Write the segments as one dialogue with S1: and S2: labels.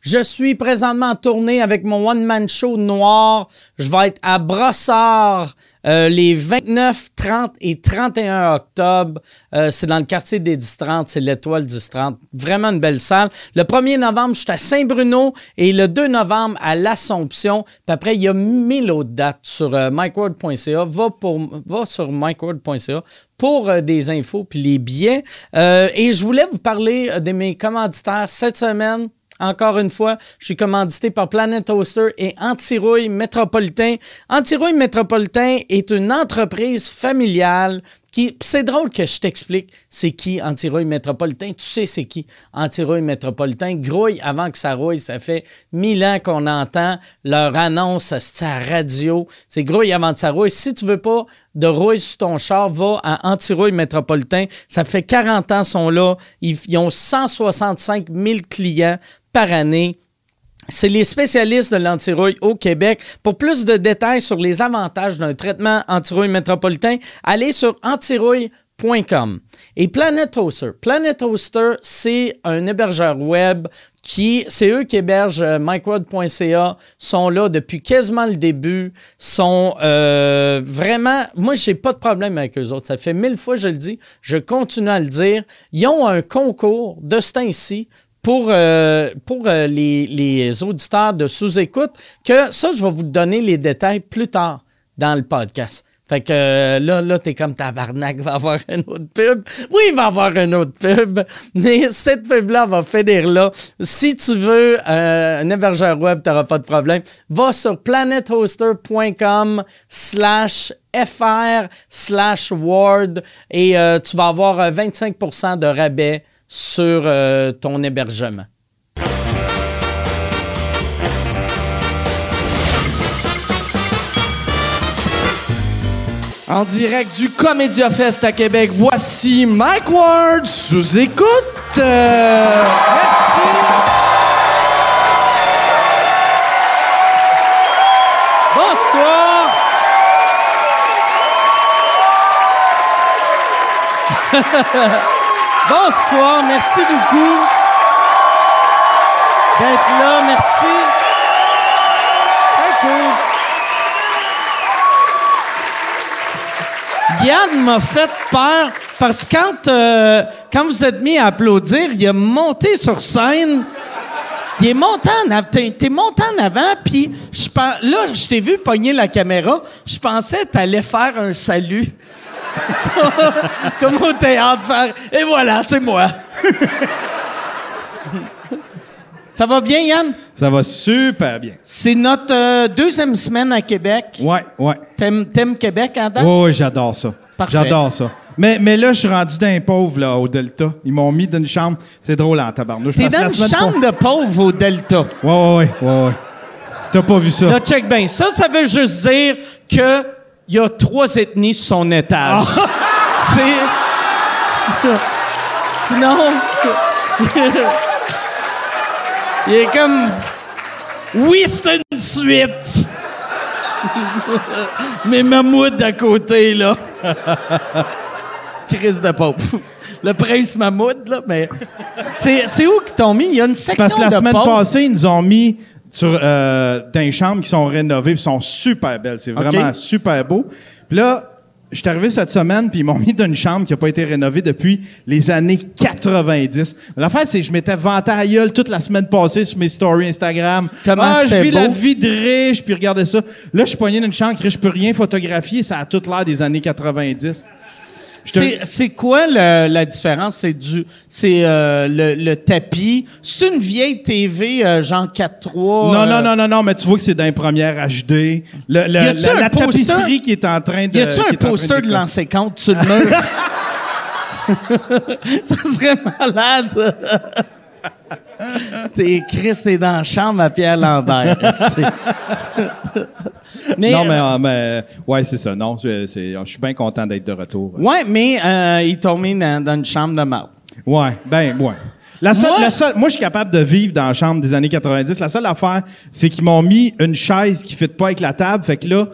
S1: Je suis présentement en tournée avec mon one-man show noir. Je vais être à Brossard euh, les 29, 30 et 31 octobre. Euh, c'est dans le quartier des 10-30, c'est l'étoile 10-30. Vraiment une belle salle. Le 1er novembre, je suis à Saint-Bruno et le 2 novembre à l'Assomption. Puis après, il y a mille autres dates sur euh, micword.ca. Va, pour, va sur micword.ca pour euh, des infos puis les billets. Euh, et je voulais vous parler euh, de mes commanditaires cette semaine. Encore une fois, je suis commandité par Planet Toaster et Antirouille Métropolitain. Antirouille Métropolitain est une entreprise familiale qui, pis c'est drôle que je t'explique c'est qui Antirouille Métropolitain. Tu sais c'est qui Antirouille Métropolitain. Grouille avant que ça rouille, ça fait mille ans qu'on entend leur annonce c'est à la radio. C'est Grouille avant que ça rouille. Si tu veux pas de rouille sur ton char, va à Antirouille Métropolitain. Ça fait 40 ans qu'ils sont là. Ils, ils ont 165 000 clients par année. C'est les spécialistes de l'antirouille au Québec. Pour plus de détails sur les avantages d'un traitement antirouille métropolitain, allez sur antirouille.com. Et Planet Toaster. Planet Toaster, c'est un hébergeur web qui, c'est eux qui hébergent euh, microd.ca, sont là depuis quasiment le début, sont euh, vraiment... Moi, j'ai pas de problème avec eux autres. Ça fait mille fois que je le dis, je continue à le dire. Ils ont un concours de ce temps-ci pour, euh, pour euh, les, les auditeurs de sous-écoute que ça, je vais vous donner les détails plus tard dans le podcast. Fait que euh, là, là, t'es comme tabarnak, va avoir un autre pub. Oui, il va avoir un autre pub, mais cette pub-là va finir là. Si tu veux euh, un hébergeur web, t'auras pas de problème. Va sur planethoster.com slash fr slash word et euh, tu vas avoir euh, 25 de rabais sur euh, ton hébergement.
S2: En direct du Comédia Fest à Québec, voici Mike Ward sous écoute. Euh, merci.
S1: Bonsoir! Bonsoir, merci beaucoup d'être là, merci. Thank you. Yann m'a fait peur parce que quand, euh, quand vous êtes mis à applaudir, il a monté sur scène. Il est monté en avant. T'es t'es monté en avant, puis je pen- là, je t'ai vu pogner la caméra. Je pensais que t'allais faire un salut. comme au théâtre, faire « Et voilà, c'est moi! » Ça va bien, Yann?
S3: Ça va super bien.
S1: C'est notre euh, deuxième semaine à Québec.
S3: Ouais, ouais.
S1: T'aimes t'aimes Québec, hein, Adam?
S3: Ouais, ouais, j'adore ça.
S1: Parfait.
S3: J'adore ça. Mais, mais là, je suis rendu d'un pauvre là, au Delta. Ils m'ont mis dans une chambre. C'est drôle en tabarnouche.
S1: T'es
S3: parce que
S1: dans
S3: la
S1: une
S3: semaine
S1: chambre de pauvre au Delta.
S3: qu'on- Ouais, ouais, ouais. ouais, ouais. T'as pas vu ça?
S1: Là, check bien. Ça, ça veut juste dire que il y a trois ethnies sur son étage.
S2: Ah.
S1: C'est... Sinon... il est comme... Oui, c'est une suite! Mais Mahmoud d'à côté, là. Crise de pauvre. Le prince Mahmoud, là, mais... C'est c'est où qu'ils t'ont mis? Il y a une section
S3: Parce que la
S1: de
S3: semaine
S1: pauvres.
S3: passée, ils nous ont mis sur, euh, dans les chambres qui sont rénovées, puis sont super belles. C'est vraiment super beau. Puis là, je suis arrivé cette semaine, puis ils m'ont mis dans une chambre qui n'a pas été rénovée depuis les années 90. L'affaire, c'est que je m'étais vanté à la gueule toute la semaine passée sur mes stories Instagram.
S1: Comment
S3: ah, je
S1: c'était
S3: vis
S1: beau.
S3: la vie de riche, puis regardez ça. Là, je suis pogné dans une chambre, Chris, je peux rien photographier, ça a tout l'air des années 90. Je te-
S1: C'est, c'est quoi le- la différence? C'est du, c'est euh, le, le tapis. C'est une vieille TV euh, genre 4.3.
S3: Non,
S1: euh,
S3: non, non, non, non, mais tu vois que c'est dans les premières HD. Le, le-
S1: Y a-tu
S3: la,
S1: un
S3: la
S1: poster?
S3: tapisserie qui est en train de.
S1: euh, Y a-tu
S3: euh, qui
S1: un
S3: est en train
S1: poster de
S3: décoller.
S1: lancer compte sur le mur? Ça serait malade. t'es Chris, t'es dans la chambre à Pierre Lambert. esti.
S3: Non, mais,
S1: euh,
S3: euh, mais, ouais, c'est ça. Non, c'est- c'est- je suis bien content d'être de retour.
S1: ouais, mais euh, il tombe dans, dans une chambre de marde.
S3: Ouais, ben, ouais. La seule,
S1: Moi-
S3: moi? La seule, moi, je suis capable de vivre dans la chambre des années 90. La seule affaire, c'est qu'ils m'ont mis une chaise qui ne fit pas avec la table. Fait que là,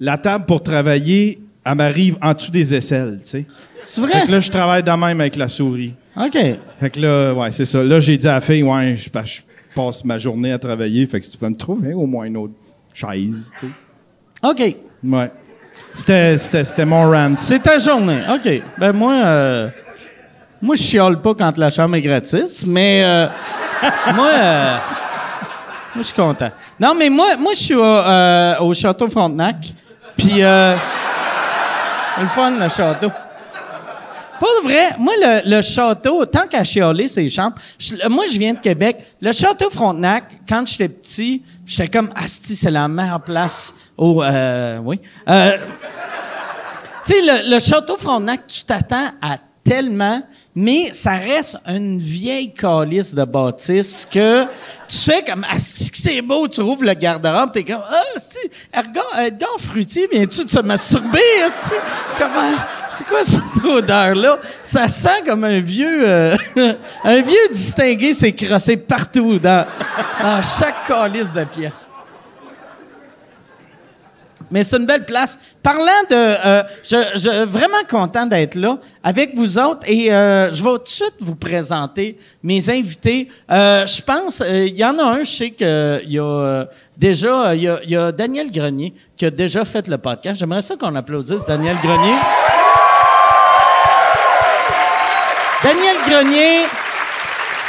S3: la table pour travailler, elle m'arrive en dessous des aisselles, tu sais.
S1: C'est
S3: Fait
S1: vrai?
S3: que là, je travaille de même avec la souris.
S1: Ok.
S3: Fait que là, ouais, c'est ça. Là, j'ai dit à la fille, ouais, je, parce que passe ma journée à travailler. Fait que si tu peux me trouver au moins une autre chaise, tu sais.
S2: OK.
S3: Ouais. C'était, c'était, c'était mon rant.
S2: C'est ta journée. OK. Ben, moi, euh, moi, je chiale pas quand la chambre est gratis, mais euh, moi, euh, moi, je suis content. Non, mais moi, moi je suis au, euh, au Château Frontenac, puis euh, le fun, le château. Pas vrai, moi, le, le château, tant qu'à chialer ces chambres, je- moi, je viens de Québec. Le château Frontenac, quand j'étais petit, j'étais comme, asti, c'est la meilleure place au... euh, oui. Euh, tu sais, le, le château Frontenac, tu t'attends à tellement, mais ça reste une vieille calice de bâtisse que tu fais comme Asti, que c'est beau, tu rouvres le garde-robe, t'es comme Ah, Asti, Edgar, Edgar Fruitier, viens-tu de se masturber, Asti? Comment? C'est quoi cette odeur-là? Ça sent comme un vieux. euh, un vieux distingué s'est crossé partout dans, dans chaque calice de pièce. Mais c'est une belle place. Parlant de... euh, je, je suis vraiment content d'être là avec vous autres et euh, je vais tout de suite vous présenter mes invités. Euh, je pense, euh, il y en a un, je sais qu'il y a euh, déjà... euh, Il y a, il y a Daniel Grenier qui a déjà fait le podcast. J'aimerais ça qu'on applaudisse Daniel Grenier. Daniel Grenier,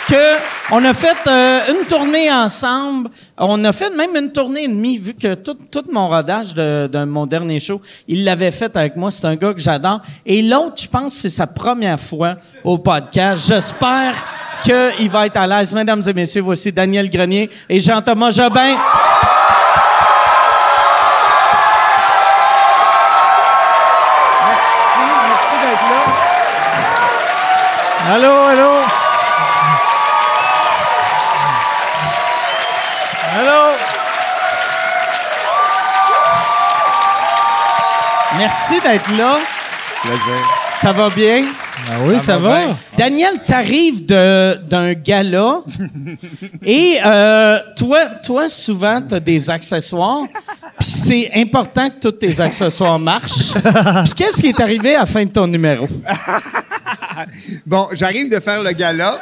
S2: que on a fait euh, une tournée ensemble. On a fait même une tournée et demie, vu que tout, tout mon rodage de, de mon dernier show, il l'avait fait avec moi. C'est un gars que j'adore. Et l'autre, je pense, que c'est sa première fois au podcast. J'espère qu'il va être à l'aise. Mesdames et messieurs, voici Daniel Grenier et Jean-Thomas Jobin. Allô, allô. Allô. Merci d'être là.
S3: Plaisir.
S2: Ça va bien? Ben.
S4: Ah oui, ça, va.
S3: bien.
S2: Daniel, t'arrives de- d'un gala et euh, toi, toi, souvent, t'as des accessoires. Puis c'est important que tous tes accessoires marchent. Puis qu'est-ce qui est arrivé à la fin de ton numéro?
S5: Bon, j'arrive de faire le gala.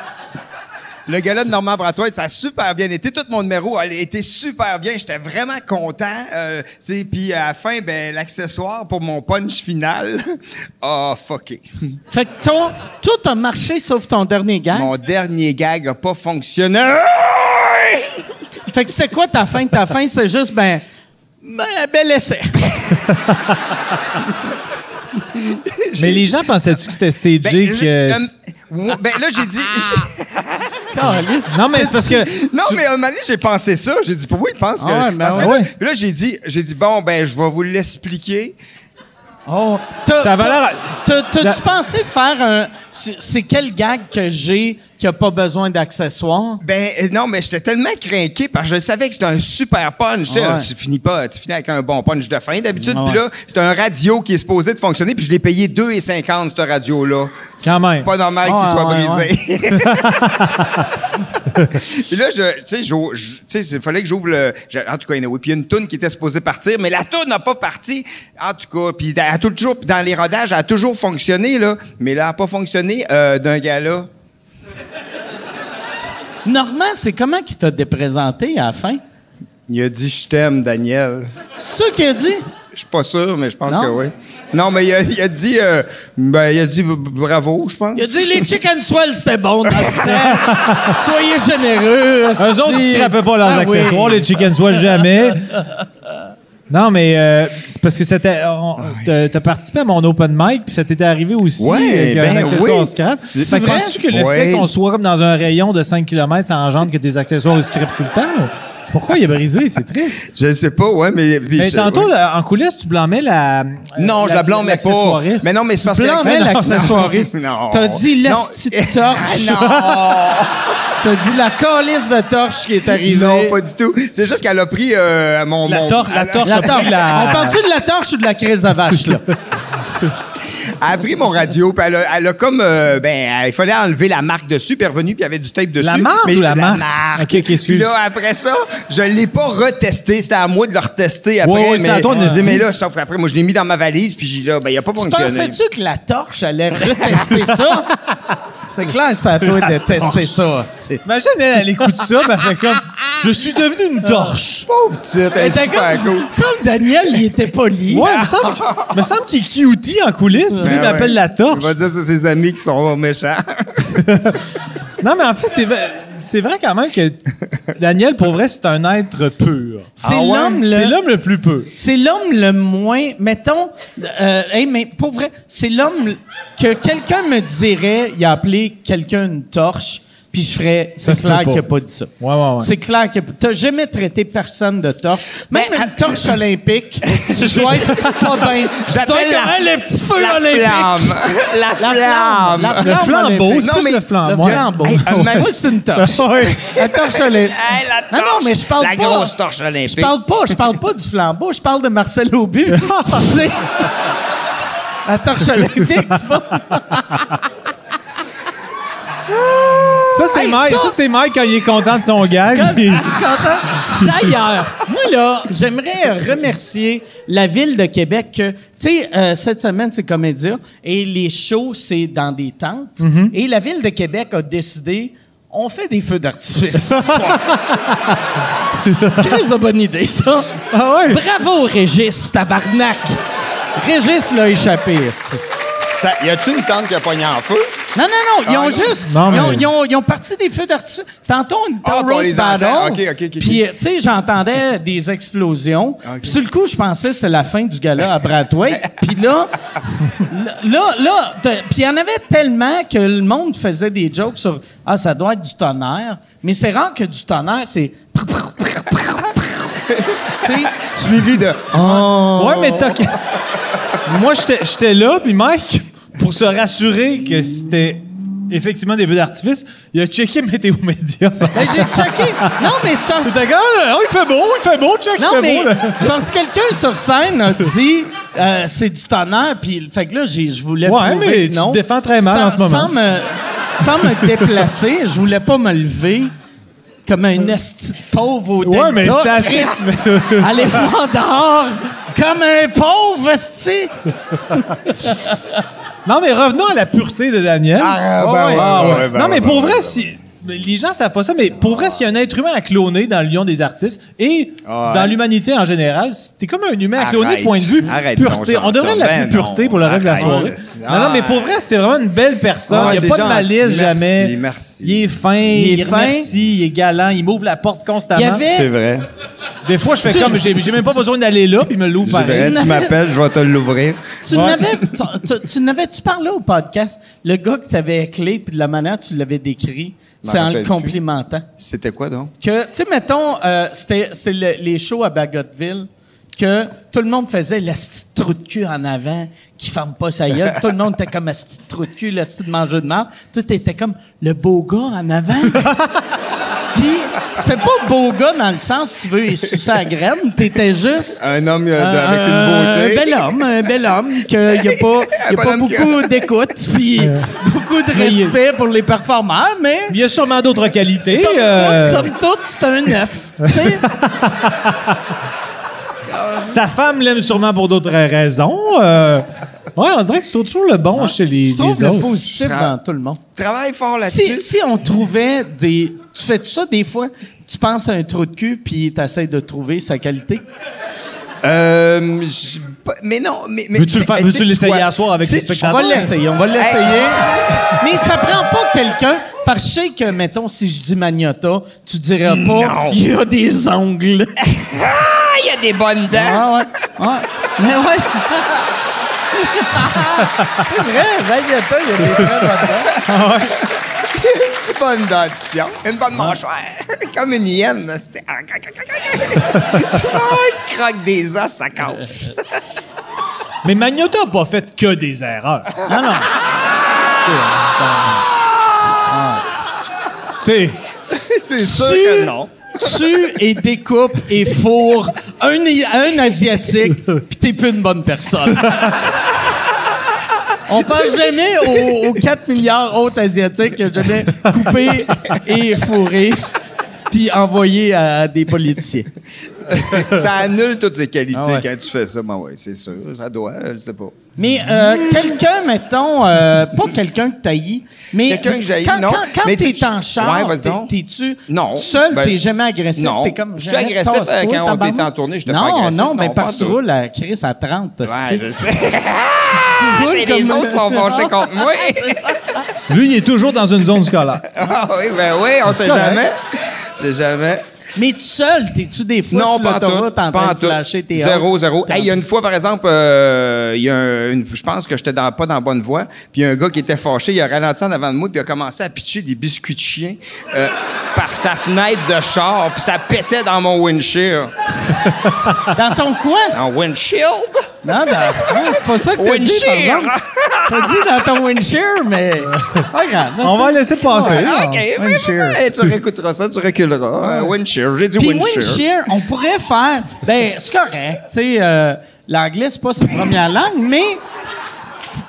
S5: Le gala de Normand Bratoit, ça a super bien été. Tout mon numéro a été super bien. J'étais vraiment content. Euh, tu sais, Puis à la fin, ben, l'accessoire pour mon punch final a fucké.
S2: Fait que ton, tout a marché sauf ton dernier gag.
S5: Mon dernier gag a pas fonctionné.
S2: Fait que c'est quoi ta fin? Ta fin, c'est juste, ben, ben, bel essai.
S4: Mais les gens pensaient-tu que c'était stagé?
S5: Ben,
S4: que-
S5: je- euh, ben, là, j'ai dit...
S2: Ah! Caliste.
S4: Non, mais c'est parce que.
S5: Non, mais à un moment donné, j'ai pensé ça. J'ai dit, pourquoi il pense que...
S2: Ah ouais, ben
S5: parce que là-
S4: ouais.
S5: là, j'ai dit, j'ai dit, bon, ben, je vais vous l'expliquer.
S2: Oh, t'as-
S4: Ça avait l'air-
S2: t'as- t'as-
S4: La-
S2: tu pensé faire un. C'est c'est quel gag que j'ai qui a pas besoin d'accessoires?
S5: Ben euh, non, mais j'étais tellement craqué parce que je savais que c'était un super punch. tu sais,
S2: Ouais.
S5: hein, Tu finis pas, tu finis avec un bon punch de fin d'habitude.
S2: Ouais.
S5: Puis là, c'est un radio qui est supposé de fonctionner. Puis je l'ai payé 2,50 ce radio là.
S4: Quand même.
S5: Pas normal
S2: Ouais,
S5: qu'il soit
S2: ouais,
S5: brisé. Puis là, je, tu sais, j'o- je- tu sais, il fallait que j'ouvre le. j'ai- En tout cas, anyway. Puis il y a une toune qui était supposée partir, mais la toune n'a pas parti. En tout cas, puis elle a toujours, dans les rodages, elle a toujours fonctionné là, mais là, elle a pas fonctionné euh, d'un gars là.
S2: Normand, c'est comment qu'il t'a déprésenté à la fin?
S5: Il a dit, je t'aime, Daniel.
S2: C'est ça qu'il a dit?
S5: Je suis pas sûr, mais je pense
S2: Non?
S5: que oui. Non, mais il a, il a dit, euh, ben, il a dit b- b- bravo, je pense.
S2: Il a dit les chicken swells, c'était bon dans le temps. Soyez généreux.
S4: Eux autres, ils scrapaient pas leurs
S2: Ah oui.
S4: accessoires, Oh, les chicken soit jamais. Non, mais euh, c'est parce que c'était. on- T'as t'as participé à mon open mic, puis ça t'était arrivé aussi
S5: Ah,
S4: euh,
S5: Ouais,
S4: avec un
S5: ben
S4: accessoire
S5: oui.
S4: scrap. Fait que
S2: vrai?
S4: penses-tu que le fait
S5: Ouais.
S4: qu'on soit comme dans un rayon de 5 km, ça engendre que tes accessoires ils scrapent tout le temps? Pourquoi il est brisé? C'est triste.
S5: Je sais pas, ouais, mais. puis
S4: Mais
S5: je-
S4: tantôt,
S5: ouais.
S4: là, en coulisses, tu blâmais la. euh,
S5: Non, je la blâmais pas.
S4: l'accessoiriste.
S5: Mais non, mais c'est parce que.
S2: blâmais
S5: l'accent-
S2: l'accessoiriste.
S5: Non.
S2: T'as dit
S5: Non.
S2: l'hostie de torche.
S5: Ah,
S2: T'as dit la calice de torche qui est
S5: non.
S2: arrivée.
S5: non, pas du tout. C'est juste qu'elle a pris euh, à mon.
S4: La
S5: mon-
S4: torche, la
S5: elle-
S4: torche,
S2: La
S4: a pris
S2: torche.
S4: la-
S2: On parle-tu de la torche ou de la crise à vache, là?
S5: Elle a pris mon radio, puis elle a, elle a comme. euh, ben, il fallait enlever la marque dessus, puis elle est revenue, puis il y avait du tape dessus.
S4: La marque
S5: mais-
S4: ou la marque? Ok, ok,
S5: Puis
S4: excuse.
S5: là, après ça, je l'ai pas retesté. C'était à moi de le retester après.
S4: Ouais, ouais, c'était
S5: mais
S4: à toi de le
S5: je dis,
S4: dire.
S5: mais là, sauf après, moi, je l'ai mis dans ma valise, puis j'ai dit, ah, ben, il a pas
S2: Tu
S5: fonctionné.
S2: pensais-tu que la torche allait retester ça?
S6: C'est clair, c'est à toi de tester ça. hostie.
S4: Imagine, elle, elle écoute ça, mais elle fait comme Je suis devenue une torche.
S5: Pauvre petite, elle est super cool.
S2: Ça, Daniel, il était poli.
S4: Ouais, il me semble, il me semble qu'il cutie en coulisses, puis lui, il
S5: Ben
S4: m'appelle
S5: ouais.
S4: la torche.
S5: Il va dire ça à ses amis qui sont méchants.
S4: Non, mais en fait, c'est vrai, c'est vrai quand même que Daniel, pour vrai, c'est un être pur.
S2: C'est
S4: Ah ouais?
S2: l'homme le-
S4: C'est l'homme le plus pur.
S2: C'est l'homme le moins, mettons, euh, hey, mais pour vrai, c'est l'homme que quelqu'un me dirait, il a appelé quelqu'un une torche, puis je ferais,
S4: Ça
S2: c'est
S4: se peut
S2: clair
S4: pas.
S2: qu'il a pas dit ça.
S4: Ouais, ouais, ouais.
S2: C'est clair que t'as jamais traité personne de torche. Même une torche olympique, tu dois être pas bien. Tu dois
S5: J'appelle
S2: être
S5: la-
S2: comme, Hey, le petit feu
S5: La
S2: olympique.
S5: flamme. La
S2: La flamme.
S5: flamme.
S4: Le flambeau, c'est
S5: Non,
S4: plus
S5: mais
S4: le
S2: Le
S4: flambeau.
S2: flambeau.
S5: Hey, un man-
S2: Moi, c'est une torche.
S4: Ouais.
S2: La torche olympique.
S5: Hey, la
S2: Ah non,
S5: torche.
S2: mais je parle
S5: La
S2: pas.
S5: grosse torche olympique.
S2: Je parle pas, je parle pas du flambeau, je parle de Marcel Aubu. c'est la torche olympique, c'est pas.
S4: Ça, c'est
S2: Hey,
S4: Mike.
S2: ça-
S4: Ça, c'est Mike quand il est content de son gag.
S2: Je suis content. D'ailleurs, moi là, j'aimerais remercier la ville de Québec que, tu sais, euh, cette semaine c'est Comédia et les shows c'est dans des tentes
S4: Mhm.
S2: et la ville de Québec a décidé on fait des feux d'artifice. Très bonne idée ça.
S4: Ah ouais?
S2: Bravo Régis, tabarnak. Régis l'a échappé. esti.
S5: Ça- Y a-tu une tente qui a pogné en feu?
S2: Non, non, non, ils ont
S5: Ah, non.
S2: juste.
S4: Non,
S2: ils, ont,
S4: mais-
S2: ils ont- ils ont parti des feux d'artifice. Tantôt, on était
S5: Ah,
S2: au
S5: pour
S2: Rose
S5: les entendre.
S2: Battle.
S5: Ok, ok, ok, ok.
S2: Puis, euh, tu sais, j'entendais des explosions. Puis, sur le coup, je pensais que c'est la fin du gala à Bradway. Puis là, là, là, t'as- puis il y en avait tellement que le monde faisait des jokes sur Ah, ça doit être du tonnerre. Mais c'est rare que du tonnerre, c'est. Tu sais,
S5: Suivi de. Oh!
S4: Ouais, mais t'as. Moi, j'étais j'étais là, puis Mike, pour se rassurer que c'était effectivement des vœux d'artifice, il a checké Météo Média.
S2: ben, j'ai checké. Non, mais ça, c'est-
S4: C'était comme, oh, il fait beau, il fait beau, check, il
S2: Non,
S4: fait
S2: mais
S4: beau. là.
S2: c'est parce que quelqu'un sur scène a dit euh, c'est du tonnerre, puis fait que là, j'ai- je voulais
S4: Ouais,
S2: prouver
S4: mais
S2: que
S4: tu
S2: non.
S4: te défends très mal
S2: Sans-
S4: en ce moment.
S2: Sans me, sans me déplacer, je voulais pas me lever comme un esti de pauvre au
S4: Ouais, mais
S2: Delta.
S4: c'est assez-
S2: Chris, Allez voir dehors comme un pauvre esti.
S4: Non, mais revenons à la pureté de Daniel.
S5: Ah, ben ouais, ouais, ouais, ben
S4: non,
S5: ouais,
S4: mais
S5: ben
S4: pour
S5: ouais,
S4: vrai,
S5: ben
S4: si. mais Les gens savent pas ça, mais pour vrai, s'il y a un être humain à cloner dans le Lion des artistes et
S5: Ah, ouais.
S4: dans l'humanité en général, c'est- t'es comme un humain à cloner,
S5: Arrête.
S4: point de vue
S5: Arrête
S4: pureté.
S5: donc,
S4: on devrait
S5: Jean-Tom.
S4: l'appeler
S5: Ben
S4: pureté
S5: non.
S4: pour le reste de la
S5: Arrête.
S4: soirée.
S5: Ah.
S4: non, non, mais pour vrai, c'était vraiment une belle personne.
S5: Ah,
S4: il n'y
S5: t'es
S4: a pas de
S5: gentil.
S4: malice
S5: Merci,
S4: jamais.
S5: merci.
S4: Il est fin,
S2: Il
S4: il,
S2: est fin.
S4: remercie, il est galant, il m'ouvre la porte constamment.
S2: Il y avait-
S5: C'est vrai.
S4: Des fois, je fais comme, j'ai j'ai même pas besoin d'aller là, puis il me l'ouvre
S5: C'est
S4: pareil.
S5: vrai. Tu m'appelles, je vais te l'ouvrir.
S2: Tu
S4: Ouais.
S2: n'avais, tu, tu- tu n'avais-tu parlé au podcast le gars que t'avais éclé puis de la manière que tu l'avais décrit,
S5: Je m'en
S2: c'est en le
S5: rappelle plus.
S2: complimentant.
S5: C'était quoi donc?
S2: que, tu sais, mettons, euh, c'était c'est le- les shows à Bagotville que tout le monde faisait la petite trou de cul en avant qui ferme pas sa gueule. Tout le monde était comme la petite trou de cul, la petite mangeur de marde. Tout était comme le beau gars en avant. Puis, c'était pas beau gars dans le sens, si tu veux, il suçait la graine. T'étais juste...
S5: Un homme euh, de-
S2: euh,
S5: avec
S2: euh,
S5: une beauté.
S2: Un bel homme, un bel homme, qu'il n'y a pas,
S5: Un
S2: y a pas
S5: bonhomme qui-
S2: beaucoup d'écoute, puis beaucoup de
S4: Mais il-
S2: respect pour les performeurs, mais...
S4: Il y a sûrement d'autres qualités.
S2: Somme
S4: euh,
S2: toute, somme toute, c'est un œuf. Tu sais,
S4: Sa femme l'aime sûrement pour d'autres raisons. euh, ouais, on dirait que tu trouves toujours le bon chez les,
S2: tu trouves
S4: les
S2: le
S4: autres.
S2: positif dans tout le monde.
S5: Travaille fort là-dessus.
S2: Si, si on trouvait des. Tu fais ça des fois? Tu penses à un trou de cul puis t'essayes de trouver sa qualité?
S5: Euh, je- pas- mais non, mais. mais
S4: Veux-tu le faire-
S5: tu sais,
S4: veux-tu
S5: tu
S4: l'essayer
S5: vois-
S4: à soir avec
S5: tu sais,
S4: les
S5: tu
S2: On
S4: spectateurs?
S2: va l'essayer, on va l'essayer. Mais ça prend pas quelqu'un. Parce que je sais que, mettons, si je dis Magnata, tu dirais pas.
S5: Non.
S2: Il y a des ongles.
S5: Ah, il y a des bonnes dents.
S2: Ah ouais. ouais. Mais ouais. C'est vrai, Magnata, il y a des très bonnes dents.
S5: Une bonne dentition. Une bonne
S2: Ah.
S5: mâchoire. Comme une hyène. là, c'est- Ah, crac, crac, crac, crac. Ah, il croque des os, ça casse.
S2: Euh,
S4: Mais Magnota n'a pas fait que des erreurs.
S2: Non, non.
S4: tu sais,
S5: C'est Ah. sûr que
S2: tu,
S5: non.
S2: tu et découpes et fourres un, un Asiatique, puis t'es plus une bonne personne. On pense jamais aux, aux 4 milliards autres Asiatiques que jamais coupés et fourrés.
S7: puis envoyer à des politiciens.
S5: ça annule toutes ses qualités
S4: Ah ouais.
S5: quand tu fais ça. Ben ouais, c'est sûr. Ça doit, euh, je sais pas.
S2: Mais euh, quelqu'un, mettons, euh, pas quelqu'un que t'haïs, mais
S5: Quelqu'un que j'haïs,
S2: quand,
S5: non.
S2: Quand, quand
S5: Mais
S2: t'es
S5: tu-
S2: en
S5: Ouais,
S2: char,
S5: vas-y
S2: t'es-
S5: donc.
S2: t'es-tu
S5: Non.
S2: seul,
S5: Ben,
S2: t'es jamais agressif,
S5: non.
S2: t'es comme...
S5: Je suis
S2: jamais
S5: agressif,
S2: tasse-toi,
S5: euh, quand on
S2: tabarnak.
S5: était en tournée, j'étais pas
S2: Non,
S5: agressif,
S2: Non, mais
S5: non,
S2: parce que
S5: pas
S2: tu
S5: tout.
S2: roules à Chris à 30,
S5: Ouais,
S2: hostie.
S5: je sais.
S2: tu roules
S5: Et
S2: comme...
S5: les autres sont fâchés contre moi.
S4: Lui, il est toujours dans une zone scolaire.
S5: ah oui, ben oui, on sait jamais. Je sais jamais.
S2: Mais tu seul, t'es-tu des fois
S5: Non,
S2: sur
S5: pas en tout.
S2: l'autoroute en
S5: Pas
S2: train
S5: en
S2: de
S5: tout.
S2: flasher tes
S5: Zéro,
S2: autres?
S5: zéro. Hey, il y a une fois, par exemple, euh, il y a un- une, je pense que j'étais dans, pas dans la bonne voie, puis il y a un gars qui était fâché, il a ralenti en avant de moi, puis il a commencé à pitcher des biscuits de chien euh, par sa fenêtre de char, puis ça pétait dans mon windshield.
S2: Dans ton coin?
S5: En windshield?
S2: Non, dans- non, c'est pas ça que t'as dit, par
S5: Windshield!
S2: exemple. T'as dit dans ton windshield, mais... Pas grave.
S4: On va laisser passer.
S5: Ah, OK.
S4: Windshield.
S5: Eh, tu réécouteras ça, tu reculeras. Euh, windshield. J'ai dit
S2: Puis
S5: windshield.
S2: windshear, on pourrait faire. Ben, c'est correct. Tu sais, euh, l'anglais, c'est pas sa première langue, mais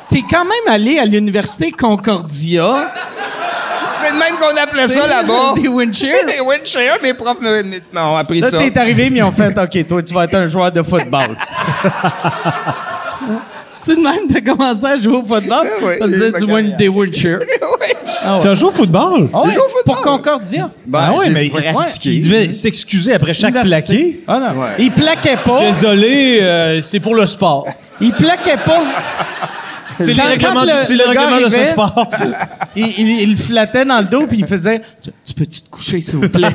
S2: t'es quand même allé à l'université Concordia.
S5: C'est le même qu'on appelait ça
S2: C'est
S5: là-bas.
S2: des windshears.
S5: Des windshields. Mes profs me- me- m'ont appris
S2: Là,
S5: ça.
S2: t'es arrivé, mais ils ont fait OK, toi, tu vas être un joueur de football. c'est de même de commencer à jouer au football
S5: Ah ouais,
S2: parce que
S5: c'est
S2: c'est du
S5: ma
S2: win-
S5: carrière.
S2: des windshear. Ah ouais.
S4: T'as joué au football?
S2: Ah ouais,
S5: joué au football.
S2: pour Concordia.
S5: Ben,
S4: Ah
S5: j'ai
S4: mais il,
S5: pratiqué.
S4: il devait s'excuser après chaque
S2: Université.
S4: plaqué.
S2: Ah non.
S5: Ouais.
S2: Il plaquait pas.
S4: Désolé, euh, c'est pour le sport.
S2: Il plaquait pas.
S4: C'est les
S2: Quand-
S4: règlements
S2: quand
S4: du-
S2: le-
S4: c'est le
S2: le gars
S4: règlement de ce
S2: arrivait,
S4: sport.
S2: il, il- il le flattait dans le dos puis il faisait Tu, tu peux-tu te coucher, s'il vous plaît?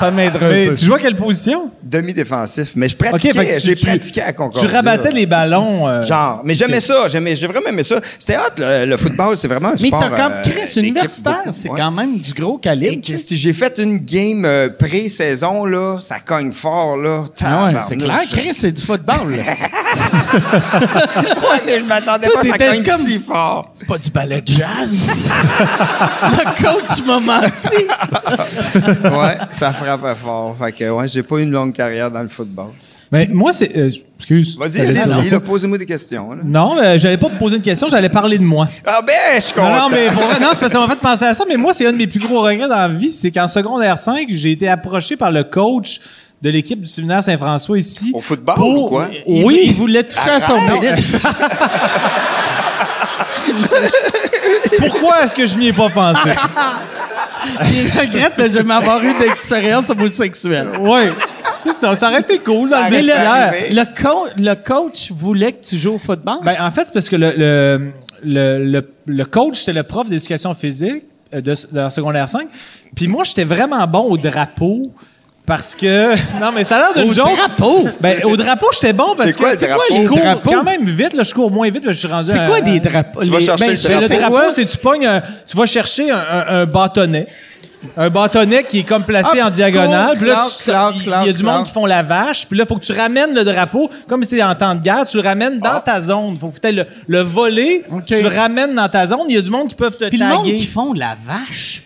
S2: Ça m'aiderait un
S4: Mais
S2: peu.
S4: tu jouais à quelle position?
S5: Demi-défensif. Mais je
S4: Ok, fait
S5: pratiquais.
S4: que tu-
S5: J'ai
S4: tu-
S5: pratiqué à
S4: Tu
S5: Concordia.
S4: rabattais les ballons. euh,
S5: Genre. Mais j'aimais ça. J'aimais, j'ai vraiment aimé ça. C'était hot, le, le football. C'est vraiment un
S2: Mais
S5: sport.
S2: t'as comme
S5: euh,
S2: Chris
S5: d'équipe
S2: universitaire,
S5: beaucoup.
S2: c'est
S5: Ouais.
S2: quand même du gros calibre.
S5: Hey,
S2: tu sais.
S5: Christy, j'ai fait une game euh, pré-saison, là. Ça cogne fort,
S2: Ah
S5: là.
S2: ouais,
S5: Tabarnouche,
S2: c'est clair.
S5: je-
S2: Chris, c'est du football. là.
S5: Ouais, mais je m'attendais
S2: Toi,
S5: pas à ça
S2: t'étais
S5: cogne
S2: comme-
S5: si fort.
S2: C'est pas du ballet de jazz. le coach m'a menti.
S5: ouais, ça frappait fort. Fait que, ouais, j'ai pas eu une longue carrière dans le football.
S4: Mais moi, c'est. euh, excuse.
S5: Vas-y,
S4: T'allais dire-
S5: allez-y, là, posez-moi des questions. là.
S4: Non, mais j'allais pas te poser une question, j'allais parler de moi.
S5: Ah ben, je suis
S4: Non,
S5: content.
S4: non, mais pour vrai, non, c'est parce que ça m'a fait penser à ça, mais moi, c'est un de mes plus gros regrets dans la vie, c'est qu'en secondaire 5, j'ai été approché par le coach de l'équipe du séminaire Saint-François ici.
S5: Au football
S4: pour-
S5: ou quoi?
S2: Il-
S4: Oui.
S2: Il voulait toucher à son pénis.
S4: Pourquoi est-ce que je n'y ai pas pensé?
S2: Il regrette de jamais avoir eu d'expérience homosexuelle.
S4: oui. C'est ça, ça aurait été cool dans
S5: Ça
S4: le
S2: Mais
S5: reste
S2: le,
S4: vestiaire.
S5: arrivé.
S2: le co- le coach voulait que tu joues au football?
S4: Ben, en fait, c'est parce que le, le, le, le, le coach, c'était le prof d'éducation physique euh, de, de la secondaire 5. Puis moi, j'étais vraiment bon au drapeau parce que. Non, mais ça a l'air d'une
S2: Au
S4: joke.
S2: drapeau?
S4: Ben, au drapeau, j'étais bon parce
S5: C'est quoi
S4: que.
S5: le drapeau?
S4: Je
S2: Les
S4: cours
S2: drapeaux?
S4: quand même vite, là, je cours moins vite, là, je suis rendu.
S2: C'est
S4: à-
S2: quoi des drapeaux?
S5: Tu vas
S2: Les-
S5: chercher
S2: ben,
S5: le
S2: je sais
S4: Le
S5: C'est
S4: drapeau,
S2: quoi.
S4: euh, c'est tu pognes un- tu vas chercher un, un- un bâtonnet. Un bâtonnet qui est comme placé
S2: Ah,
S4: en
S2: petit
S4: diagonale.
S2: coup,
S4: Puis là,
S2: clac,
S4: tu-
S2: clac,
S4: il il
S2: clac,
S4: y a du monde
S2: clac.
S4: qui font la vache. Puis là, faut que tu ramènes le drapeau, comme si c'était en temps de guerre, tu le ramènes dans ta zone. Faut que t'aies le, le voler,
S2: Ah. Ok.
S4: tu le ramènes dans ta zone. Il y a du monde qui peuvent te
S2: Puis le monde
S4: taguer.
S2: qui font la vache.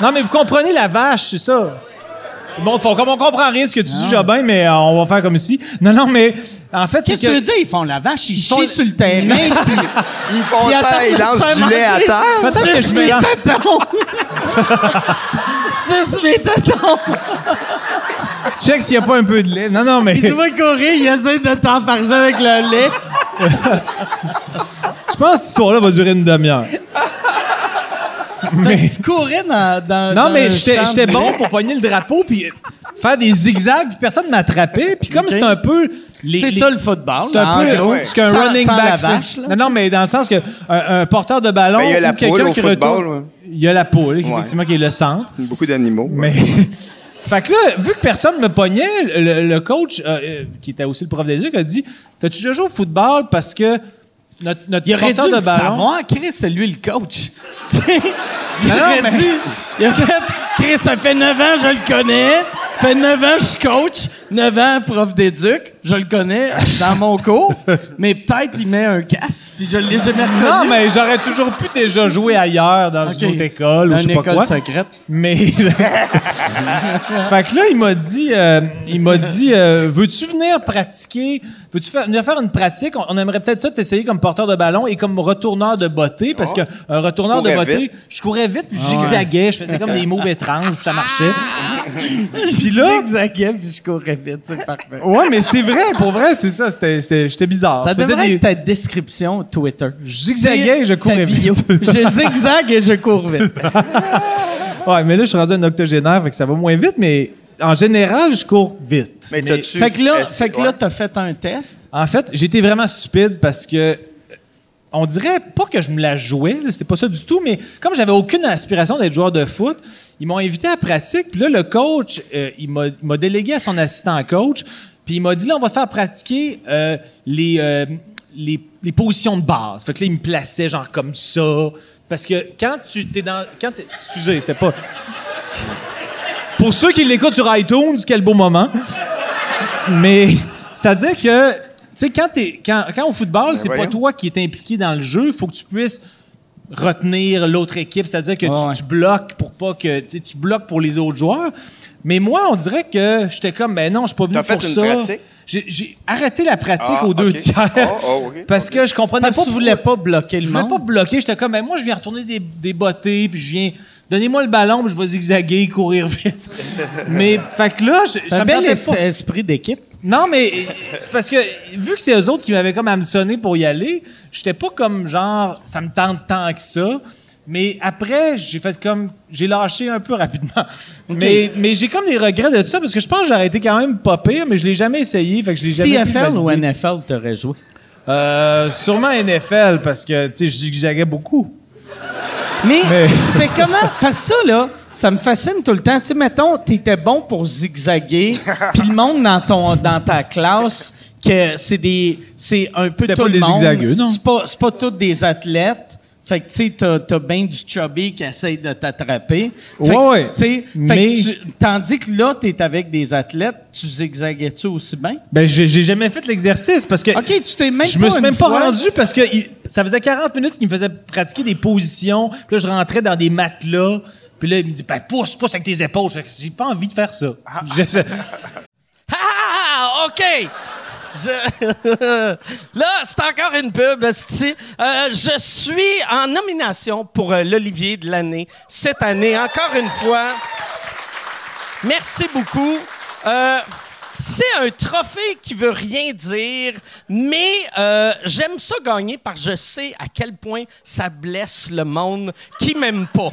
S4: Non, mais vous comprenez la vache, c'est ça. Bon, faut- comme on comprend rien de ce que tu
S2: Ah.
S4: dis, Jobin, mais euh, on va faire comme ici. Non, non, mais en fait, c'est
S2: Qu'est-ce que tu veux
S4: que...
S2: dire? Ils font la vache, ils,
S4: font-
S2: chient sur le terrain.
S5: Ils font
S2: Puis
S5: ça,
S2: attendent
S5: ils
S2: de se
S5: lancent
S2: faire
S5: du lait à
S2: manger.
S5: terre.
S4: Peut-être que
S2: Suce
S4: je
S2: mes
S4: mélange-
S2: tétons. Suce mes tétons.
S4: Check s'il n'y a pas un peu de lait. Non, non, mais...
S2: Tu vas courir, ils essaient de t'enfarger avec le lait.
S4: Je pense que cette histoire-là va durer une demi-heure.
S2: Fait
S4: mais,
S2: que tu courais dans, dans
S4: non,
S2: dans
S4: mais
S2: un
S4: j'étais
S2: champ
S4: j'étais
S2: de
S4: bon
S2: lait.
S4: pour pogner le drapeau, puis euh, faire des zigzags, puis personne ne m'attrapait. Puis comme
S2: Ok.
S4: c'est un peu... les-
S2: C'est
S4: les-
S2: ça le football.
S4: C'est un
S2: là, en
S4: peu
S2: gros.
S5: ouais.
S4: ce qu'un
S2: Sans-
S4: running
S2: sans la
S4: back
S2: vache,
S4: fait.
S2: là.
S4: Non, non, mais dans le sens que un, un porteur de ballon
S5: Ben, il y a la
S4: ou quelqu'un
S5: poule au
S4: qui
S5: football,
S4: retourne,
S5: ouais.
S4: il y a la poule effectivement
S5: Ouais.
S4: qui est le centre.
S5: Beaucoup d'animaux. ouais.
S4: Mais. fait que là, vu que personne me pognait, le, le coach, euh, euh, qui était aussi le prof des yeux, a dit T'as-tu déjà joué au football parce que notre, notre
S2: Il aurait dû
S4: porteur
S2: le
S4: de ballon.
S2: savoir. Chris, c'est lui le coach. Tu sais, il
S4: Non, non,
S2: aurait
S4: mais-
S2: dû. Il a fait. Chris, ça fait 9 ans, je le connais. fait 9 ans, je suis coach, 9 ans, prof d'éduc. Je le connais dans mon cours, mais peut-être il met un casque, puis je l'ai jamais reconnu.
S4: Non, mais j'aurais toujours pu déjà jouer ailleurs dans
S2: Ok.
S4: une autre école
S2: Dans
S4: ou je sais
S2: une
S4: pas
S2: école
S4: quoi.
S2: secrète.
S4: Mais fait que là, il m'a dit, euh, il m'a dit, euh, veux-tu venir pratiquer, veux-tu faire, venir faire une pratique On, on aimerait peut-être ça t'essayer comme porteur de ballon et comme retourneur de bottée, parce que un retourneur
S5: Tu
S4: de
S5: courais
S4: bottée, Ah. je courais vite puis je zigzaguais, je faisais comme des mots étranges, puis ça marchait.
S2: Puis là, j'exagère, puis je courais vite, c'est parfait.
S4: Ouais, mais c'est vrai, pour vrai, c'est ça, c'était, c'était- j'étais bizarre.
S2: Ça
S4: Je faisais
S2: devrait
S4: des-
S2: être ta description Twitter.
S4: je zigzaguais et je courais
S2: Ta
S4: vite.
S2: bio. je zigzague et je cours vite.
S4: Ouais, mais là, je suis rendu un octogénaire, fait que ça va moins vite, mais en général, je cours vite.
S5: Mais t'as-tu.
S2: fait que là,
S5: essayé-
S2: fait que là,
S5: Ouais.
S2: t'as fait un test.
S4: En fait, j'étais vraiment stupide parce que euh, on dirait pas que je me la jouais, là, c'était pas ça du tout, mais comme j'avais aucune aspiration d'être joueur de foot, ils m'ont invité à pratique, puis là le coach, euh, il m'a il m'a délégué à son assistant coach, puis il m'a dit là on va te faire pratiquer euh, les, euh, les les positions de base. Fait que là il me plaçait genre comme ça parce que quand tu t'es dans quand t'es- excusez, c'était pas Pour ceux qui l'écoutent sur iTunes, quel beau moment. Mais c'est-à-dire que, tu sais, quand, t'es- quand, quand au football, c'est pas
S5: Ben voyons.
S4: toi qui es impliqué dans le jeu, il faut que tu puisses retenir l'autre équipe, c'est-à-dire que tu,
S2: ouais.
S4: tu bloques pour pas que tu sais, tu bloques pour les autres joueurs. Mais moi, on dirait que j'étais comme ben non, je suis pas venu
S5: T'as
S4: pour
S5: fait une
S4: ça.
S5: pratique?
S4: J'ai- J'ai arrêté la pratique
S5: Ah,
S4: aux deux
S5: ok.
S4: tiers
S5: Oh, oh, ok,
S4: parce
S5: ok.
S4: que je comprenais
S2: Parce
S4: pas
S2: que tu voulais pas bloquer le
S4: je voulais
S2: monde.
S4: pas bloquer. J'étais comme, ben moi, je viens retourner des, des bottées, puis je viens. Donnez-moi le ballon, puis je vais zigzaguer, courir vite. mais, fait que là, je,
S2: T'as
S4: ça
S2: un
S4: me
S2: bel
S4: tentait
S2: es-
S4: pas.
S2: esprit d'équipe.
S4: Non, mais euh, c'est parce que, vu que c'est eux autres qui m'avaient comme hameçonné pour y aller, j'étais pas comme genre, ça me tente tant que ça. Mais après, j'ai fait comme, j'ai lâché un peu rapidement. Mais, mais j'ai comme des regrets de tout ça, parce que je pense que j'aurais été quand même pas pire, mais je l'ai jamais essayé, fait que je l'ai jamais pu
S2: CFL ou
S4: valider.
S2: NFL, t'aurais joué.
S4: Euh, sûrement NFL, parce que, tu sais, je zigzaguais beaucoup.
S2: Mais,
S4: Mais-
S2: c'était comment? Parce que ça, là, ça me fascine tout le temps. Tu sais, mettons, t'étais bon pour zigzaguer, puis le monde dans, ton, dans ta classe, que c'est des, c'est un peu
S4: C'était
S2: tout
S4: pas
S2: le
S4: des
S2: monde.
S4: zigzagueux, non?
S2: C'est pas, c'est pas tous des athlètes. Fait que, tu sais, t'as, t'as bien du chubby qui essaye de t'attraper. Fait que,
S4: Ouais, ouais.
S2: Tu sais,
S4: Mais-
S2: fait que tu- tandis que là, t'es avec des athlètes, tu zigzaguais-tu aussi bien?
S4: Ben, j'ai j'ai jamais fait l'exercice parce que.
S2: OK, tu t'es même
S4: Je
S2: pas
S4: me suis
S2: une
S4: même pas
S2: fois-
S4: rendu parce que il- ça faisait 40 minutes qu'il me faisait pratiquer des positions. Puis là, je rentrais dans des matelas. Puis là, il me dit, ben, pousse, pousse avec tes épaules. Fait que J'ai pas envie de faire ça. Je- je-
S2: Ah, OK. Je- Là, c'est encore une pub, esti. Euh, je suis en nomination pour euh, l'Olivier de l'année cette année, encore une fois. Merci beaucoup. Euh, c'est un trophée qui veut rien dire, mais euh, j'aime ça gagner parce que je sais à quel point ça blesse le monde qui m'aime pas.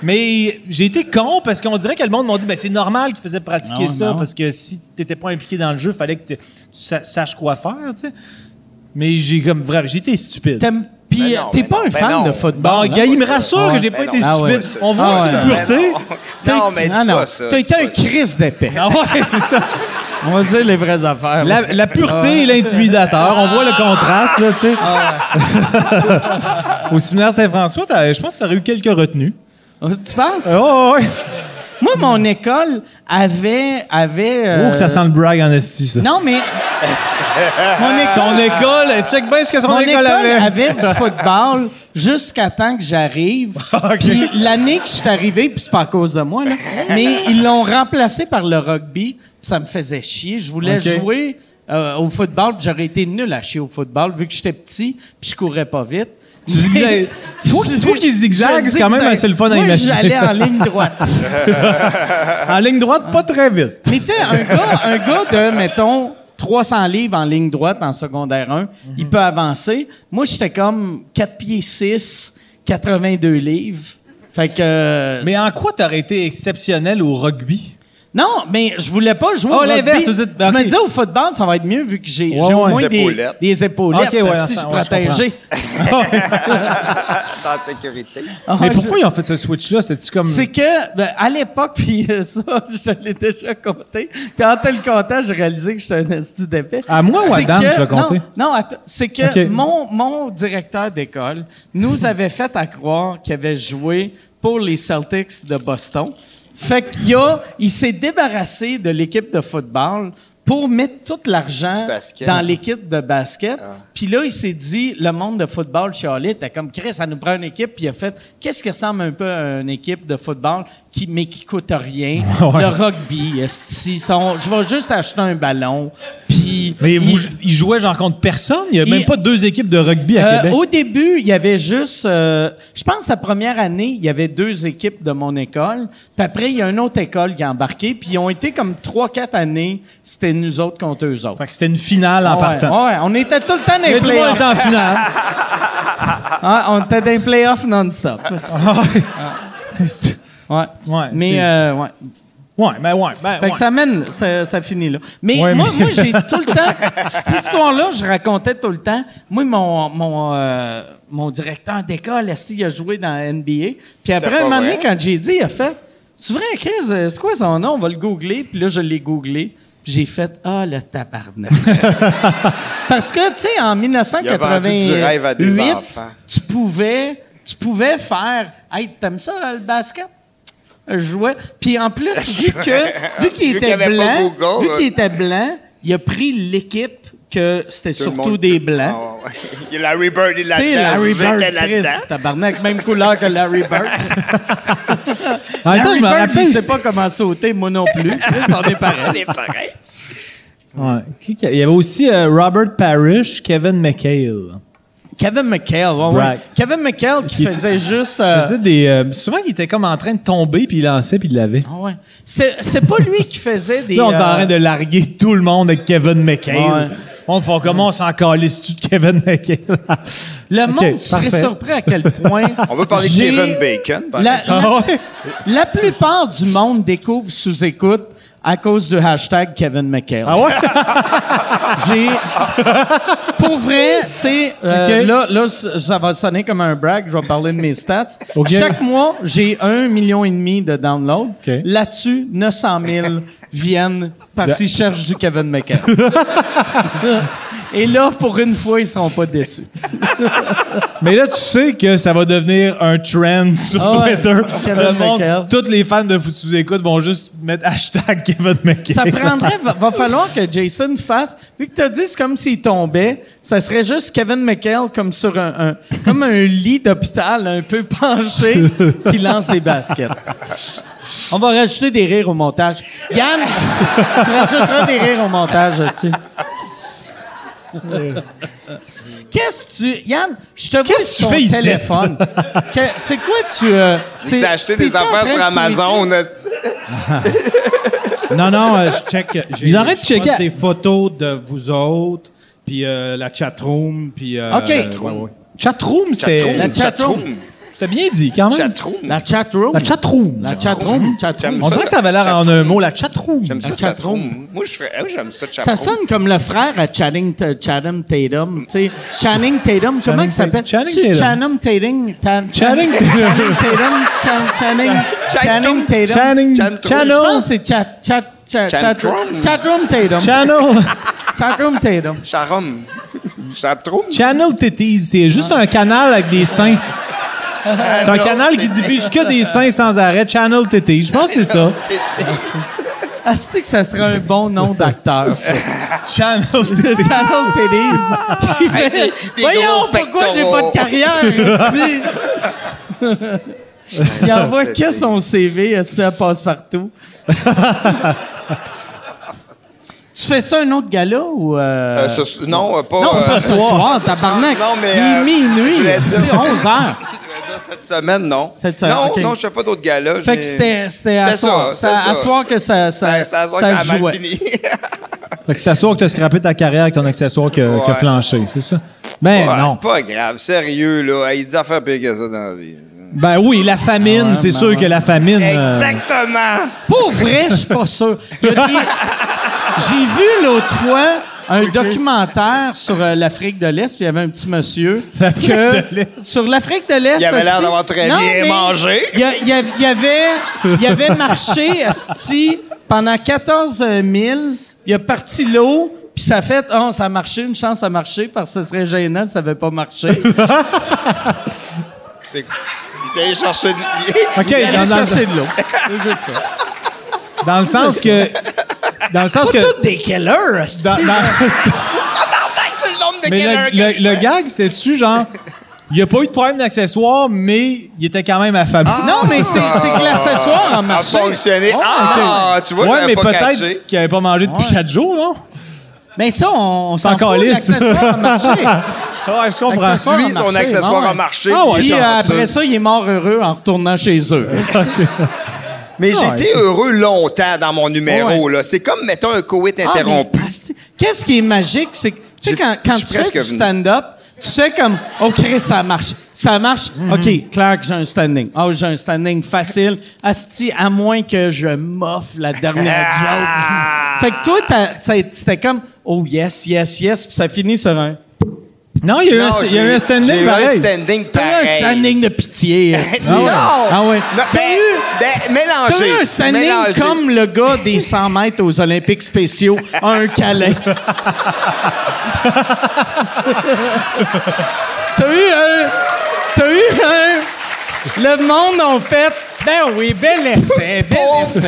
S4: Mais j'ai été con parce qu'on dirait que le monde m'a dit, ben, c'est normal qu'il faisait pratiquer
S2: Non,
S4: ça
S2: non.
S4: parce que si t'étais pas impliqué dans le jeu, fallait que t'es- tu sa- saches quoi faire, tu sais. Mais j'ai comme vraiment, j'ai été stupide.
S5: Ben non, t'es ben pas non, un ben fan non. de football,
S4: Bon, gars, il me
S5: ça.
S4: rassure que j'ai pas
S5: Ben
S4: été
S5: non,
S4: stupide.
S5: c'est pas ça.
S4: On voit
S5: C'est pas
S4: que c'est
S5: ça.
S4: une pureté.
S5: Ben Non, non, mais dis pas ça. dis pas ça.
S2: crise d'épée.
S4: Ah ouais, c'est ça.
S2: On va dire les vraies affaires.
S4: Ah, La, la pureté et l'intimidateur. On voit le contraste, là, tu sais.
S2: Ah
S4: Au séminaire Saint-François, t'as- je pense que t'aurais eu quelques retenues.
S2: Tu penses?
S4: Oh, ouais.
S2: Moi, mon école avait. avait euh,
S4: Oh, que ça sent le brag en esti, ça.
S2: Non, mais. mon école,
S4: Son école, check bien ce que son
S2: mon
S4: école,
S2: école
S4: avait.
S2: avait du football jusqu'à temps que j'arrive.
S4: Ok.
S2: Puis l'année que je suis arrivé, puis c'est pas à cause de moi, là, mais ils l'ont remplacé par le rugby. puis ça me faisait chier. Je voulais
S4: Ok.
S2: jouer euh, au football, puis j'aurais été nul à chier au football vu que j'étais petit, puis je courais pas vite.
S4: Tu zigzag- Toi- toi qui zigzague, c'est quand même assez le fun à
S2: Moi,
S4: imaginer.
S2: j'allais en ligne droite.
S4: En ligne droite, pas très vite.
S2: Mais tu sais, un gars, un gars de, mettons, 300 livres en ligne droite en secondaire 1,
S4: Mhm.
S2: il peut avancer. Moi, j'étais comme 4 pieds 6, 82 livres. Fait que...
S4: Mais en quoi t'aurais été exceptionnel au rugby?
S2: Non, mais je voulais pas jouer
S4: Oh,
S2: au rugby.
S4: l'inverse, vous dites-
S2: Je
S4: ok.
S2: me disais au football, ça va être mieux vu que j'ai
S4: Ouais,
S2: j'ai au
S4: ouais.
S2: moins
S5: Des
S2: des Ah,
S5: épaulettes.
S2: des épaulettes.
S4: Ok, ouais,
S2: parce que si
S4: ça,
S2: je
S4: ouais, je comprends.
S2: protégé.
S5: en sécurité.
S2: Ah,
S4: Mais
S2: je-
S4: pourquoi ils ont fait ce switch-là? C'était-tu comme...
S2: C'est que, ben, à l'époque, puis euh, ça, je te l'ai déjà compté. Puis en te le comptant, j'ai réalisé que j'étais un esti d'épais.
S4: À moi ou à
S2: C'est
S4: Dan,
S2: que-
S4: tu l'as compté?
S2: Non, non, attends, c'est que
S4: Ok.
S2: mon, mon directeur d'école nous avait fait à croire qu'il avait joué pour les Celtics de Boston. Fait qu'il a, il s'est débarrassé de l'équipe de football pour mettre tout l'argent
S5: Du basket. Ah.
S2: dans l'équipe de basket. Puis là, il s'est dit, le monde de football chialait, t'es comme Chris, ça nous prend une équipe. Puis il a fait, qu'est-ce qui ressemble un peu à une équipe de football, qui, mais qui coûte rien?
S4: Ouais.
S2: Le rugby, esti, ils sont- je vais juste acheter un ballon. Puis.
S4: Mais
S2: ils-
S4: vous- ils jouaient genre contre personne? Il n'y a
S2: Il-
S4: même pas deux équipes de rugby à
S2: euh,
S4: Québec?
S2: au début, il y avait juste, euh, je pense, la première année, il y avait deux équipes de mon école. Puis après, il y a une autre école qui a embarqué. Puis ils ont été comme trois, quatre années, c'était nous autres contre eux autres.
S4: Fait que c'était une finale en
S2: Ouais,
S4: partant.
S2: ouais, on était tout le temps dans les
S4: Mais tout le monde
S2: playoffs.
S4: était en finale.
S2: Ouais, on était dans les playoffs non-stop.
S4: Ah ouais. C'est-
S2: Ouais.
S4: Ouais,
S2: Mais,
S4: c'est-
S2: euh, ouais.
S4: ouais, ben ouais, ben
S2: Fait
S4: ouais.
S2: que ça mène, ça, ça finit là. Mais
S4: Ouais,
S2: moi,
S4: mais-
S2: moi j'ai tout le temps, cette histoire-là, je racontais tout le temps. Moi, mon, mon, euh, mon directeur d'école, assis, il a joué dans la NBA. Puis après,
S5: pas
S2: un moment donné,
S5: vrai?
S2: quand j'ai dit, il a fait C'est vrai, Chris, euh, c'est quoi son nom On va le googler. Puis là, je l'ai googlé. Puis j'ai fait Ah, le tabarnak. Parce que, tu sais, en
S5: Il a vendu du rêve à des
S2: 1988,
S5: enfants.
S2: tu pouvais, tu pouvais faire Hey, t'aimes ça là, le basket je jouais. Puis en plus, vu que vu qu'il
S5: Vu
S2: était
S5: qu'il y avait pas
S2: blanc,
S5: Google,
S2: vu qu'il
S5: euh.
S2: était blanc, il a pris l'équipe que c'était
S5: Tout le
S2: surtout
S5: monde-
S2: des blancs.
S5: Ah, ouais. Il y a Larry Bird, il est
S2: Tu sais, Larry
S5: là-dedans.
S2: Bird,
S5: J'étais
S2: Chris,
S5: là-dedans.
S2: tabarnak, même couleur que Larry Bird.
S4: en même temps, je me
S2: Larry Bird, il
S4: rappelle.
S2: sait pas comment sauter, moi non plus. Chris, on est
S5: On
S2: pareil.
S5: est pareil.
S4: Ouais. Qui qu'il y a- Il y avait aussi euh, Robert Parrish, Kevin McHale.
S2: Kevin McHale, ouais, ouais.
S4: Right.
S2: Kevin McHale qui
S4: Qui-
S2: faisait juste...
S4: Il
S2: euh,
S4: faisait des, euh, souvent, il était comme en train de tomber, puis il lançait, puis il l'avait.
S2: ah ouais. C'est c'est pas lui qui faisait des...
S4: Là, on est en
S2: euh,
S4: train de larguer tout le monde avec Kevin McHale.
S2: Ouais.
S4: On fait comment on s'en calisse-tu de Kevin McHale?
S2: Le
S4: Ok,
S2: monde, tu serais
S4: parfait.
S2: surpris à quel point.
S5: On veut parler de
S2: j'ai-
S5: Kevin Bacon, ben. par
S2: La,
S4: Ah
S2: la-
S4: ouais?
S2: la plupart du monde découvre sous écoute à cause du hashtag Kevin McHale.
S4: Ah ouais?
S2: J'ai. Pour vrai, tu sais, euh,
S4: Ok.
S2: là, là, c- ça va sonner comme un brag, je vais parler de mes stats.
S4: Ok.
S2: Chaque mois, j'ai un million et demi de downloads.
S4: Ok.
S2: Là-dessus, 900 000 viennent parce qu'ils cherchent du Kevin McHale. et là, pour une fois, ils seront pas déçus.
S4: Mais là, tu sais que ça va devenir un trend sur
S2: Ah ouais.
S4: Twitter.
S2: Kevin
S4: Le monde-
S2: McHale.
S4: toutes les fans de Foutu écoute vont juste mettre hashtag Kevin McHale.
S2: Ça prendrait, va, va falloir que Jason fasse. Vu que t'as dit, c'est comme s'il tombait. Ça serait juste Kevin McHale comme sur un, un- comme un lit d'hôpital un peu penché qui lance des baskets. On va rajouter des rires au montage. Yann, tu rajouteras des rires au montage aussi. Qu'est-ce que tu. Yann, je te vois
S4: Qu'est-ce
S2: sur ton
S4: que tu fais ici?
S2: téléphone. Que- C'est quoi tu. euh,
S5: Il
S2: c'est-
S5: s'est acheté
S2: t'es-tu
S5: des
S2: en train
S5: affaires
S2: de
S5: sur
S2: tweeter?
S5: Amazon. hostie.
S3: Non, non, euh, je check. euh, j'ai-
S4: Il arrête de
S3: je pense
S4: checker.
S3: des photos de vous autres, puis euh, la chatroom, puis. euh,
S2: OK.
S3: ouais, ouais.
S4: Chatroom, c'était
S5: Chatroom,
S2: la chatroom.
S5: chatroom,
S4: c'était bien dit quand même.
S5: chatroom.
S2: La chatroom.
S4: La chatroom.
S2: La chatroom. chatroom.
S5: J'aime
S4: On dirait que ça avait l'air en un mot, la chatroom.
S5: J'aime ça,
S2: La chatroom.
S5: chatroom. Moi, je ferais- ah oui, j'aime ça, chatroom.
S2: Ça sonne comme le frère à Channing, T- Chatham Tatum. tu sais. Channing Tatum, comment il s'appelle?
S4: Channing
S2: C'est
S4: Tatum.
S2: Channing Tatum. Tan-
S4: Channing
S2: Channing Tatum. Chan- Channing Channing Tatum.
S5: Chatroom.
S4: Channing,
S2: Je pense
S4: channel,
S2: que c'est Chat- Chat- Chat- Chatroom
S5: Chatroom.
S2: Chatroom Tatum.
S4: channel,
S2: Chatroom Tatum.
S5: Charum. Chatroom.
S4: channel titties. C'est juste un canal avec des seins. C'est un canal qui diffuse que des seins sans arrêt. Channel titties. Je pense que c'est ça.
S2: Ah, c'est que ça serait un bon nom d'acteur, ça.
S4: Channel
S2: Le
S4: titties.
S2: Channel Titties. Qui fait,
S5: Avec des
S2: Voyons
S5: gros
S2: pourquoi j'ai
S5: pectoraux.
S2: pas de carrière. esti. Il envoie que son CV, esti, elle passe partout. tu fais-tu un autre gala ou. euh,
S5: Euh, ce- non, euh, pas.
S2: non,
S5: euh,
S2: pas ce soir, tabarnak.
S5: Non, mais,
S2: Il est
S5: euh, je
S2: minuit,
S5: voulais
S2: esti,
S5: dire-
S2: 11 heures.
S5: je vais dire cette semaine, non.
S2: Cette semaine,
S5: Non,
S2: ok.
S5: non, je fais pas d'autres galas.
S2: Fait
S5: j'ai-
S2: que c'était c'était à
S5: C'était
S2: soir.
S5: ça, c'était
S2: C'était à
S5: ça.
S2: soir que ça, ça,
S5: Ça, ça,
S2: ça
S5: ça, ça a
S2: jouait.
S5: mal fini.
S4: Fait que c'est à soir que tu as scrappé ta carrière avec ton accessoire qui a, qui a
S5: Ouais.
S4: flanché, c'est ça? Ben
S2: Eh,
S5: Ouais,
S4: non.
S2: Euh.
S5: C'est pas grave, sérieux, là. Hey, Il dit affaire pire que ça dans la vie.
S4: Ben oui, la famine, c'est sûr que la famine. euh,
S5: Exactement.
S1: Pour vrai, je suis pas sûr. Il y a des-
S2: J'ai vu l'autre fois un documentaire sur euh, l'Afrique de l'Est, puis il y avait un petit monsieur.
S4: L'Afrique
S2: que-
S4: de l'Est.
S2: Sur l'Afrique de l'Est.
S5: Il avait l'air
S2: aussi-
S5: d'avoir très bien
S2: mais
S5: mangé.
S2: Il y a- il y a- il y avait, il avait marché esti, pendant 14 000. Il a parti l'eau, puis ça a fait Oh, ça a marché, une chance ça a marché, parce que ce serait gênant si ça n'avait pas marché.
S5: C'est... Il est allé chercher de...
S4: OK,
S2: Il allait
S4: dans,
S2: chercher de l'eau.
S4: dans- dans le sens que. Dans le sens que.
S2: des killers, esti.
S4: dans- dans-
S5: c'est le nombre de
S4: mais
S5: quelle heure
S4: le,
S5: que
S4: le-
S5: je
S4: le
S5: fais.
S4: gag, c'était-tu genre. Il n'y a pas eu de problème d'accessoires, mais il était quand même affamé.
S2: Non, mais c'est c'est
S5: Ah.
S2: que l'accessoire a
S5: a
S2: marché.
S5: fonctionné.
S2: Oh,
S4: Ouais,
S5: ah, tu vois,
S4: ouais,
S5: je l'avais
S4: mais
S5: pas catché.
S4: peut-être qu'il n'avait pas mangé depuis
S2: Ouais.
S4: 4 jours, non?
S2: Mais ça, on, on s'en
S4: encore
S2: fout.
S4: lisse.
S2: L'accessoire a marché.
S4: Ouais, je comprends.
S2: Accessoire
S5: Lui,
S2: a
S5: son
S2: marché,
S5: accessoire
S2: ouais.
S5: a marché.
S2: Ah
S5: puis
S2: ouais.
S5: il est
S2: Puis, euh,
S5: chanceux.
S2: après ça, il est mort heureux en retournant chez eux.
S5: Mais j'étais heureux longtemps dans mon numéro. là. C'est comme, mettons, un coït
S2: Ah,
S5: interrompu.
S2: mais, asti, Qu'est-ce qui est magique, c'est que, tu
S5: J'ai-
S2: sais, quand, quand
S5: je suis
S2: tu fais
S5: presque
S2: du
S5: venu.
S2: stand-up, tu fais comme, OK, ça marche. Ça marche.
S5: Mm-hmm.
S2: OK, clair que j'ai un standing. Oh, j'ai un standing facile. Asti, à moins que je m'offre la dernière
S5: Ah!
S2: joke. Fait que toi, t'as- t'as- c'était comme, oh yes, yes, yes, puis ça finit sur un.
S4: Non, il y a eu
S5: Non,
S4: un- il y
S5: j'ai-
S4: a eu un
S5: j'ai eu
S4: standing
S5: un
S4: pareil.
S5: standing
S2: T'as eu un
S5: pareil.
S2: standing de pitié. asti.
S5: Non!
S2: Ah ouais.
S5: Non,
S2: T'as
S5: ben,
S2: eu-
S5: ben, mélangé.
S2: T'as eu un standing
S5: Mélangé.
S2: comme le gars des 100 mètres aux Olympiques spéciaux, un câlin. T'as eu un... T'as eu un... Le monde ont fait... Ben oui, bel essai, bel
S5: Oh,
S2: essai.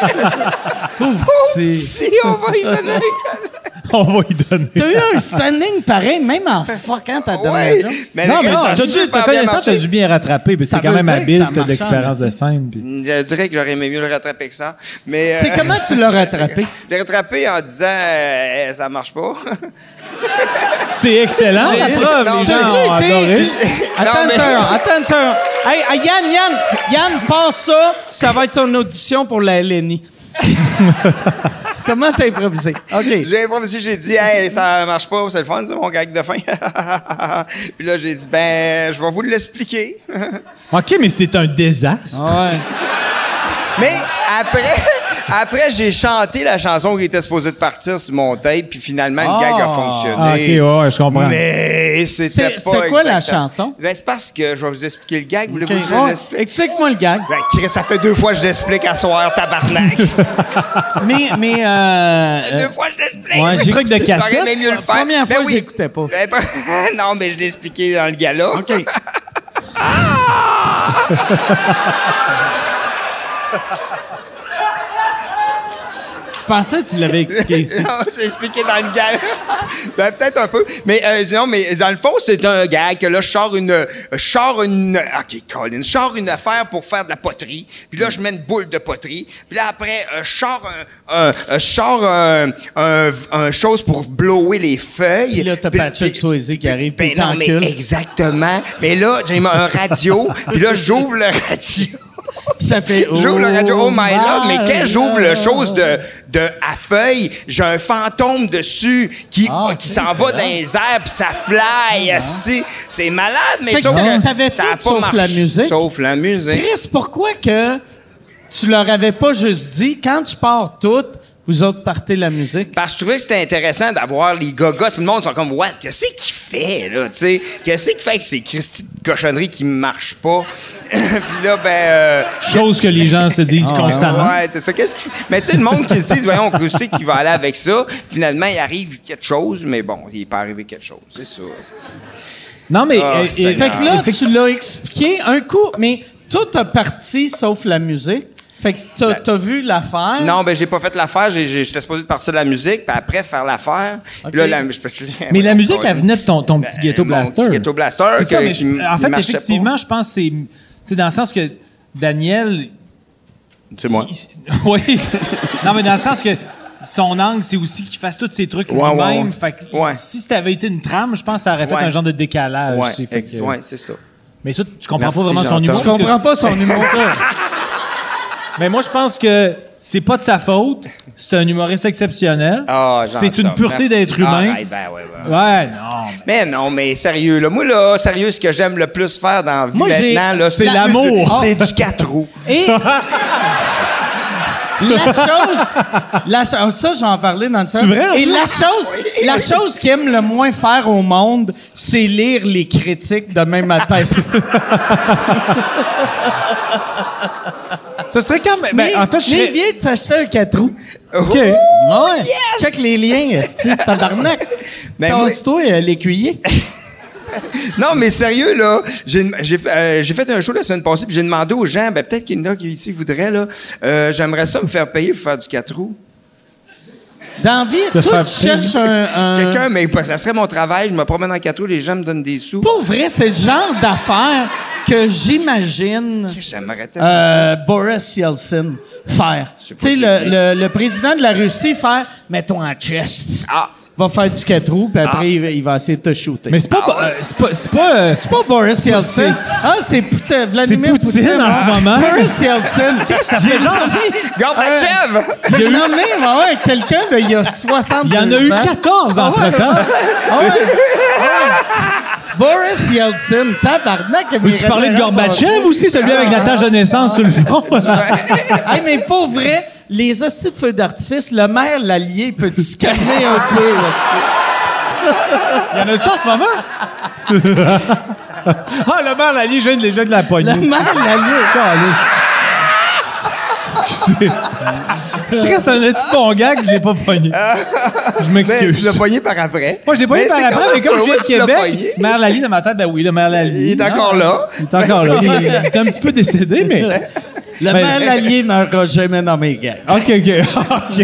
S5: petit, petit, on va y venir.
S4: On va y donner.
S2: T'as eu un standing pareil, même en fuckant ta dernière
S5: Oui,
S2: joke.
S5: mais
S4: Non, mais
S5: ça a
S4: t'as dû, t'as
S5: super
S4: quand
S5: bien
S4: même ça,
S5: marché.
S4: t'as dû bien rattraper, puis c'est
S2: Ça
S4: quand
S2: veut
S4: même
S2: dire que ça
S4: habile, t'as
S2: marche,
S4: de l'expérience
S2: hein,
S4: de scène. puis-
S5: Je dirais que j'aurais aimé mieux le rattraper que ça. Mais,
S2: C'est
S5: euh,
S2: comment tu l'as rattrapé?
S5: Je l'ai rattrapé en disant euh, Eh, ça marche pas.
S4: C'est excellent, la
S5: J'ai-
S4: preuve,
S5: non,
S4: les
S5: j'ai-
S4: gens ont
S2: j'ai-
S4: adoré.
S2: Attends
S5: Non,
S2: une
S5: mais-
S2: seconde, attends une seconde. Hey, hey, Yann, Yann, Yann, passe ça, ça va être son audition pour la LNI. Comment t'as improvisé? OK.
S5: J'ai improvisé, j'ai dit, hey, ça marche pas, c'est le fun, ça, mon gag de fin. Puis là, j'ai dit, ben, je vais vous l'expliquer.
S4: OK, mais c'est un désastre.
S2: Ouais.
S5: Mais après, après j'ai chanté la chanson qui était supposée de partir sur mon tape, puis finalement, le gag a fonctionné.
S4: Ah, OK, ouais, je comprends.
S5: Mais c'était pas
S2: C'est- c'est quoi la
S5: exactement-
S2: chanson?
S5: Ben, c'est parce que je vais vous expliquer le gag. Voulez-vous que je
S2: Ouais,
S5: l'explique?
S2: Explique-moi le gag.
S5: Ben, Chris, ça fait deux fois que je l'explique à soir, tabarnak.
S2: Euh, Mais, mais, euh, euh,
S5: deux fois que je l'explique.
S4: Ouais, j'ai cru que de
S5: J'aurais
S4: cassette.
S5: aimé mieux le faire.
S2: première
S5: Ben
S2: fois,
S5: oui.
S2: j'écoutais pas.
S5: Ben, non, mais je l'ai expliqué dans le gala.
S2: OK. Je pensais que tu l'avais expliqué ici.
S5: Non, j'ai expliqué dans le gag. ben, peut-être un peu. Mais euh, non, mais dans le fond, c'est un gag que là, je sors une. euh, Je sors une. OK, Colin. Je sors une affaire pour faire de la poterie. Puis là, je mets une boule de poterie. Puis là, après, euh, je sors un. un- euh, je sors un, un- un chose pour blower les feuilles.
S2: Puis là, t'as Patrick Swayze qui arrive,
S5: Ben
S2: puis
S5: non, mais
S2: t'encules.
S5: exactement. Mais là, j'ai un radio. puis là, j'ouvre le radio.
S2: Ça fait.
S5: J'ouvre le radio. Oh my love, mais quand
S2: my
S5: j'ouvre le
S2: love.
S5: chose de, de à feuille, j'ai un fantôme dessus qui,
S2: Ah,
S5: qui
S2: c'est
S5: s'en va dans les airs puis ça fly, asti. C'est malade, mais
S2: Fait que
S5: sauf
S2: t'as-
S5: que
S2: t'avais
S5: ça
S2: tout
S5: a pas
S2: sauf
S5: marché.
S2: la musique.
S5: Sauf la musique.
S2: Chris, pourquoi que tu leur avais pas juste dit, quand tu pars toutes, vous autres partez la musique?
S5: Parce que je trouvais que c'était intéressant d'avoir les gogos. Tout le monde sont comme, what? Qu'est-ce qu'il fait, là? Tu sais, qu'est-ce qu'il fait que ces Christy de cochonneries qui marchent pas? puis là, ben, euh,
S4: Chose que les gens se disent constamment.
S5: Ah, Ouais, c'est ça. Qu'est-ce qui- Mais tu sais, le monde qui se dit, voyons, on sait qu'il va aller avec ça. Finalement, il arrive quelque chose, mais bon, il n'est pas arrivé quelque chose. C'est ça.
S4: Non, mais.
S5: Ah,
S4: euh,
S5: Seigneur.
S4: euh,
S2: Fait que là,
S4: effectivement,
S2: tu l'as expliqué un coup, mais tout a parti sauf la musique. Fait que t'as, t'as vu l'affaire.
S5: Non, ben, j'ai pas fait l'affaire. J'ai- j'ai- J'étais supposé de partir de la musique, puis après, faire l'affaire. Puis là, la, je, parce que-
S4: Mais la musique,
S5: Ouais.
S4: elle venait de ton, ton petit
S5: Ben,
S4: ghetto
S5: mon
S4: blaster.
S5: petit ghetto blaster
S4: C'est ça,
S5: que-
S4: mais
S5: qui
S4: je-
S5: m-
S4: en
S5: qui
S4: fait,
S5: marchait
S4: effectivement, je pense que c'est. Tu sais, dans le sens que Daniel.
S5: C'est moi.
S4: Oui. non, mais dans le sens que son angle, c'est aussi qu'il fasse tous ces trucs
S5: Ouais,
S4: lui-même.
S5: ouais, ouais.
S4: Fait que
S5: Ouais.
S4: si ça avait été une trame, je pense que ça aurait fait
S5: Ouais.
S4: un genre de décalage.
S5: Ouais,
S4: c'est- fait
S5: ex-
S4: que-
S5: ouais, c'est ça.
S4: Mais ça, tu comprends
S5: Merci,
S4: pas vraiment son
S5: Jean-Tom.
S4: humour.
S2: Je comprends pas son humour.
S4: Mais moi, je pense que C'est pas de sa faute. C'est un humoriste exceptionnel.
S5: Ah,
S4: c'est
S5: Jean-Tom,
S4: une pureté
S5: merci.
S4: d'être humain.
S5: Arrête, ben ouais, ouais.
S4: Ouais, non.
S5: Mais non, mais sérieux, là, moi, là, sérieux, ce que j'aime le plus faire dans la vie
S4: Moi, j'ai-
S5: maintenant, là,
S4: c'est l'amour.
S5: du- C'est du quatre roues.
S2: Et la chose, la cho- ah, ça, je vais en parler dans le sens.
S4: vrai? hein?
S2: Et la chose, la chose qu'il aime le moins faire au monde, c'est lire les critiques demain matin.
S4: Ça serait quand même. ben,
S2: Mais-
S4: en fait, je
S2: mais
S4: serais-
S2: il
S4: Oh,
S2: vient de s'acheter un 4 roues.
S5: OK.
S2: Ouais. Check les liens, esti, tabarnak.
S5: Mais
S2: Tasse-toi euh, l'écuyer.
S5: Non, mais sérieux, là, j'ai j'ai fait- euh, j'ai fait un show la semaine passée, puis j'ai demandé aux gens, ben, peut-être qu'il y en a qui ici voudraient, là, euh, j'aimerais ça me faire payer pour faire du quatre roues.
S2: Dans la vie, toi,
S4: faire
S2: tu cherches un...
S4: Euh.
S2: un-
S5: Quelqu'un, mais ben, ça serait mon travail, je me promène en quatre roues, les gens me donnent des sous.
S2: Pour vrai, c'est le genre d'affaires que j'imagine...
S5: J'aimerais tellement ça.
S2: Euh, Boris Yeltsin faire. Tu
S5: sais
S2: sais,
S5: pas c'est
S2: le,
S5: qui.
S2: le- le président de la Russie faire Mets-toi en chest.
S5: Ah.
S2: Va faire du 4 roues, puis après, il, va- il va essayer de te shooter.
S4: Mais c'est
S5: bah
S4: pas. euh, c'est pas. C'est pas. euh,
S2: c'est pas Boris Yeltsin.
S4: c'est-
S2: Ah, c'est Poutine. Vladimir
S4: Poutine en
S2: hein?
S4: ce moment.
S2: Boris Yeltsin. J'ai
S4: Euh.
S2: euh,
S5: Gorbatchev!
S2: Il y a eu nommé, ouais, ouais, quelqu'un de il y a 60
S4: Il y en a eu 14 entre-temps.
S2: Ah Boris Yeltsin, tabarnak.
S4: Ou tu parlais de Gorbatchev aussi, celui avec la tache de naissance sur le front?
S2: Hey, mais pour vrai, les hosties de feux d'artifice, le maire, l'allié, peut-tu se calmer un peu? hostie?
S4: Il y en a-tu en ce moment? ah, le maire l'allié, je viens de les jeter de la
S2: Le
S4: poignée.
S2: maire, l'allié.
S4: Chris, c'est un petit bon gag, je l'ai pas pogné. Je
S5: Ben, tu l'as
S4: m'excuse.
S5: pogné par après.
S4: Moi, je l'ai pogné
S5: Mais
S4: par
S5: c'est
S4: après,
S5: quand
S4: mais comme
S5: même
S4: je viens
S5: pas-
S4: de
S5: tu l'as
S4: Québec,
S5: pogné.
S4: maire l'allié dans ma tête, ben oui, le maire l'allié.
S5: Il est encore là.
S4: Il est encore là. Il est un petit peu décédé, mais... Ah
S2: Le maire, l'allié m'aura jamais nommé gars.
S4: OK, OK. OK.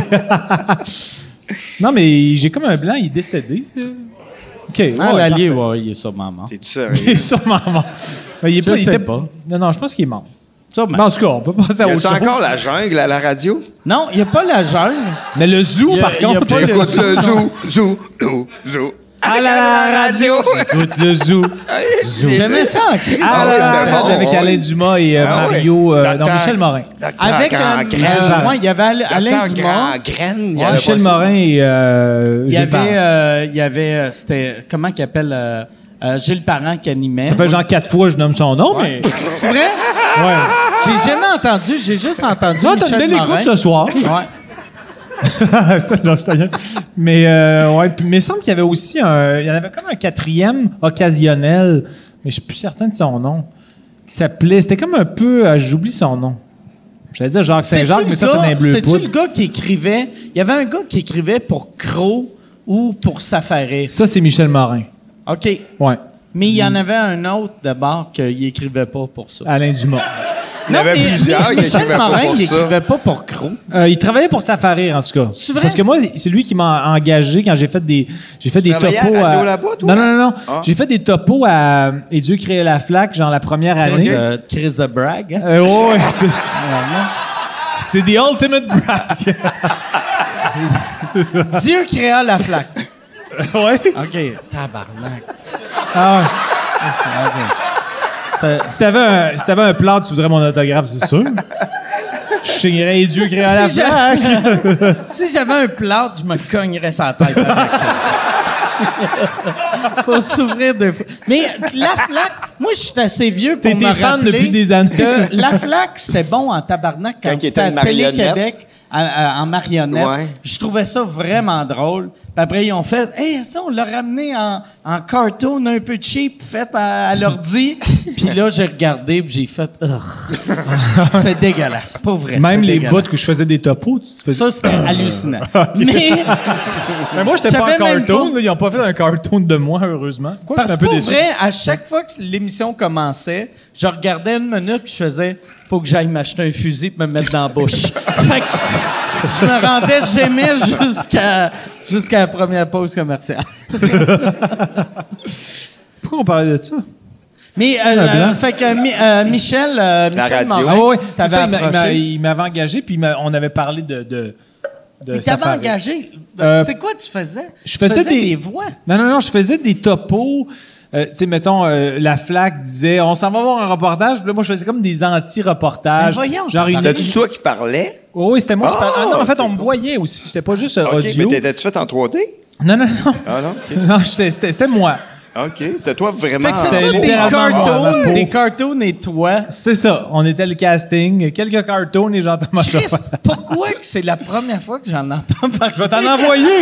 S4: non, mais j'ai comme un blanc, il est décédé. OK.
S2: Ah,
S4: ouais,
S2: l'allié, ouais, il est sûrement mort.
S5: T'es-tu
S4: Il
S5: sérieux?
S4: est sûrement mort. Mais il est
S2: Je
S4: il
S2: sais
S4: était-
S2: pas.
S4: Non, non, je pense qu'il est mort.
S2: Sûrement.
S4: Mais en tout cas, on peut passer à
S5: Y
S4: autre
S5: a-tu
S4: chose.
S5: encore la jungle à la radio?
S2: Non, il n'y a pas la jungle.
S4: Mais le zoo,
S2: Il y a-
S4: par
S2: il y a
S4: contre.
S2: pas le-
S5: J'écoute le zoo, zoo, zoo, zoo.
S4: Ah là là, la radio. Écoute, le zoo.
S5: Zoo.
S2: J'aimais ça en crise.
S4: Ah
S5: Ah,
S4: là là,
S5: c'était
S4: la radio
S5: bon,
S4: avec
S5: ouais.
S4: Alain Dumas et euh,
S5: Ah ouais.
S4: Mario. euh, non,
S5: Docteur-
S4: Michel Morin.
S5: Docteur
S2: Avec
S5: Grand
S2: un-
S5: Graine.
S2: ouais, il y avait Al- Alain
S5: Docteur
S2: Dumont.
S5: Grand Graine, il y
S4: Ouais,
S5: avait
S4: Michel
S5: pas ça.
S4: Morin et. euh,
S2: Il y
S4: Gilles Parent.
S2: avait, euh, il y avait, euh, c'était comment qu'il appelle euh, euh, Gilles Parent qui animait.
S4: Ça fait genre quatre fois que je nomme son nom, mais.
S2: C'est vrai?
S4: Ouais.
S2: J'ai jamais entendu, j'ai juste entendu
S4: Toi, t'as
S2: Michel
S4: une belle
S2: Morin.
S4: écoute ce soir.
S2: Ouais.
S4: Ça, non, je t'aille. mais euh, ouais, puis, mais il semble qu'il y avait aussi un, il y en avait comme un quatrième occasionnel, mais je suis plus certain de son nom. Qui s'appelait, c'était comme un peu, euh, j'oublie son nom. J'allais dire Jacques
S2: C'est-tu
S4: Saint-Jacques,
S2: le
S4: mais ça
S2: gars-
S4: c'est un bleu
S2: C'est-tu le
S4: poudre.
S2: gars qui écrivait? Il y avait un gars qui écrivait pour Crow ou pour Safaré.
S4: Ça c'est Michel Morin.
S2: OK.
S4: Ouais,
S2: Mais il y en avait un autre de bord qu'il écrivait pas pour ça.
S4: Alain Dumas.
S5: Il y en avait plusieurs qui
S2: Michel
S5: écrivaient pas
S2: Morin,
S5: pour
S2: il
S5: ça.
S2: écrivait pas pour Crow.
S4: Euh, il travaillait pour Safarir en tout cas.
S2: C'est vrai?
S4: Parce que moi, c'est lui qui m'a engagé quand j'ai fait des j'ai fait des
S5: travaillais à
S4: topos
S5: Radio Labo, toi?
S4: Non non non, non.
S5: Ah.
S4: j'ai fait des topos à et Dieu créait la flaque genre la première année.
S2: Chris, euh, Chris de Bragg. hein?
S4: Euh, ouais, ouais, c'est. C'est the ultimate brag.
S2: Dieu créa hein, la flaque.
S4: ouais.
S2: OK. Tabarnak.
S4: Ah ouais. T'as- Si t'avais un, si t'avais un plan, tu voudrais mon autographe, c'est sûr. Je signerais et Dieu créa la
S2: Si
S4: plaque.
S2: Si j'avais un plat, je me cognerais sa tête. avec. Pour s'ouvrir de Mais la flaque, moi, je suis assez vieux pour
S4: T'es- t'es
S2: me
S4: fan
S2: rappeler
S4: depuis des années.
S2: de- la flaque, c'était bon en tabarnak quand,
S5: Quand il
S2: c'était
S5: était
S2: à
S5: une marionnette.
S2: Télé-Québec. à- à- en marionnette.
S5: Ouais.
S2: Je trouvais ça vraiment drôle. Puis après, ils ont fait « Hey, ça, on l'a ramené en, en cartoon un peu cheap, fait à, à l'ordi. » Puis là, j'ai regardé, puis j'ai fait « Ugh. C'est dégueulasse, c'est pas vrai.
S4: Même
S2: c'est
S4: les
S2: dégueulasse.
S4: bouts que je faisais des topos, tu te faisais.
S2: Ça, c'était hallucinant. Mais...
S4: Mais moi, j'étais
S2: je
S4: pas en
S2: savais même
S4: cartoon.
S2: pas.
S4: là. Ils ont pas fait un cartoon de moi, heureusement. Quoi,
S2: Parce
S4: c'est
S2: que
S4: un peu
S2: pour
S4: déçu.
S2: vrai, à chaque fois que l'émission commençait, je regardais une minute puis je faisais faut que j'aille m'acheter un fusil pour me mettre dans la bouche. fait que je me rendais jamais jusqu'à jusqu'à la première pause commerciale.
S4: Pourquoi on parlait de ça?
S2: Mais euh, euh, fait que Mi- euh, Michel euh, Michel
S5: radio.
S2: Morin,
S4: Ah ouais, ouais.
S2: t'avais
S4: C'est ça, il m'a- il m'a-
S2: approché.
S4: il m'avait engagé, puis il m'a- on avait parlé de. de, de
S2: Il t'avait
S4: euh, Safari.
S2: engagé.
S4: Euh,
S2: C'est quoi tu faisais
S4: Je
S2: Tu
S4: faisais,
S2: faisais des voix.
S4: Non, non, non, je faisais des topos. euh, tu sais, mettons, euh, la FLAC disait, on s'en va voir un reportage. Puis là, moi, je faisais comme des anti-reportages.
S2: Ben voyons,
S4: Genre une-
S2: tabarnak.
S4: Oui,
S5: C'est-tu toi qui parlais?
S4: oui, c'était moi qui
S5: Ah,
S4: parlais. Ah non, en fait,
S5: c'est
S4: on me voyait aussi. C'était pas juste euh,
S5: OK,
S4: audio.
S5: mais t'étais-tu fait en 3D?
S4: Non, non, non.
S5: Ah non, OK.
S4: Non, j'étais- c'était c'était moi.
S5: OK, c'était toi vraiment...
S2: Fait que c'est
S4: C'était
S2: tous des
S4: littéralement
S2: cartoons,
S4: ma peau.
S2: des cartoons et toi.
S4: C'était ça. On était le casting. Quelques cartoons et Jean-Thomas
S2: Chris,
S4: Chopin.
S2: pourquoi que c'est la première fois que j'en entends parler?
S4: Je vais t'en envoyer.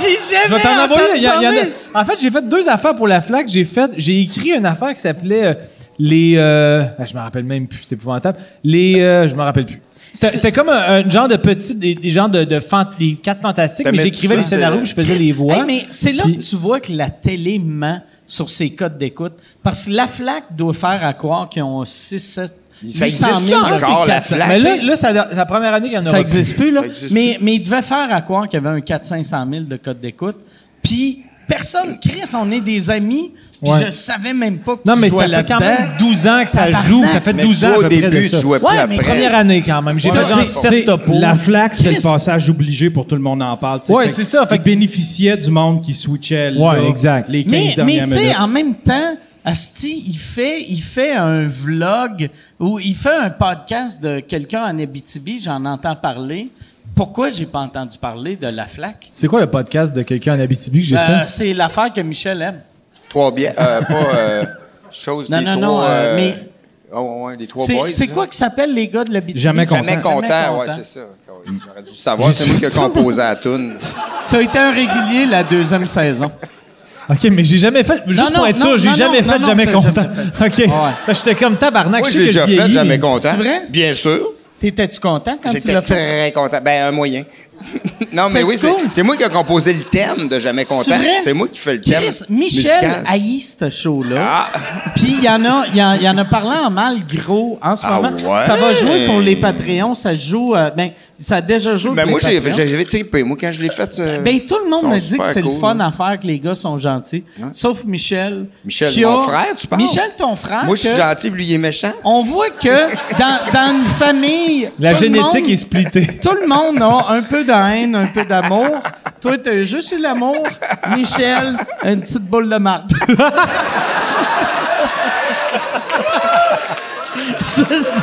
S2: J'ai jamais
S4: Je vais t'en
S2: entendu
S4: envoyer. Il y a- il y en a-
S2: parler.
S4: En fait, j'ai fait deux affaires pour la flaque. J'ai fait, j'ai écrit une affaire qui s'appelait euh, les. euh, ah, je me rappelle même plus. C'était épouvantable. Les. euh, je me rappelle plus. C'était c'était comme un, un genre de petit, des, des genres de, de fan- des quatre fantastiques, mais
S5: T'avais
S4: j'écrivais
S5: tout
S4: les
S5: ça,
S4: scénarios,
S5: t'es-
S4: puis je faisais
S2: Chris,
S4: les voix.
S2: hey, mais c'est là
S4: Puis-
S2: que tu vois que la télé ment sur ses codes d'écoute. Parce que la FLAC doit faire à croire qu'ils ont 6, 7,
S5: Ça existe-tu encore, la FLAC?
S4: Mais là, là, c'est la- c'est la première année qu'il y en a.
S2: Ça n'existe plus, là.
S5: Ça existe
S2: Mais, mais il devait faire à croire qu'il y avait un 400-500 000 de code d'écoute. Puis personne, Chris, on est des amis. Puis
S4: Ouais.
S2: je savais même pas que
S4: Non,
S2: tu
S4: mais
S2: jouais
S4: ça fait quand
S2: là-dedans.
S4: même 12 ans que ça joue. Ça fait
S5: Mais
S4: 12 ans
S5: toi,
S4: à
S5: au
S4: peu près de
S5: début,
S4: ça.
S5: tu jouais plus
S2: Ouais, mais
S5: après.
S4: Première année quand même. J'ai
S5: Ouais,
S4: fait
S5: mais
S4: genre
S5: c'est-
S4: 7 topos.
S8: La flaque, c'était le
S2: Christ.
S8: passage obligé pour tout le monde en parle. tu sais.
S4: Ouais,
S8: Fait
S4: c'est ça, fait
S8: ils bénéficiaient du monde qui switchait. là,
S4: Ouais, exact.
S8: Les 15
S2: Mais, mais
S8: dernières
S2: tu sais,
S8: minutes.
S2: en même temps, Asti, il fait, il fait un vlog ou il fait un podcast de quelqu'un en Abitibi, j'en entends parler. Pourquoi j'ai pas entendu parler de la flaque?
S4: C'est quoi le podcast de quelqu'un en Abitibi que j'ai
S2: Euh,
S4: fait?
S2: c'est l'affaire que Michel aime.
S5: Trois bières, euh, pas... Euh, chose
S2: Non,
S5: des
S2: non,
S5: trois...
S2: non, euh,
S5: euh,
S2: mais-
S5: oh, ouais, des trois boys.
S2: C'est c'est
S5: là.
S2: quoi qui s'appelle les gars de l'Abitibi?
S8: Jamais
S5: Jamais
S8: Jamais
S5: content, ouais, c'est ça. Ah J'aurais dû le savoir, c'est moi qui ai composé la toune.
S2: T'as été un régulier la deuxième saison.
S4: OK, mais j'ai jamais fait. Juste
S2: non,
S4: pour être
S2: non,
S4: sûr, j'ai
S2: non,
S4: jamais
S2: non,
S4: fait
S2: non,
S4: jamais
S2: t'as
S4: content.
S2: jamais
S4: OK. Là, J'étais comme tabarnak.
S5: Moi,
S4: je
S5: je
S4: sais
S5: l'ai
S4: que je
S5: déjà fait,
S4: vieillis,
S5: jamais
S4: mais-
S5: content.
S2: C'est vrai?
S5: Bien sûr.
S2: T'étais-tu content quand tu
S5: J'étais
S2: l'as fait?
S5: très content. Ben, un moyen. non, mais
S2: C'est
S5: oui, c'est
S2: cool.
S5: c'est moi qui ai composé le thème de Jamais
S2: C'est
S5: content.
S2: vrai?
S5: C'est moi qui fais le thème.
S2: Chris, Michel
S5: musical.
S2: haït ce show-là.
S5: Ah.
S2: Puis il y en a, il y en- il y en a parlé en mal gros en ce
S5: Ah
S2: moment.
S5: ouais?
S2: Ça va jouer pour les Patreons, ça joue, euh, ben, ça a déjà joué
S5: Ben,
S2: pour
S5: moi,
S2: les
S5: j'ai-
S2: Patreons.
S5: j'avais trippé. Moi, quand je l'ai fait. euh,
S2: Ben, tout le
S5: ils
S2: monde
S5: sont
S2: me dit que
S5: super
S2: c'est le
S5: cool,
S2: fun
S5: là.
S2: à faire, que les gars sont gentils. Sauf Michel.
S5: Michel,
S2: qui
S5: mon frère, tu parles?
S2: Michel, ton frère.
S5: Moi, je suis
S2: que-
S5: gentil, lui, il est méchant.
S2: On voit que dans, dans une famille.
S4: La
S2: tout le
S4: génétique
S2: monde-
S4: est splittée.
S2: Tout le monde a un peu de haine, un peu d'amour. Toi, t'as juste eu l'amour. Michel, une petite boule de marde.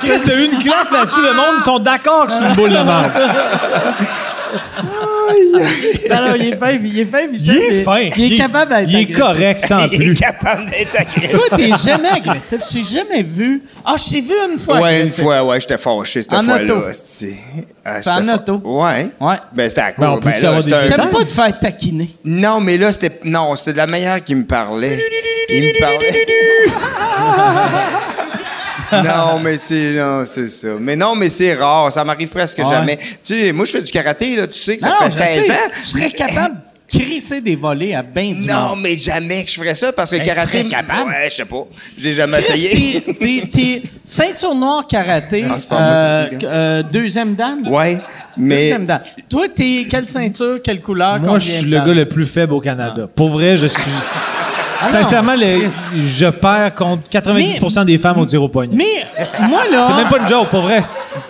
S4: Chris, t'as eu une claque là-dessus. Le monde sont d'accord que c'est une boule de merde.
S2: Non, non, il est fin, il est fin, Michel. mais Il est capable d'être
S4: Il est
S2: agressif.
S4: correct sans
S5: Il est
S4: plus.
S5: capable d'être agressif.
S2: Toi, t'es jamais agressif. Je t'ai jamais vu. Ah, je t'ai vu une fois.
S5: Ouais, une
S2: agressif.
S5: fois, ouais, j'étais fâché cette
S2: En
S5: fois-là.
S2: auto.
S5: hostie. Ah,
S2: C'est en
S5: j'étais fa-
S2: auto.
S5: Ouais.
S2: Ouais.
S5: Ben, c'était à
S4: Ben, on
S5: court.
S4: peut
S5: Ben, là,
S4: savoir
S5: c'était
S4: des
S5: un-
S2: T'aimes pas te faire taquiner.
S5: Non, mais là, c'était. Non, c'est de la manière qu'il me parlait. Il me parlait. non, mais tu sais, non, c'est ça. Mais non, mais c'est rare. Ça m'arrive presque jamais. Tu sais, moi, je fais du karaté, là. Tu sais que ça
S2: non,
S5: fait
S2: je
S5: 16
S2: sais.
S5: ans.
S2: Tu serais capable de crisser des volets à ben du
S5: Non,
S2: monde.
S5: mais jamais que je ferais ça parce que le
S2: Ben, tu
S5: karaté.
S2: serais capable.
S5: Ouais, je sais pas. Je l'ai jamais essayé.
S2: Chris, t'es- t'es- t'es ceinture noire karaté,
S5: Ah, ça, moi,
S2: euh,
S5: c'est dégueu.
S2: euh, deuxième dan. là.
S5: Ouais, mais.
S2: Deuxième dan. Toi, t'es quelle ceinture, quelle couleur,
S4: Moi, je suis le gars le plus faible au Canada. Pour vrai, je suis. Ah
S2: non.
S4: Sincèrement, le- je perds contre 90% des femmes au tir au poignet.
S2: Mais moi là,
S4: C'est même pas une joke, Ah. pour vrai.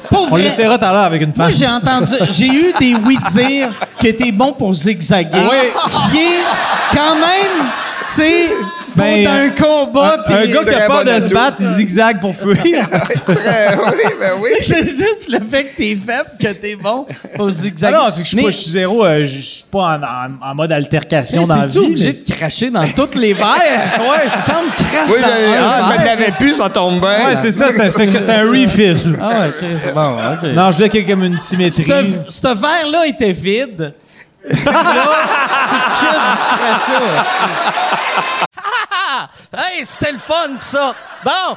S2: pour
S4: On
S2: vrai,
S4: l'essaiera tout à l'heure avec une
S2: Moi,
S4: femme.
S2: j'ai entendu, j'ai eu des oui dire que t'es bon pour zigzaguer. Qui est quand même, tu sais, pour
S4: Ben,
S2: un combat, t'es-
S4: Un gars qui a
S5: Très
S4: peur
S5: bon
S4: de se
S5: ado.
S4: battre, il zigzague pour fuir.
S5: Très- oui, ben oui.
S2: C'est juste le fait que t'es faible que t'es bon pour
S4: Ah
S2: zigzaguer.
S4: non, c'est que je suis
S2: Mais-
S4: pas- je suis zéro, euh, je suis pas en, en- en mode altercation
S2: Chris,
S4: dans la
S2: es-tu
S4: vie.
S2: obligé
S4: mais-
S2: de cracher dans tous les verres? ouais. Ça me crache
S5: Oui,
S2: dans
S5: je-
S2: un
S5: ah, je
S2: verre.
S5: ne l'avais plus, ça tombe bien.
S4: Ouais, c'est ça, c'était- c'était c'était un refill.
S2: Ah ouais, Chris, bon, OK.
S4: Non, je voulais qu'il y ait comme une symétrie.
S2: Ce- Ce verre-là était vide. là, c'est que du crachat.
S9: Ah! Hey, c'était le fun, ça! Bon!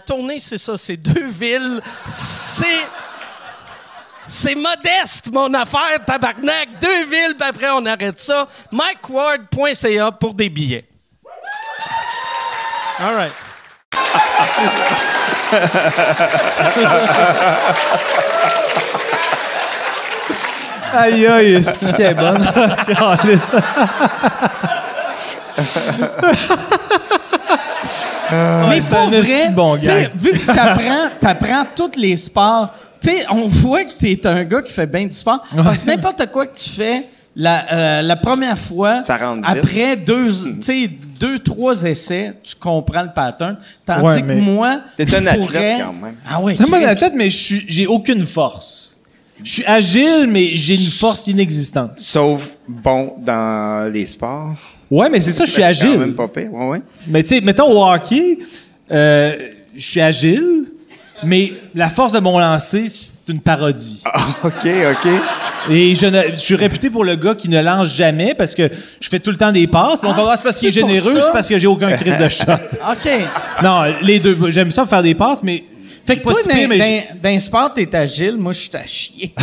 S9: tournée, c'est ça, c'est deux villes. C'est. C'est modeste, mon affaire, tabarnak. Deux villes, puis après, on arrête ça. MikeWard.ca pour des billets. All right.
S8: Aïe, aïe, c'est qui est bonne.
S2: Mais
S4: c'est
S2: pas
S4: un esti
S2: vrai,
S4: de bon
S2: tu sais,
S4: gag.
S2: vu que t'apprends, t'apprends tous les sports, tu sais, on voit que t'es un gars qui fait bien du sport. Parce que n'importe quoi que tu fais, la, euh, la première fois,
S5: Ça rentre vite.
S2: après deux, tu sais, deux, trois essais, tu comprends le pattern. Tandis
S8: Ouais,
S2: que
S8: mais-
S2: moi,
S5: T'es
S2: je
S5: un athlète
S2: pourrais-
S5: quand même.
S2: Ah oui,
S4: T'es un bon athlète, mais je suis- j'ai aucune force. Je suis agile, mais j'ai une force inexistante.
S5: Sauf bon dans les sports.
S4: Ouais, mais c'est ça, je suis
S5: Ben, c'est quand
S4: agile.
S5: même pas pire. Ouais, ouais.
S4: Mais tu sais, mettons au hockey, euh, je suis agile, mais la force de mon lancer, c'est une parodie.
S5: Ah, OK, OK.
S4: Et je, ne- je suis réputé pour le gars qui ne lance jamais parce que je fais tout le temps des passes. Bon,
S2: Ah,
S4: on va voir, c'est parce qu'il est
S2: c'est pour ça?
S4: généreux, c'est parce que j'ai aucun crise de shot.
S2: OK.
S4: non, les deux, j'aime ça faire des passes, mais.
S2: Fait que
S4: pas
S2: toi,
S4: si pire,
S2: dans,
S4: mais j'ai-
S2: dans, dans le sport, t'es agile. Moi, je suis à chier.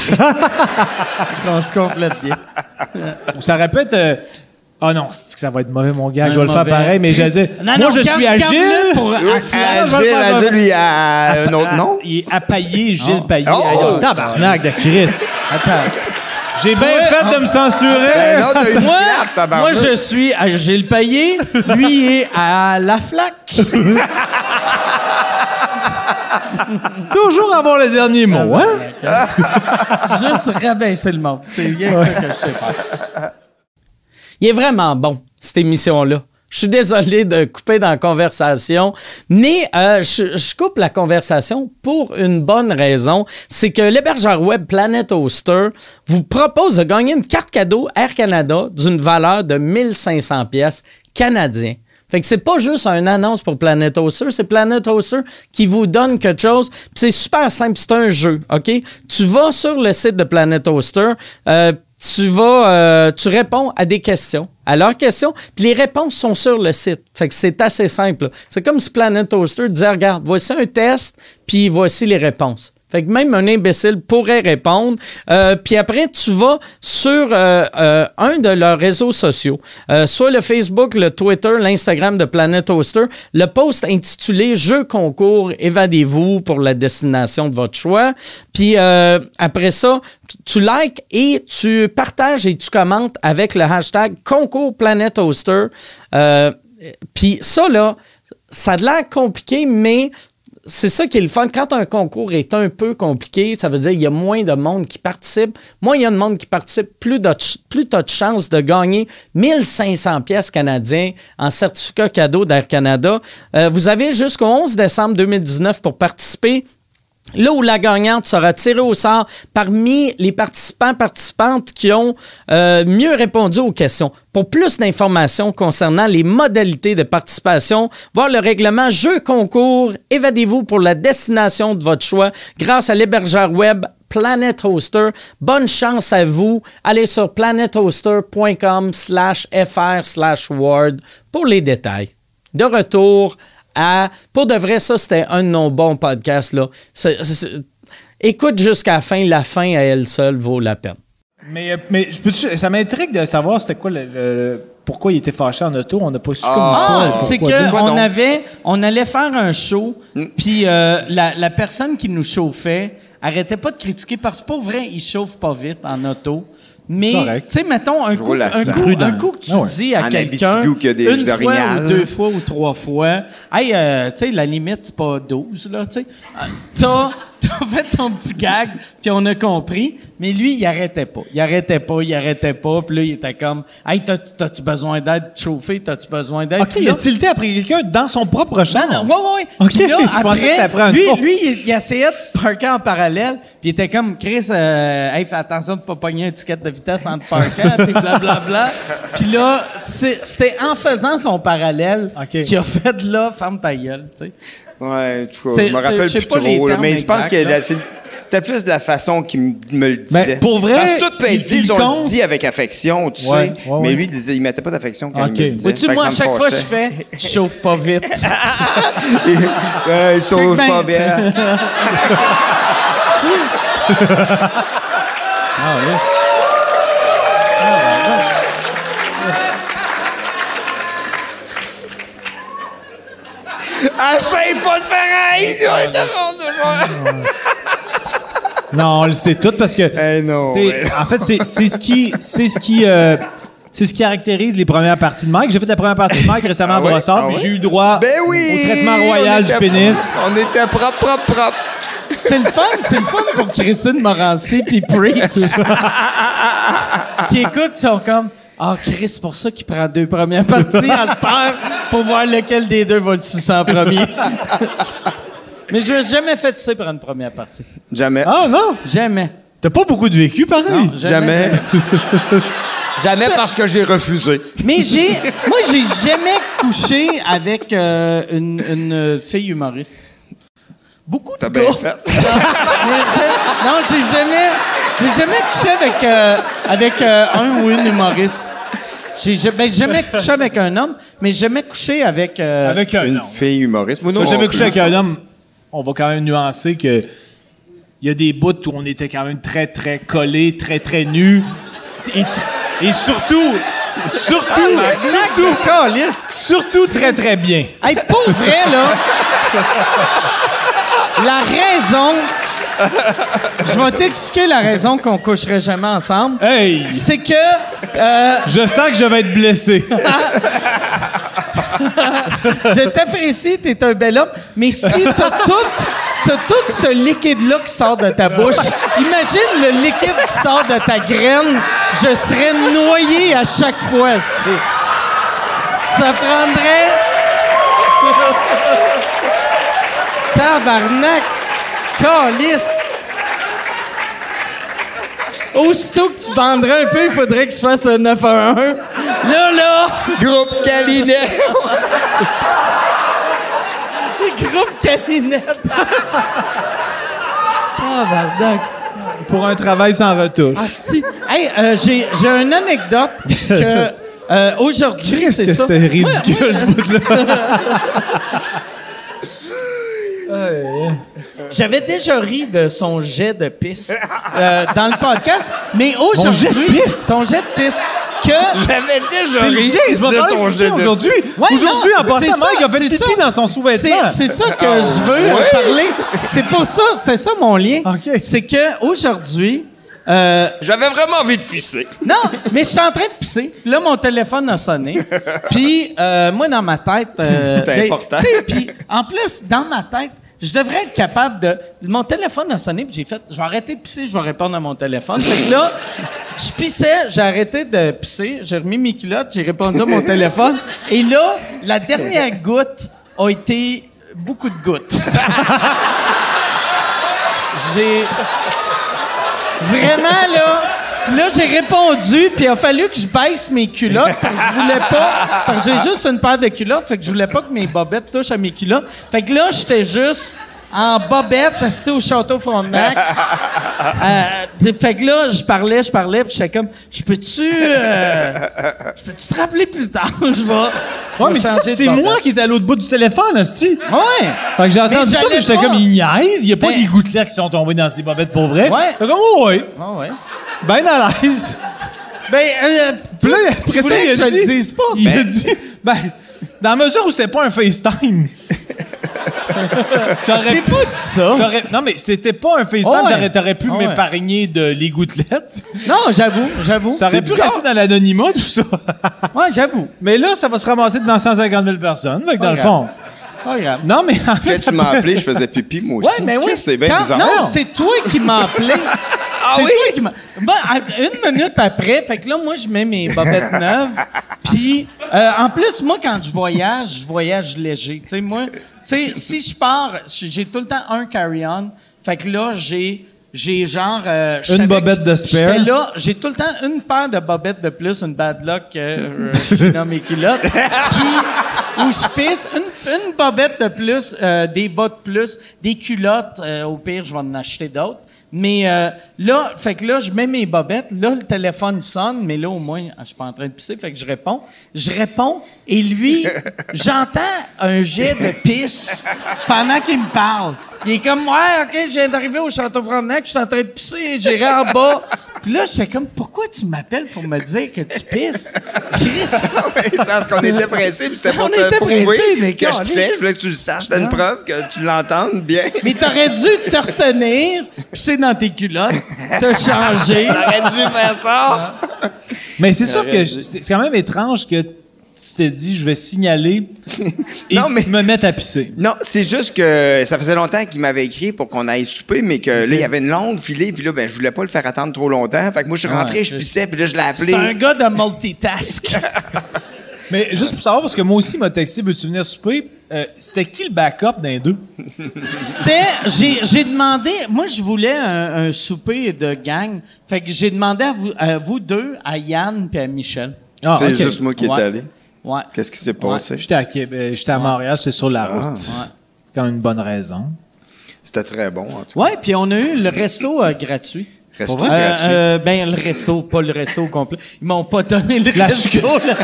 S2: On se complète bien.
S4: ça aurait pu être. euh, Ah non, c'est que ça va être mauvais, mon gars. je vais le faire
S2: mauvais.
S4: pareil, mais je disais.
S2: Non,
S4: moi,
S2: non,
S4: je suis
S2: garde- garde-le
S4: agile.
S2: pour
S5: Ouais, agile, agile, lui, à un autre nom.
S4: Il est appaillé, Gilles Payet.
S5: Oh!
S4: Aïe, Tabarnak de Chris.
S2: Attends.
S4: J'ai bien fait de me censurer.
S5: Ben non, t'as eu une
S2: Moi,
S5: claque,
S2: moi,
S5: tabarnak.
S2: je suis à Gilles Payet, lui il est à La Flaque.
S4: Toujours avoir le dernier mot,
S3: Ah,
S4: hein?
S2: Juste rabaisser le monde. C'est bien que ça que je sais faire.
S1: Il est vraiment bon, cette émission-là. Je suis désolé de couper dans la conversation, mais euh, je, je coupe la conversation pour une bonne raison. C'est que l'hébergeur web Planet Hoster vous propose de gagner une carte cadeau Air Canada d'une valeur de 1500 pièces canadiens. Fait que c'est pas juste une annonce pour Planet Hoster, c'est Planet Hoster qui vous donne quelque chose. Puis c'est super simple, c'est un jeu, OK? Tu vas sur le site de Planet Hoster, euh, tu vas, euh, tu réponds à des questions, à leurs questions, puis les réponses sont sur le site. Fait que c'est assez simple. là. C'est comme si Planet Toaster disait, regarde, voici un test, puis voici les réponses. Fait que même un imbécile pourrait répondre. Euh, puis après, tu vas sur euh, euh, un de leurs réseaux sociaux, euh, soit le Facebook, le Twitter, l'Instagram de Planet Toaster, le post intitulé Jeu concours, évadez-vous pour la destination de votre choix. Puis euh, après ça, tu- tu likes et tu partages et tu commentes avec le hashtag concours Planet Toaster. Euh, Puis ça, là, ça a l'air compliqué, mais c'est ça qui est le fun. Quand un concours est un peu compliqué, ça veut dire qu'il y a moins de monde qui participe. Moins il y a de monde qui participe, plus tu as de chances de gagner 1500 pièces canadiens en certificat cadeau d'Air Canada. Euh, vous avez jusqu'au 11 décembre 2019 pour participer. Là où la gagnante sera tirée au sort parmi les participants participantes qui ont euh, mieux répondu aux questions. Pour plus d'informations concernant les modalités de participation, voir le règlement Jeux concours. Évadez-vous pour la destination de votre choix grâce à l'hébergeur web Planet Hoster. Bonne chance à vous. Allez sur planethoster.com slash fr slash word pour les détails. De retour à. Pour de vrai, ça, c'était un de nos bons podcasts. Là. C'est- c'est- écoute jusqu'à la fin. La fin à elle seule vaut la peine.
S4: Mais, euh, mais je peux- ça m'intrigue de savoir c'était quoi le, le- pourquoi il était fâché en auto. On n'a pas su comme
S5: Ah,
S4: histoire.
S2: c'est
S4: pourquoi
S2: que
S5: Pourquoi
S2: on
S5: donc?
S2: avait, on allait faire un show, puis euh, la, la personne qui nous chauffait arrêtait pas de critiquer parce que pour vrai, il chauffe pas vite en auto. Mais tu
S4: Correct.
S2: sais, mettons un coup,
S5: roule à
S2: un,
S5: cent.
S2: coup, un coup que tu
S4: Ah ouais.
S2: dis à
S5: En
S2: quelqu'un
S5: Abitibi où qu'il y a des
S2: une
S5: jeux
S2: fois
S5: d'orignal.
S2: ou deux fois ou trois fois, hey, euh, tu sais, la limite c'est pas 12 là, tu sais. Euh, T'as t'as fait ton petit gag, puis on a compris, mais lui il arrêtait pas, il arrêtait pas, il arrêtait pas, puis là il était comme, hey, t'as- t'as-tu besoin d'aide chauffée, t'as-tu besoin d'aide
S4: OK,
S2: Puis
S4: il
S2: là,
S4: a tilté après quelqu'un dans son propre champ.
S2: non, non, ouais, ouais, ouais.
S4: Ah. OK,
S2: Puis là,
S4: je pensais que ça prend un
S2: après, lui,
S4: tour.
S2: lui, il, il essayait de parker en parallèle, puis il était comme, Chris, euh, hey, fais attention de pas pogner un ticket de vitesse en te parquant, puis blablabla. Puis là, c'est- c'était en faisant son parallèle
S4: OK.
S2: qu'il a fait, là, ferme ta gueule, tu sais.
S5: Ouais, en tout cas,
S2: C'est-
S5: je me
S2: c'est-
S5: rappelle
S2: je sais
S5: plus
S2: pas les
S5: trop. là,
S2: termes
S5: mais je pense
S2: exacts,
S5: que
S2: là.
S5: la- c'est- c'était plus de la façon qu'il m- me le
S4: Ben,
S5: disait.
S4: pour vrai,
S5: Parce que tout peut être
S4: il- il
S5: dit, on
S4: compte.
S5: le dit avec affection, tu
S4: Ouais,
S5: sais.
S4: ouais, ouais.
S5: Mais lui, il, disait, il mettait pas d'affection quand
S4: Ok.
S5: il me le disait.
S2: Vois-tu,
S5: Fait que
S2: moi,
S5: ça
S2: à
S5: me
S2: chaque fois, je
S5: fâchait.
S2: fais, je chauffe pas vite.
S5: Euh, il sauve
S2: Check
S5: pas
S2: bien.
S5: bien.
S2: Si.
S4: Ah,
S5: Essaye pas de faire haïr sur tout le monde.
S4: Non, on le sait tout parce que.
S5: Eh non,
S4: tu sais,
S5: ouais.
S4: En fait, c'est c'est ce qui, c'est ce qui, euh, c'est ce qui caractérise les premières parties de Mike. J'ai fait la première partie de Mike récemment
S5: Ah
S4: à
S5: ouais?
S4: Brossard,
S5: Ah
S4: puis
S5: ouais?
S4: j'ai eu droit
S5: Ben oui!
S4: au traitement royal
S5: on
S4: du
S5: était-
S4: pénis.
S5: On était propre, propre, propre.
S2: C'est le fun, c'est le fun pour Christine Morancy puis Preach. qui écoutent, sont comme Ah, Chris, c'est pour ça qu'il prend deux premières parties à cette heure pour voir lequel des deux va le sucer en premier. Mais je n'ai jamais fait ça pour une première partie.
S5: Jamais.
S4: Ah non!
S2: Jamais.
S4: T'as pas beaucoup de vécu, pareil.
S5: jamais. jamais parce que j'ai refusé.
S2: Mais j'ai. Moi, j'ai jamais couché avec euh, une, une, euh, fille humoriste. Beaucoup de
S5: T'as
S2: gars.
S5: bien fait.
S2: Mais j'ai- non, j'ai jamais. J'ai jamais couché avec, euh, avec euh, un ou une humoriste. J'ai ja- ben, j'ai jamais couché avec un homme, mais j'ai jamais couché avec. euh,
S4: Avec un
S5: Une
S4: homme.
S5: fille humoriste. Moi, non,
S4: T'as jamais
S5: non
S4: couché avec
S5: Oh, plus.
S4: un homme. On va quand même nuancer que il y a des bouts où on était quand même très très collés, très très nus. Et, tr- et surtout, surtout, surtout, surtout très très bien.
S2: Hey, pour vrai, là. la raison. Je vais t'expliquer la raison qu'on coucherait jamais ensemble.
S4: Hey,
S2: C'est que. euh,
S4: je sens que je vais être blessé.
S2: je t'apprécie, t'es un bel homme, mais si t'as tout, t'as tout ce liquide-là qui sort de ta bouche, imagine le liquide qui sort de ta graine, je serais noyé à chaque fois, esti. Ça prendrait... Tabarnak! Calice! Aussitôt que tu banderais un peu, il faudrait que je fasse un 9 à 1. Là, là!
S5: Groupe Calinet.
S2: Groupe Calinette. Ah,
S4: ben,
S2: bardac.
S4: Pour un travail sans retouche.
S2: Asti. Hey, euh, j'ai, j'ai une anecdote que euh, aujourd'hui, c'est
S4: que
S2: ça.
S4: c'était ridicule ce bout-là.
S2: J'avais déjà ri de son jet de pisse euh, dans le podcast, mais aujourd'hui,
S4: jet de pisse?
S2: son jet de pisse que
S5: J'avais déjà
S4: C'est
S5: ri
S4: bien, je m'en
S5: de
S4: parlais
S5: ton
S4: aussi
S5: jet de-
S4: aujourd'hui.
S2: Ouais,
S4: aujourd'hui,
S2: non,
S4: en passant,
S2: c'est ça,
S4: Mike a fait
S2: c'est
S4: pipi
S2: ça.
S4: dans son sous-vêtement.
S2: c'est, c'est ça que je veux euh, parler. C'est pour ça, c'est ça mon lien.
S4: Ah, Ok.
S2: C'est que aujourd'hui, euh,
S5: J'avais vraiment envie de pisser.
S2: Non, mais je suis en train de pisser. Là, mon téléphone a sonné. Puis, euh, moi, dans ma tête... euh,
S5: C'était
S2: ben,
S5: important.
S2: tu sais, Puis, en plus, dans ma tête, je devrais être capable de... Mon téléphone a sonné, puis j'ai fait, je vais arrêter de pisser, je vais répondre à mon téléphone. Fait que là, je pissais, j'ai arrêté de pisser, j'ai remis mes culottes, j'ai répondu à mon téléphone. Et là, la dernière goutte a été beaucoup de gouttes. j'ai... Vraiment, là. Puis Là, j'ai répondu, puis il a fallu que je baisse mes culottes, parce que je voulais pas... Parce que j'ai juste une paire de culottes, fait que je voulais pas que mes bobettes touchent à mes culottes. Fait que là, j'étais juste en bobette, assis au château Frontenac. Euh, t'sais, fait que là, je parlais, je parlais, puis j'étais comme, je peux-tu... euh, je peux-tu te rappeler plus tard? Je vais... je
S4: Ouais,
S2: vais
S4: mais
S2: changer
S4: c'est
S2: de
S4: c'est
S2: bobette.
S4: moi qui étais à l'autre bout du téléphone, hostie.
S2: Ouais!
S4: Fait que j'ai
S2: Mais
S4: entendu ça,
S2: j'allais
S4: mais j'étais
S2: pas.
S4: comme, il niaise, il n'y a pas
S2: Ben-
S4: des gouttelettes qui sont tombées dans ces bobettes pour vrai.
S2: Ouais.
S4: Fait comme, oh ouais,
S2: Ah ouais.
S4: ben à l'aise.
S2: Ben, euh,
S4: Puis là,
S2: tu
S4: après ça,
S2: voulais
S4: il
S2: que
S4: a
S2: je
S4: dit,
S2: le dise pas?
S4: il a dit, ben, dans la mesure où c'était pas un FaceTime,
S2: J'ai
S4: t'aurais
S2: pas dit ça.
S4: t'aurais- non, mais c'était pas un FaceTime,
S2: Ah ouais.
S4: t'aurais- t'aurais pu
S2: Ah ouais.
S4: m'épargner de les gouttelettes.
S2: Non, j'avoue, j'avoue.
S4: Ça aurait pu rester dans l'anonymat, tout ça.
S2: Ouais, j'avoue.
S4: Mais là, ça va se ramasser devant 150 000 personnes. Fait que dans
S2: Pas
S4: le
S2: grave.
S4: fond.
S2: Pas grave.
S4: Non, mais en
S5: Quand
S4: fait.
S5: tu m'as appelé, je faisais pipi, moi aussi.
S2: Ouais, mais oui.
S5: Chris, C'est bien
S2: quand-
S4: Ah
S5: bizarre.
S2: Non, c'est toi qui m'as appelé. Ah oui? Toi qui m'as- Ben, à- une minute après, fait que là, moi, je mets mes bobettes neuves. Puis, euh, en plus, moi, quand je voyage, je voyage léger. Tu sais, moi, tu sais, si je pars, j'ai j'ai tout le temps un carry-on. Fait que là, j'ai. J'ai genre... euh, je
S4: Une
S2: savais que
S4: bobette de
S2: j'étais
S4: spare.
S2: là, j'ai tout le temps une paire de bobettes de plus, une bad luck que euh, je suis dans mes culottes. Puis, où je pisse, une, une bobette de plus, euh, des bas de plus, des culottes, euh, au pire, je vais en acheter d'autres. Mais euh, là, fait que là, je mets mes bobettes, là, le téléphone sonne, mais là, au moins, je suis pas en train de pisser, fait que je réponds. Je réponds, et lui, j'entends un jet de pisse pendant qu'il me parle. Il est comme, ouais, OK, je viens d'arriver au Château Frontenac, je suis en train de pisser, j'irai en bas. Puis là, j'étais comme, pourquoi tu m'appelles pour me dire que tu pisses? Chris!
S5: c'est parce qu'on était pressé, puis c'était pour
S2: On
S5: te
S2: était
S5: prouver
S2: pressés, mais
S5: que je
S2: calé.
S5: pissais. Je voulais que tu le saches, t'as une preuve, que tu l'entendes bien.
S2: Mais t'aurais dû te retenir, pisser dans tes culottes, te changer.
S5: T'aurais dû faire ça.
S4: Mais c'est sûr que je- c'est c'est quand même étrange que tu t'es dit, je vais signaler et
S5: Non, mais-
S4: me mettre à pisser.
S5: Non, c'est juste que ça faisait longtemps qu'il m'avait écrit pour qu'on aille souper, mais que là, il y avait une longue filée, puis là, ben, je voulais pas le faire attendre trop longtemps. Fait que moi, je suis rentré, je pissais, puis là, je l'ai appelé.
S2: C'est un gars de multitask.
S4: Mais juste pour savoir, parce que moi aussi, il m'a texté, veux-tu venir souper? Euh, c'était qui le backup d'un deux?
S2: C'était, j'ai, j'ai demandé, moi je voulais un, un souper de gang, fait que j'ai demandé à vous, à vous deux, à Yann puis à Michel.
S4: Ah,
S5: C'est
S4: ok.
S5: juste moi qui est
S2: Ouais.
S5: allé.
S2: Ouais.
S5: Qu'est-ce qui s'est passé?
S4: J'étais à Québec, j'étais à Montréal, c'est sur la route.
S2: Ah. Ouais.
S4: C'est Quand même une bonne raison.
S5: C'était très bon, en tout
S2: Ouais, puis on a eu le resto euh, gratuit.
S5: cas. Reste
S2: Euh,
S5: gratuit.
S2: euh, ben le resto, pas le resto au complet. Ils m'ont pas donné le
S4: La
S2: resto. là.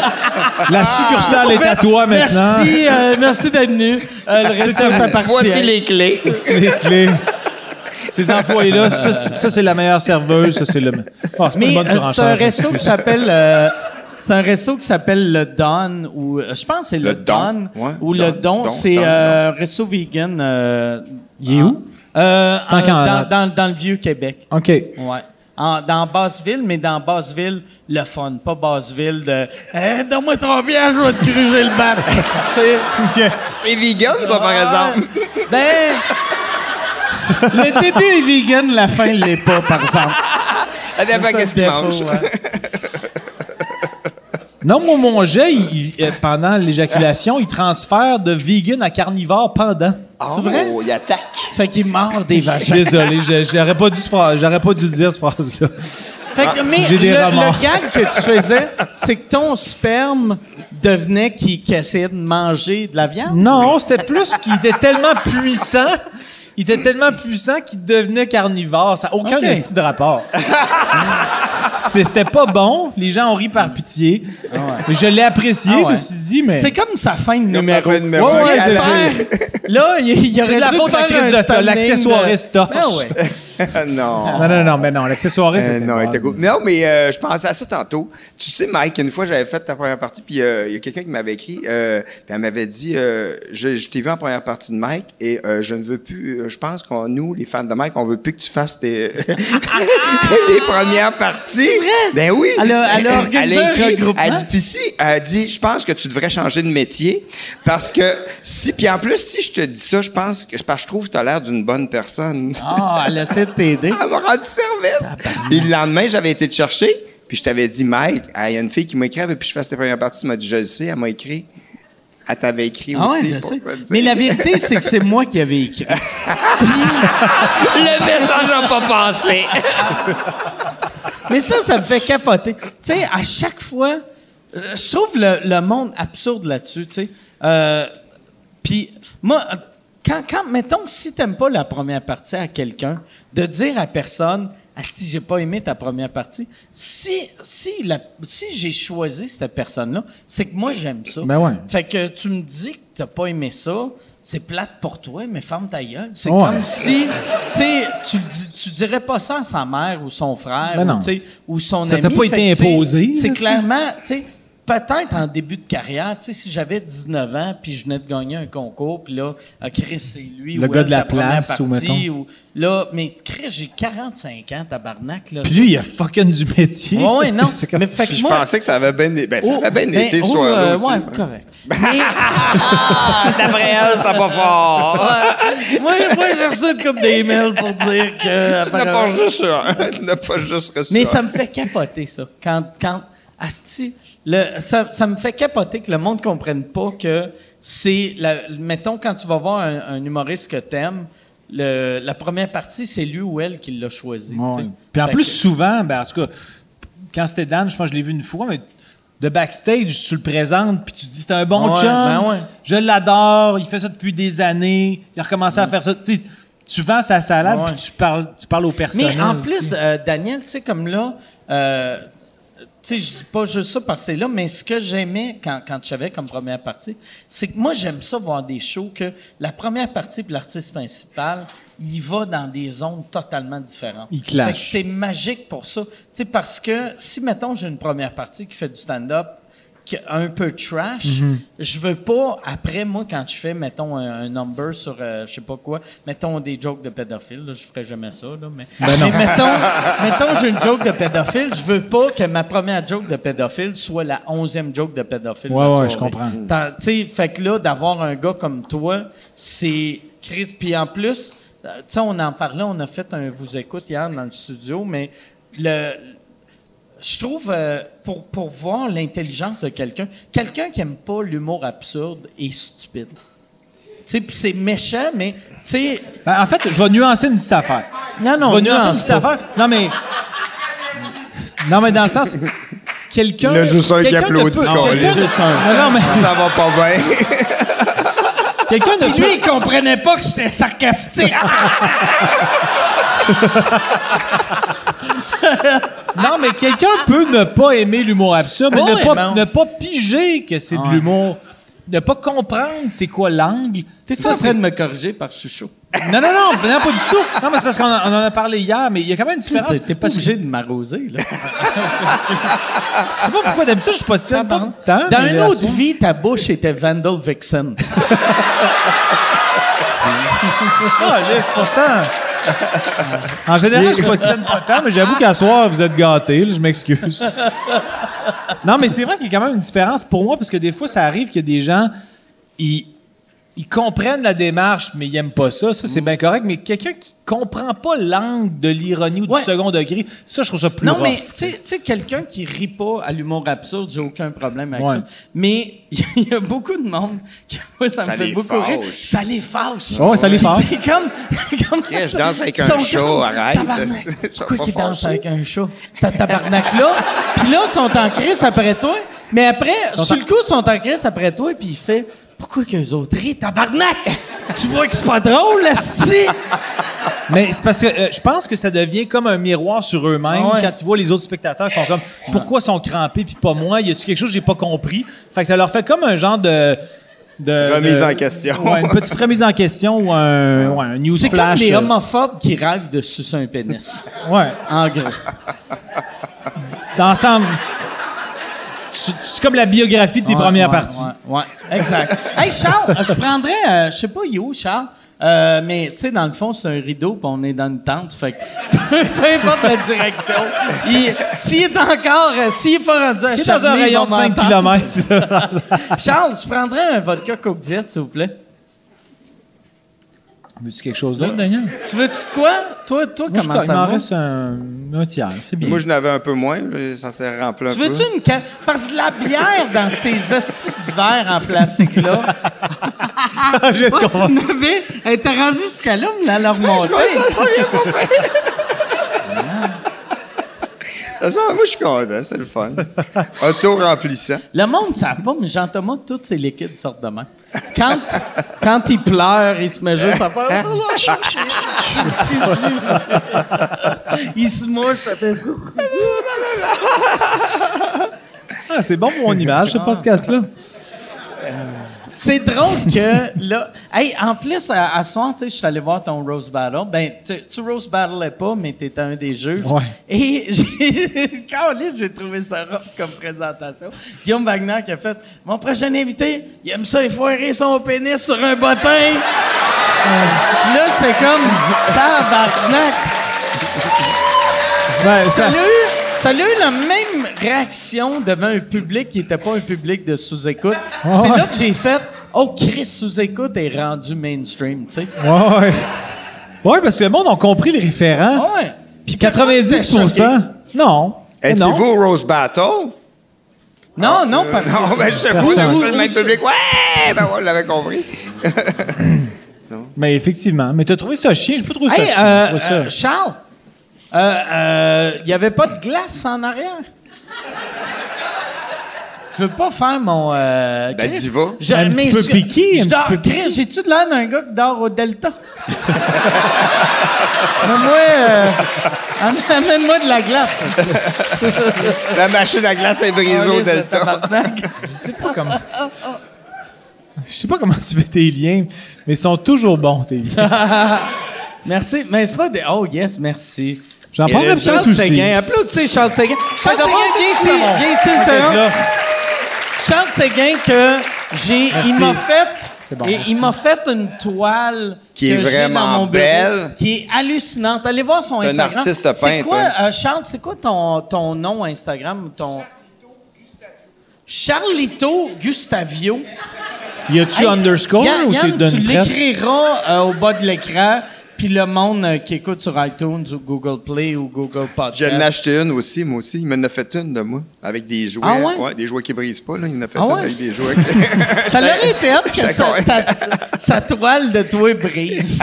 S4: La succursale est à toi maintenant.
S2: Ah. Merci, euh, merci d'être venu. Euh, le resto t'appartient.
S5: Voici les clés.
S4: C'est les clés. Ces employés-là, ça, ça, c'est la meilleure serveuse, ça, c'est le. Oh, c'est pas une
S2: Mais
S4: bonne
S2: euh, c'est un
S4: surenchère.
S2: resto qui s'appelle. euh, c'est un resto qui s'appelle Le Don, ou euh, je pense que c'est Le,
S5: Le Don,
S2: Don,
S5: ouais.
S2: ou
S5: Don,
S2: Le Don,
S5: Don,
S2: c'est
S5: Don,
S2: euh, un resto vegan. euh,
S4: Il est
S2: en-
S4: où?
S2: Euh, en-
S4: Tant qu'en-
S2: dans, dans- dans le vieux Québec.
S4: OK.
S2: Ouais. En- dans Basseville, mais dans Basseville, le fun, pas Basseville de Eh, donne-moi ton bière, je vais te gruger le bar. Tu sais,
S5: C'est vegan, ça, par exemple.
S2: ben, le début est vegan, la fin l'est pas, par exemple.
S5: Ça dépend qu'est-ce qu'il mange.
S4: Non, moi, mon jet, il- il- euh, pendant l'éjaculation, il transfère de vegan à carnivore pendant.
S5: Oh,
S2: vrai?
S5: il attaque.
S2: Fait qu'il mord des
S4: Je suis
S2: vagins.
S4: désolé, je- j'aurais pas dû, ce phra- j'aurais pas dû dire cette phrase-là.
S2: Fait que, mais
S4: j'ai
S2: le,
S4: des remords.
S2: le gag que tu faisais, c'est que ton sperme devenait qui, qui essayait de manger de la viande.
S4: Non, c'était plus qu'il était tellement puissant. Il était tellement puissant qu'il devenait carnivore. Ça n'a aucun
S2: Ok.
S4: esti de rapport. C'est- C'était pas bon. Les gens ont ri par pitié. Je l'ai apprécié,
S2: Ah ouais.
S4: ceci dit, mais.
S2: C'est comme sa fin de numéro.
S5: après, numéro
S2: Ouais,
S5: un,
S2: ouais,
S5: elle
S2: de
S5: a-
S2: faire- Là, il, il
S4: C'est
S2: aurait
S4: de la
S2: dû
S4: faute à
S2: faire
S4: Chris
S2: un
S4: de- de
S2: standing
S4: l'accessoiriste torche.
S2: Ben ouais.
S5: non.
S4: Non, non, non, mais non, l'accessoire,
S5: Euh,
S2: Eh,
S4: c'était.
S5: non, elle était cool. Non, mais euh, je pensais à ça tantôt. Tu sais, Mike, une fois, j'avais fait ta première partie, puis euh, il y a quelqu'un qui m'avait écrit, euh, puis elle m'avait dit, euh, je, je t'ai vu en première partie de Mike, et euh, je ne veux plus, euh, je pense qu'on, nous, les fans de Mike, on veut plus que tu fasses tes, les premières parties. Ben oui.
S2: Elle a- elle a organisé un
S5: écrit,
S2: regroupement.
S5: Elle dit, puis si, elle dit, je pense que tu devrais changer de métier, parce que si, puis en plus, si je te dis ça, je pense que, parce que je trouve que tu as l'air d'une bonne personne.
S2: Ah, elle essaie de t'aider.
S5: Elle m'a rendu service. Puis le lendemain, j'avais été te chercher. Puis je t'avais dit, Mike, ah, il y a une fille qui m'a écrit, elle veut plus que je fasse tes premières parties. Elle m'a dit, je le sais, elle m'a écrit. Elle t'avait écrit
S2: Ah ouais,
S5: aussi.
S2: je
S5: pour
S2: sais.
S5: te le dire.
S2: Mais la vérité, c'est que c'est moi qui avais écrit.
S5: le message n'a pas passé.
S2: Mais ça, ça me fait capoter. Tu sais, à chaque fois, euh, je trouve le, le monde absurde là-dessus, tu sais. Euh, Puis, moi, euh, quand, quand, mettons, si t'aimes pas la première partie à quelqu'un, de dire à personne, ah, si j'ai pas aimé ta première partie, si, si, la, si j'ai choisi cette personne-là, c'est que moi, j'aime ça.
S4: Ben ouais.
S2: Fait que tu me dis que t'as pas aimé ça, c'est plate pour toi, mais ferme ta gueule. C'est
S4: Ouais.
S2: comme si, tu sais, tu, dis- tu dirais pas ça à sa mère ou son frère
S4: Ben
S2: ou,
S4: non.
S2: tu sais, ou son
S4: Ça
S2: ami.
S4: t'a pas
S2: Fait
S4: été
S2: que c'est-
S4: imposé,
S2: C'est
S4: là, tu sais.
S2: clairement, tu sais, peut-être en début de carrière, tu sais, si j'avais 19 ans puis je venais de gagner un concours, puis là, ah, Chris, c'est lui
S4: Le
S2: ou
S4: gars
S2: elle,
S4: de la
S2: ta première
S4: place, ou
S2: partie,
S4: mettons.
S2: ou- là, mais Chris, j'ai 45 ans, tabarnak, là.
S4: Puis lui, il a fucking du métier.
S2: Ouais, ouais, non.
S4: C'est comme-
S2: Mais fait que
S5: Puis je
S2: moi-
S5: pensais que ça avait bien, ben, ça
S2: Oh,
S5: avait bien
S2: ben,
S5: été ce
S2: oh,
S5: soir-là
S2: euh,
S5: aussi.
S2: ouais, correct. Mais-
S5: Ah, d'après elle, c'était pas fort.
S2: Ouais. moi, moi j'ai reçu une couple d'emails pour dire que.
S5: tu n'as pas juste ça. tu n'as pas juste reçu
S2: Mais
S5: ça.
S2: ça me fait capoter, ça. Quand. quand asti, le, ça, ça me fait capoter que le monde ne comprenne pas que c'est. la- mettons, quand tu vas voir un, un humoriste que t'aimes, le, la première partie, c'est lui ou elle qui l'a choisi.
S4: Ouais.
S2: tu sais.
S4: Puis en
S2: Fait
S4: plus,
S2: que-
S4: souvent, ben, en tout cas, quand c'était Dan, je pense que je l'ai vu une fois, mais de backstage, tu le présentes, puis tu dis c'est un bon
S2: Ouais,
S4: chum,
S2: ben ouais.
S4: je l'adore, il fait ça depuis des années, il a recommencé à faire ça. Tu sais, tu vends sa salade,
S2: Mm. Ouais.
S4: puis tu parles, tu parles aux personnes.
S2: Mais en plus, euh, Daniel, tu sais, comme là, euh, tu sais, je dis pas juste ça parce que c'est là, mais ce que j'aimais quand, quand j'avais comme première partie, c'est que moi, j'aime ça voir des shows que la première partie puis l'artiste principal, il va dans des zones totalement différentes.
S4: Il clash.
S2: Fait que c'est magique pour ça. Tu sais, parce que si, mettons, j'ai une première partie qui fait du stand-up, qui est un peu trash,
S4: Mhm.
S2: je veux pas, après, moi, quand je fais, mettons, un, un number sur, euh, je sais pas quoi, mettons des jokes de pédophiles, là, je ferais jamais ça, là, mais,
S4: Ben
S2: mais mettons, mettons, j'ai une joke de pédophile, je veux pas que ma première joke de pédophile soit la onzième joke de pédophile.
S4: Ouais,
S2: de la
S4: ouais, je
S2: soirée.
S4: comprends.
S2: T'as- Tu sais, fait que là, d'avoir un gars comme toi, c'est Chris. Puis en plus, euh, tu sais, on en parlait, on a fait un vous écoute hier dans le studio, mais le, je trouve, euh, pour, pour voir l'intelligence de quelqu'un, quelqu'un qui aime pas l'humour absurde est stupide. Tu sais, puis c'est méchant, mais, tu sais,
S4: Ben, en fait, je vais nuancer une petite affaire.
S2: Non, non,
S4: Je vais nuancer une
S2: Ah, nuance
S4: petite
S2: pas.
S4: affaire. Non, mais. Non, mais dans le sens. Quelqu'un.
S5: Il y en a juste un qui
S4: quelqu'un ne
S5: applaudit,
S4: peut-
S5: Colin.
S4: quelqu'un-
S5: Juste
S4: Non, non, mais
S5: Ah, Ça va pas bien.
S4: quelqu'un ne peut-
S2: lui, il comprenait pas que j'étais sarcastique.
S4: Non, mais quelqu'un peut ne pas aimer l'humour absurde, mais
S2: Oui,
S4: ne, pas,
S2: ben-
S4: ne pas piger que c'est de l'humour. Ne pas comprendre c'est quoi l'angle.
S2: T'es
S4: Ça
S2: ça
S4: serait
S2: de me corriger par chuchot.
S4: Non, non, non, non, pas du tout. Non, mais c'est parce qu'on en- on en a parlé hier, mais il y a quand même une différence.
S2: T'es pas
S4: Parce que
S2: obligé de m'arroser, là.
S4: Je sais pas pourquoi d'habitude je positionne pas de temps.
S2: Ah, Dans
S4: mais
S2: une
S4: à
S2: autre
S4: soi-
S2: vie, ta bouche était Vandal Vixen.
S4: Ah, laisse pourtant. En général, je positionne pas tant, mais j'avoue qu'à soir, vous êtes gâtés. là, je m'excuse. Non, mais c'est vrai qu'il y a quand même une différence pour moi, parce que des fois, ça arrive qu'il y a des gens, ils, ils comprennent la démarche, mais ils n'aiment pas ça. Ça, c'est bien correct. Mais quelqu'un qui comprend pas l'angle de l'ironie ou
S2: Ouais.
S4: du second degré, ça, je trouve ça plus
S2: Non,
S4: rough.
S2: mais tu sais- tu sais, quelqu'un qui rit pas à l'humour absurde, j'ai aucun problème avec
S4: Ouais.
S2: ça. Mais il y a beaucoup de monde qui, moi, ça,
S5: Ça
S2: me fait
S5: les
S2: beaucoup rire.
S5: fâche.
S2: Ça les fâche.
S4: Ouais, ça les fâche.
S2: Puis comme, comme
S5: Yeah, je danse avec un
S2: Ils sont
S5: chat,
S2: comme,
S5: arrête.
S2: tabarnak,
S5: Ça va
S2: Pourquoi
S5: pas
S2: qu'ils dansent
S5: fâcher.
S2: avec un chat? Ta tabarnak là. Puis là, ils sont en crise après toi. Mais après, sur le coup, ils sont en crise après toi, puis il fait Pourquoi qu'eux autres rient? Tabarnak! tu vois que c'est pas drôle, esti!
S4: Mais c'est parce que euh, je pense que ça devient comme un miroir sur eux-mêmes
S2: Ah ouais.
S4: quand ils voient les autres spectateurs qui font comme pourquoi sont crampés puis pas moi, y a-tu quelque chose que j'ai pas compris Fait que ça leur fait comme un genre de de-
S5: Remise
S4: de-
S5: en question.
S4: Ouais, une petite remise en question ou un ouais, un news
S2: C'est comme
S4: flash.
S2: les
S4: euh,
S2: homophobes qui rêvent de sucer un pénis.
S4: ouais,
S2: En gros.
S4: d'ensemble. Tu- tu- C'est comme la biographie de tes
S2: Ouais,
S4: premières
S2: ouais,
S4: parties.
S2: Ouais, ouais, exact. hey Charles, je prendrais, euh, je sais pas, il est où Charles? Euh, mais tu sais, dans le fond, c'est un rideau, puis on est dans une tente. Fait que peu importe la direction, il- s'il est encore, euh, s'il est pas rendu à
S4: C'est dans un
S2: Charny, il
S4: rayon
S2: va
S4: de 5
S2: m'entendre.
S4: km.
S2: Charles, je prendrais un vodka Coke Diet, s'il vous plaît.
S4: Veux-tu quelque chose d'autre, Daniel?
S2: Tu veux-tu de quoi? Toi, toi
S4: Moi, je-
S2: comment
S4: il
S2: ça
S4: m'en
S2: va?
S4: reste un, un tiers. C'est bien.
S5: Moi, je n'avais un peu moins. là, Ça s'est rempli un
S2: Tu
S5: peu.
S2: veux-tu une canne? Parce que de la bière dans ces hosties de verres en plastique là.
S4: Je te
S2: Ouais,
S4: comprends.
S2: tu n'avais. Elle était rendue jusqu'à là, mais elle a remonté. Ah.
S5: Ça, ça, moi, je suis content. C'est le fun. Auto-remplissant.
S2: Le monde ne savent pas, mais Jean-Thomas, tous ses liquides sortent de main. Quand, quand il pleure, il se met juste à faire. il se mouche, ça fait.
S4: Ah, c'est bon pour mon image, ce podcast-là.
S2: C'est drôle que, là. Hey, en plus, à, à soir, tu sais, je suis allé voir ton Rose Battle. Ben, tu, tu Rose Battlais pas, mais t'étais un des juges.
S4: Ouais.
S2: Et j'ai. Caroline, j'ai trouvé ça rough comme présentation. Guillaume Wagner qui a fait Mon prochain invité, il aime ça effoirer son pénis sur un bottin. là, c'est comme tabarnak.
S4: Ouais,
S2: Ça
S4: ça-
S2: a eu, ça a eu la même réaction devant un public qui n'était pas un public de sous-écoute. C'est là que j'ai fait Oh, Chris, sous-écoute est rendu mainstream, tu sais.
S4: Ouais, ouais. Ouais, parce que le monde a compris les référents.
S2: Ah ouais. Puis personne n'était
S4: 90
S2: choqué.
S4: Non. non.
S5: Étiez-vous Eh, au Rose Battle?
S2: Non, non, parce que.
S5: Non, ben, je sais pas.
S2: Oui,
S5: C'est
S2: oui,
S5: le
S2: oui,
S5: même
S2: ça-
S5: public. Ouais! Ben, ouais, on l'avait compris.
S4: Mais effectivement. Mais t'as trouvé ça chien. J'ai pas trouvé ça
S2: Hey,
S4: chien.
S2: euh,
S4: J'ai trouvé ça-
S2: euh, Charles, il euh, n'y avait pas de glace en arrière. Je veux pas faire mon. Euh,
S5: Ben,
S2: Chris.
S5: diva.
S2: Je-
S4: Un
S2: mais
S4: petit peu
S2: je-
S4: piqué,
S2: je
S4: un petit
S2: dors-
S4: peu piqué.
S2: Chris, j'ai-tu de l'air d'un gars qui dort au Delta? mais moi, euh, Amène-moi de la glace.
S5: La machine à glace est
S2: Ah,
S5: brisée au Delta.
S4: Je sais pas comment. Je sais pas comment tu fais tes liens, mais ils sont toujours bons, tes liens.
S2: Merci. Mais c'est pas des. Oh, yes, merci.
S8: J'en prendrais
S2: Charles
S8: peut-être aussi.
S2: Séguin. Applaudissez Charles Séguin. Charles
S4: Ça
S2: Séguin,
S4: monte
S2: viens
S4: ici,
S2: ici.
S4: ça monte.
S2: Viens ici une
S4: Ok,
S2: seconde.
S4: je l'ai.
S2: Charles Séguin, que j'ai. Il
S4: Merci.
S2: m'a fait.
S4: bon,
S2: il- il m'a fait une toile
S5: Qui
S2: que
S5: est
S2: j'ai
S5: vraiment
S2: dans mon bureau,
S5: belle.
S2: qui est hallucinante. Allez voir son
S5: T'es un
S2: Instagram.
S5: artiste peintre,
S2: C'est quoi,
S5: hein.
S2: euh, Charles, c'est quoi ton, ton nom Instagram ou ton Charlito Gustavio.
S8: Y a-tu
S2: Hey,
S8: underscore
S2: Yann-
S8: ou
S2: Yann,
S8: c'est d'une
S2: tu
S8: traite?
S2: l'écriras euh, au bas de l'écran, puis le monde euh, qui écoute sur iTunes ou Google Play ou Google Podcast.
S5: Je l'ai acheté une aussi, moi aussi. Il m'en a fait une de moi, avec des jouets.
S2: Ah ouais?
S5: des jouets qui brisent pas. Là. Il m'en a fait
S2: Ah
S5: une
S2: ouais?
S5: avec des jouets.
S2: Ça l'aurait été hâte que
S5: Ça
S2: sa,
S5: compte.
S2: ta- sa toile de toi brise.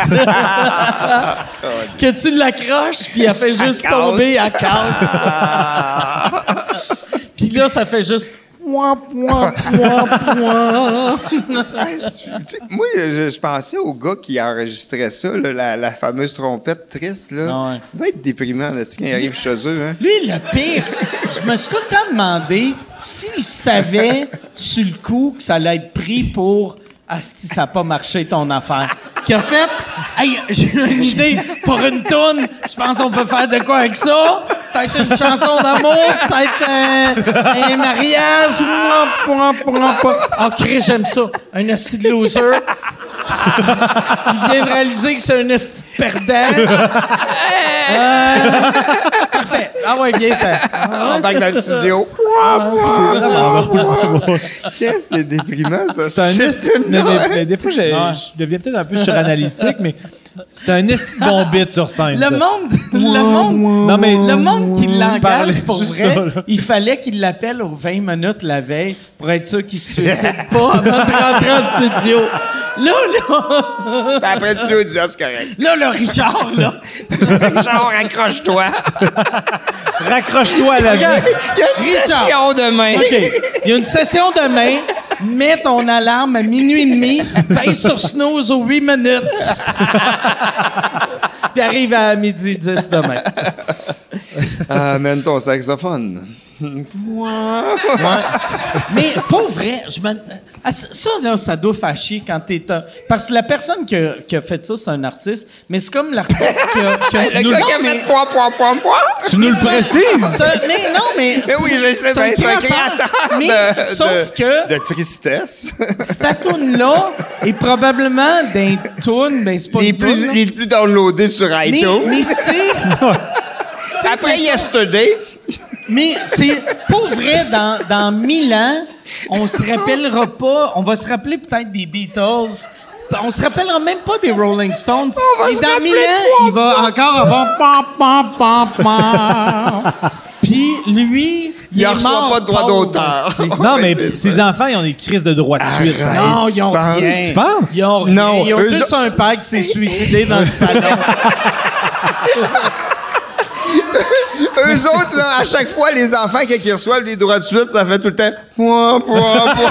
S2: que tu l'accroches, puis elle fait juste
S5: Elle casse.
S2: tomber, à casse. puis là, ça fait juste... Point, point, point, point.
S5: Ah, c'est- tu sais, moi, je, je pensais au gars qui enregistrait ça, là, la, la fameuse trompette triste. Là.
S2: Ah ouais.
S5: Il doit être déprimant là, quand il arrive chez eux. Hein.
S2: Lui, le pire, je me suis tout le temps demandé s'il savait sur le coup que ça allait être pris pour Asti, ça n'a pas marché ton affaire. Qu'il a fait, hey, j'ai une idée pour une toune, je pense qu'on peut faire de quoi avec ça. Peut-être une chanson d'amour, peut-être euh, un, un mariage. Mouah, pouah, pouah, pouah. Oh, Chris, j'aime ça. Un Asti de loser. Il vient de réaliser que c'est un esti de perdant. Euh, parfait. Ah ouais, bien t'as.
S5: On dans le studio. Qu'est-ce que c'est déprimant, ça?
S4: C'est un esti-
S5: une-
S4: mais, mais- mais des fois, je, je deviens peut-être un peu suranalytique, mais c'est un esti de bon bit sur scène.
S2: Le
S4: ça.
S2: monde, le monde,
S4: Non, mais-
S2: le monde qui
S4: Parlez
S2: l'engage pour
S4: juste
S2: vrai,
S4: ça, là.
S2: il fallait qu'il l'appelle aux 20 minutes la veille pour être sûr qu'il se suicide pas avant de rentrer en studio. Là, là,
S5: Ben, Après, le studio, il dit, ah, c'est correct.
S2: là, le Richard, là.
S5: Genre, accroche-toi.
S4: Raccroche-toi à la
S5: Il y
S4: vie.
S5: a, il y a une
S2: Richard.
S5: session demain.
S2: OK. Il y a une session demain. Mets ton alarme à minuit et demi. Paye sur Snooze aux 8 minutes. Puis arrive à midi 10 demain.
S5: Amène ton saxophone.
S2: Mais pour vrai, je me- Ah, ça, ça, là, ça doit fâcher quand t'es un... Parce que la personne qui a, qui a fait ça, c'est un artiste, mais c'est comme l'artiste qui a... qui a-
S5: Le
S2: Non,
S5: gars qui a
S2: mais-
S5: fait point, point, point, point.
S8: Tu nous le précises?
S2: c'est- mais non, mais...
S5: Mais oui, je sais, ben, c'est un créateur
S2: mais
S5: de,
S2: sauf
S5: de-
S2: que
S5: de tristesse.
S2: cette toune-là est probablement d'un toune, ben c'est pas
S5: les,
S2: une toune,
S5: plus,
S2: là.
S5: les plus downloadés sur
S2: mais,
S5: iTunes.
S2: mais c'est...
S5: Après Yesterday,
S2: Mais c'est pour vrai, dans, dans mille ans, on se rappellera pas, on va se rappeler peut-être des Beatles, on se rappellera même pas des Rolling Stones.
S5: On va
S2: Et
S5: se
S2: dans
S5: rappeler
S2: mille
S5: de
S2: ans, il va encore avoir pam, pam, pam, pam. Puis lui, il,
S5: il
S2: est
S5: n'en reçoit
S2: mort
S5: pas de droit
S2: pauvre,
S5: d'auteur.
S2: hostie.
S4: Non, mais
S5: c'est ça.
S4: ces enfants, ils ont des crises de droit de suite.
S5: Arrête,
S2: Non,
S5: tu
S2: ils ont
S5: penses?
S2: rien.
S4: Tu penses?
S2: Ils ont, rien.
S5: Non,
S2: Ils ont
S5: eux
S2: juste
S5: ont-
S2: un père qui s'est suicidé dans le salon.
S5: Eux autres, là, à chaque fois, les enfants, quand ils reçoivent les droits de suite, ça fait tout le temps. Point, point, point.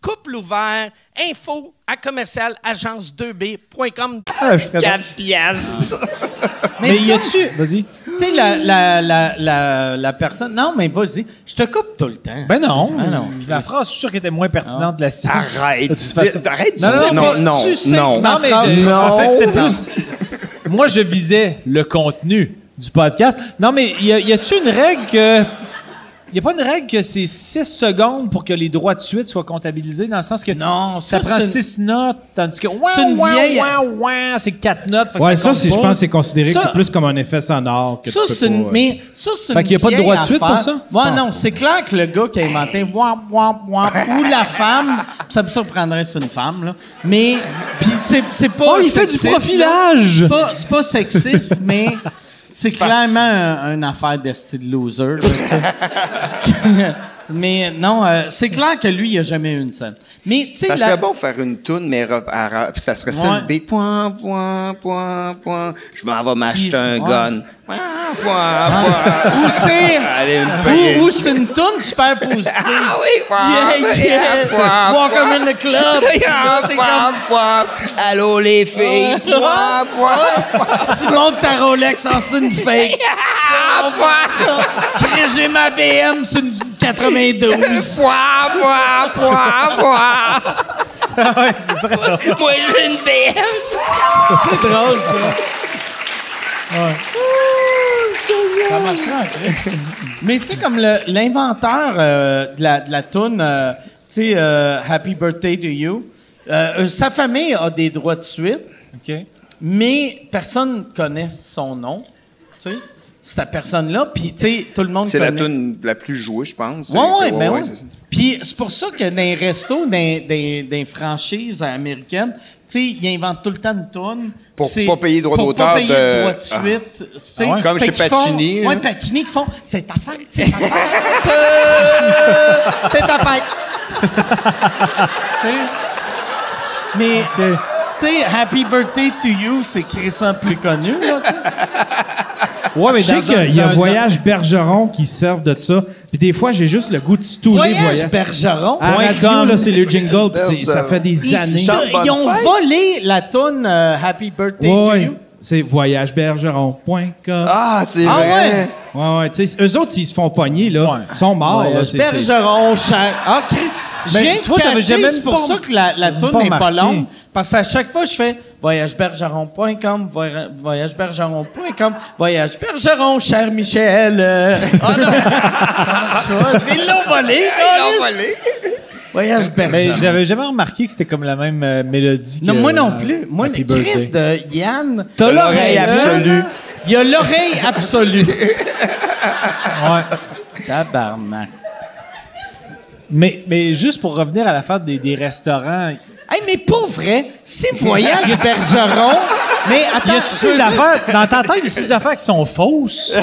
S9: couple ouvert, info à commercial agence2b.com.
S4: Ah, je suis très bon.
S5: 4 piastres.
S2: Mais
S4: Mais
S2: c'est
S4: y
S2: comme-
S4: a-tu. Vas-y.
S2: Tu sais, la, la, la, la, la personne. Non, mais vas-y, je te coupe tout le temps.
S4: Ben non.
S2: Ah non.
S4: La phrase, je suis sûr qu'elle était moins pertinente de la tienne.
S5: Arrête.
S4: De toute façon-
S5: dis- Arrête.
S4: Non,
S5: dis-
S4: non,
S5: non,
S4: pas-
S5: non,
S2: tu sais
S5: non.
S2: que ma
S4: Non, mais
S2: phrase-
S4: je-
S5: Non.
S4: en fait, c'est plus. Moi, je visais le contenu du podcast. Non, mais y a- y a-tu une règle que Il n'y a pas une règle que c'est 6 secondes pour que les droits de suite soient comptabilisés, dans le sens que
S2: Non,
S4: ça,
S2: ça,
S4: prend
S2: c'est une-
S4: 6 notes, tandis que ouah,
S2: C'est une
S4: ouah,
S2: vieille-
S4: ouah, ouah, c'est 4 notes. fait que
S8: Ouais, ça,
S4: compte
S8: c'est- je
S4: pas.
S8: pense que c'est considéré
S2: Ça-
S8: plus comme un effet sonore. Que
S2: Ça,
S8: tu peux
S2: c'est
S8: pas,
S2: une.
S8: euh,
S2: Mais ça, c'est
S4: Fait
S2: une
S4: qu'il y a pas de
S2: vieille
S4: droit de suite pour
S2: affaire.
S4: ça? Ah.
S2: Ouais, non, c'est clair que le gars qui a inventé wap, wap, wap, ou la femme, ça me surprendrait si c'est une femme, là. Mais, puis c'est, c'est pas.
S4: Oh, il fait du
S2: sexiste, là.
S4: profilage!
S2: C'est pas, c'est pas sexiste, mais c'est clairement un- une affaire de style loser, là, tu sais. Mais non, euh, c'est clair que lui, il a jamais eu une scène. Mais, tu sais,
S5: Ça
S2: la-
S5: serait bon faire une toune, mais re- à- à- ça serait ça
S2: Ouais.
S5: le beat. Point, point, point, point. Je m'en vais
S2: Qui,
S5: m'acheter un
S2: ouais.
S5: gun. Point, point, point.
S2: Ou c'est.
S5: Allez, me payer.
S2: Ou, ou c'est une toune super positive.
S5: Ah oui,
S2: Yeah,
S5: point,
S2: yeah.
S5: yeah, point,
S2: Welcome
S5: point.
S2: in the club.
S5: Yeah,
S2: T'es
S5: point, point. Allô les filles.
S2: Oh.
S5: Point, point, point.
S2: comme, Tu montes ta Rolex, ah, c'est une fake.
S5: Ah, point,
S2: J'ai ma BM, c'est une 92.
S5: point, point, point, point. Moi, j'ai une BM.
S2: C'est drôle, ça.
S4: Ça marchera après.
S2: Mais tu sais, comme le- l'inventeur euh, de la, de la toune, euh, tu sais, euh, Happy Birthday to You, euh, euh, sa famille a des droits de suite,
S4: OK.
S2: mais personne connaît son nom. Tu sais, cette personne-là, puis tu sais, tout le monde
S5: C'est
S2: connaît.
S5: la tune la plus jouée, je pense.
S2: Ouais, ouais, ben ouais.
S5: c'est ça.
S2: Puis c'est pour ça que dans les restos, dans, dans- dans les franchises américaines, tu sais, ils inventent tout le temps une toune.
S5: Pour
S2: C'est-
S5: pas payer droit
S2: pour pas
S5: d'auteur
S2: payer
S5: de-
S2: droit de suite. tu sais.
S5: Ah ouais? Comme
S2: Ben Fait
S5: chez
S2: qu'ils font-
S5: Pacini,
S2: Ouais,
S5: là.
S2: Pacini qui font c'est ta fête, c'est ta fête. euh, c'est ta fête. Tu sais? Mais tu sais, Happy Birthday to You, c'est Christian plus connu là. tu sais.
S8: Ouais, mais je sais
S2: dans un-
S8: qu'il y a
S2: dans un-
S8: Voyage Bergeron qui servent de ça. Puis des fois, j'ai juste le goût de stouler
S2: Voyage
S8: Voyage.
S2: Bergeron.
S8: À
S2: Point
S8: radio,
S2: com.
S8: là, c'est le jingle, puis c'est- ça fait des
S2: Ils,
S8: années.
S2: se-
S5: Bonne
S2: ils ont
S5: fête.
S2: volé la toune euh, Happy Birthday
S8: Ouais,
S2: to
S8: ouais.
S2: You.
S8: c'est voyagebergeron.com.
S5: Ah, c'est
S2: Ah
S5: vrai.
S2: ouais.
S8: Ouais, ouais, tu sais, eux autres, ils se font pogner, là. Ils sont morts, là. Ah, c'est- c'est-
S2: euh, Bergeron, cher. OK. Je
S8: Ben,
S2: viens de
S8: tu vois, j'avais
S2: catcher,
S8: jamais
S2: c'est pour
S8: pas-
S2: ça que la, la toune
S8: pas
S2: n'est pas
S8: marqué.
S2: longue. Parce qu'à chaque fois, je fais voyagebergeron.com, voy- voyagebergeron.com, voyagebergeron, cher Michel. euh. Oh
S5: Ah,
S2: non! Ils l'ont volé,
S5: Ils l'ont volé.
S2: Voyage
S4: Mais j'avais jamais remarqué que c'était comme la même euh, mélodie.
S2: Non,
S4: que,
S2: moi non
S4: euh,
S2: plus. Moi,
S4: Happy
S2: le Chris
S4: Birthday.
S2: de Yann. hein?
S5: T'as l'oreille absolue.
S2: Il y a l'oreille absolue.
S4: Ouais.
S2: Tabarnak.
S4: Mais, mais juste pour revenir à l'affaire des, des restaurants,
S2: Hey, mais pour vrai, c'est Voyage Bergeron, mais
S4: y
S2: attends,
S4: a-tu des affaires, dans ta tête, y a-tu des affaires qui sont fausses?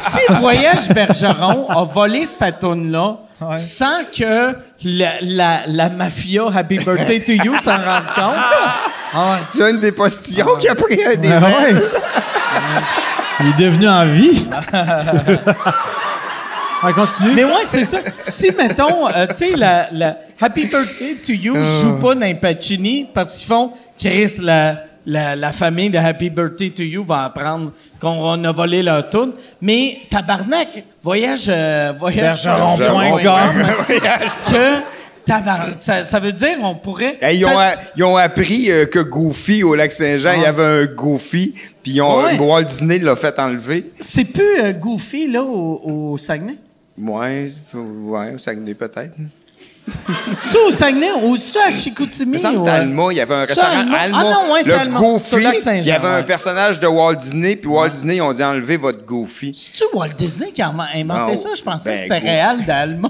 S2: si Voyage Bergeron a volé cette toune-là sans que la, la, la mafia Happy Birthday to You s'en rende compte,
S5: C'est une des postillons qui a pris un des
S2: Ben
S5: ailes.
S4: Il est devenu en vie. On continue.
S2: mais ouais, c'est ça. Si, mettons, euh, tu sais, la, la Happy Birthday to You
S5: Euh.
S2: joue pas dans Pacini parce qu'ils font Chris, la, la, la famille de Happy Birthday to You va apprendre qu'on a volé leur toune. Mais tabarnak, voyage, euh, voyage.
S4: Bergeron.com.
S2: que tabarnak. Ça, ça veut dire on pourrait.
S5: Hey, ils, ont,
S2: ça-
S5: a- ils ont appris euh, que Goofy au lac Saint-Jean, il y avait un Goofy, puis ils ont,
S2: Ah. Ouais.
S5: Walt Disney l'a fait enlever.
S2: C'est plus euh, goofy là au, au Saguenay.
S5: Ouais, ouais, au Saguenay peut-être.
S2: Ça au Saguenay ou ça à Chicoutimi.
S5: Il me semble que
S2: ou,
S5: c'était
S2: euh,
S5: Alma, il y avait
S2: ça,
S5: un restaurant
S2: Alma.
S5: Alma.
S2: Ah non, ouais, c'est
S5: le
S2: Alma. Sur le
S5: Goofy,
S2: lac Saint-Jean,
S5: il y avait
S2: ouais.
S5: un personnage de Walt Disney, puis Walt Disney, ils ont dit enlever votre Goofy.
S2: C'est-tu Walt Disney qui a inventé
S5: Non.
S2: ça? Je pensais
S5: Ben,
S2: que c'était
S5: goofy.
S2: Réal d'Alma.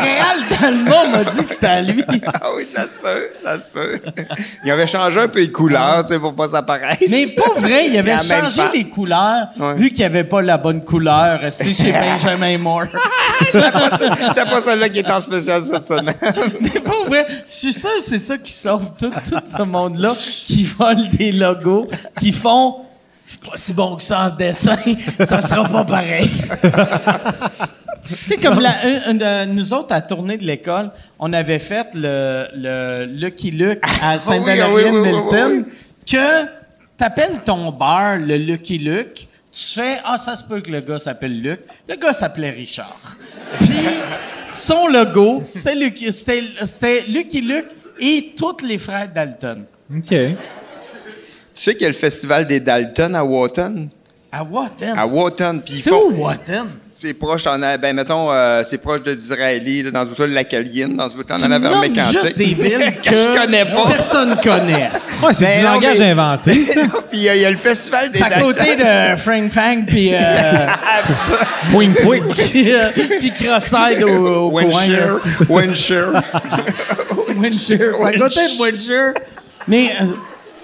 S2: Réal d'Alma m'a dit que c'était à lui.
S5: Ah oui, ça se peut, ça se peut. Ils avaient changé un peu les couleurs, tu sais, pour pas que ça paraisse.
S2: Mais pas vrai, il avait
S5: La même
S2: changé
S5: face.
S2: les couleurs
S5: Ouais.
S2: vu qu'il n'y avait pas la bonne couleur resté chez Benjamin Moore.
S5: C'était pas celle-là qui est en spécial cette semaine.
S2: Mais pour vrai, je suis sûr que c'est ça qui sauve tout, tout ce monde-là, qui vole des logos, qui font « Je suis pas si bon que ça en dessin, ça sera pas pareil. » Tu sais, comme la- un- un de- nous autres, à la tournée de l'école, on avait fait le, le Lucky Luke à saint
S5: oui, ah
S2: valérien
S5: oui, oui, oui,
S2: milton
S5: oui,
S2: que t'appelles ton bar le Lucky Luke, tu fais « Ah, ça se peut que le gars s'appelle Luc. » Le gars s'appelait Richard. Puis son logo, c'était Lucky, c'était, c'était Lucky Luke et tous les frères Dalton.
S4: OK.
S5: Tu sais qu'il y a le festival des Dalton à Wotton?
S2: À Wotton.
S5: à Wotton. Puis Ah, ils
S2: C'est
S5: font-
S2: où Wotton?
S5: C'est proche, en, a- ben mettons, euh, c'est proche de d'Israéli, là, dans ce bout-là, de la Caline, dans ce bout-là,
S2: Tu
S5: en avait
S2: nommes juste des villes que,
S5: que je connais pas.
S2: personne Ah, connaît.
S4: Ouais, c'est
S5: Ben
S4: du
S5: non,
S4: langage
S5: mais-
S4: inventé. ça.
S5: Puis euh, il y a le festival des
S2: C'est à
S5: Dal-
S2: côté de Frank Fang puis euh,
S4: Pouing, pouing.
S2: puis, euh, puis Cross-Eyed au, au coin.
S5: Winshire.
S2: là.
S5: Winshire.
S2: Windsure. C'est à côté de Windsure. Mais euh,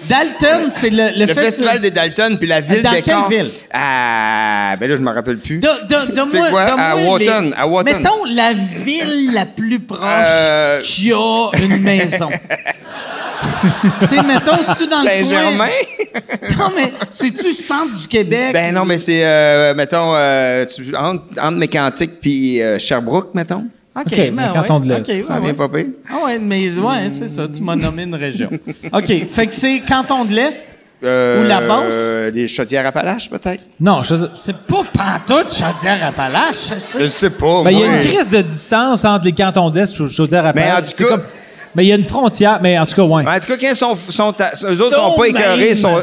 S2: Dalton, c'est le, le,
S5: Le
S2: festi-
S5: festival des Dalton, puis la ville
S2: Dans
S5: des
S2: quelle
S5: Cons.
S2: ville?
S5: Ah, ben là, je me rappelle plus.
S2: Do- do- do-
S5: C'est
S2: moi-
S5: quoi?
S2: donne-moi
S5: À
S2: les-
S5: Wotton, à Wotton.
S2: Mettons la ville la plus proche
S5: Euh.
S2: qui a une maison. tu sais, mettons, c'est-tu dans le coin?
S5: Saint-Germain?
S2: Non, mais c'est-tu centre du Québec?
S5: Ben non, mais c'est, euh, mettons, euh, tu, entre, entre Mécantic puis euh, Sherbrooke, mettons.
S2: OK,
S4: Ok,
S2: ben
S4: mais canton
S2: ouais,
S4: de l'Est,
S2: ok,
S5: Ça
S2: ouais,
S5: vient
S2: ouais.
S5: pas pire.
S2: Ah ouais, mais ouais, c'est ça, tu m'as nommé une région. OK, fait que c'est canton de l'Est?
S5: Euh,
S2: Ou La Beauce?
S5: euh, Les Chaudières-Appalaches, peut-être?
S4: Non, je
S2: C'est pas pantoute Chaudière-Appalaches, c'est
S5: Je sais pas,
S4: Ben, il y
S5: moi.
S4: a une crise de distance entre les cantons d'Est et Chaudière-Appalaches.
S5: Mais en tout
S4: C'est
S5: cas-
S4: mais il y a une frontière, mais en tout cas, ouais.
S5: Mais Ben, en tout cas, quand ils sont, sont à- eux autres sont pas écœurés, ils sont,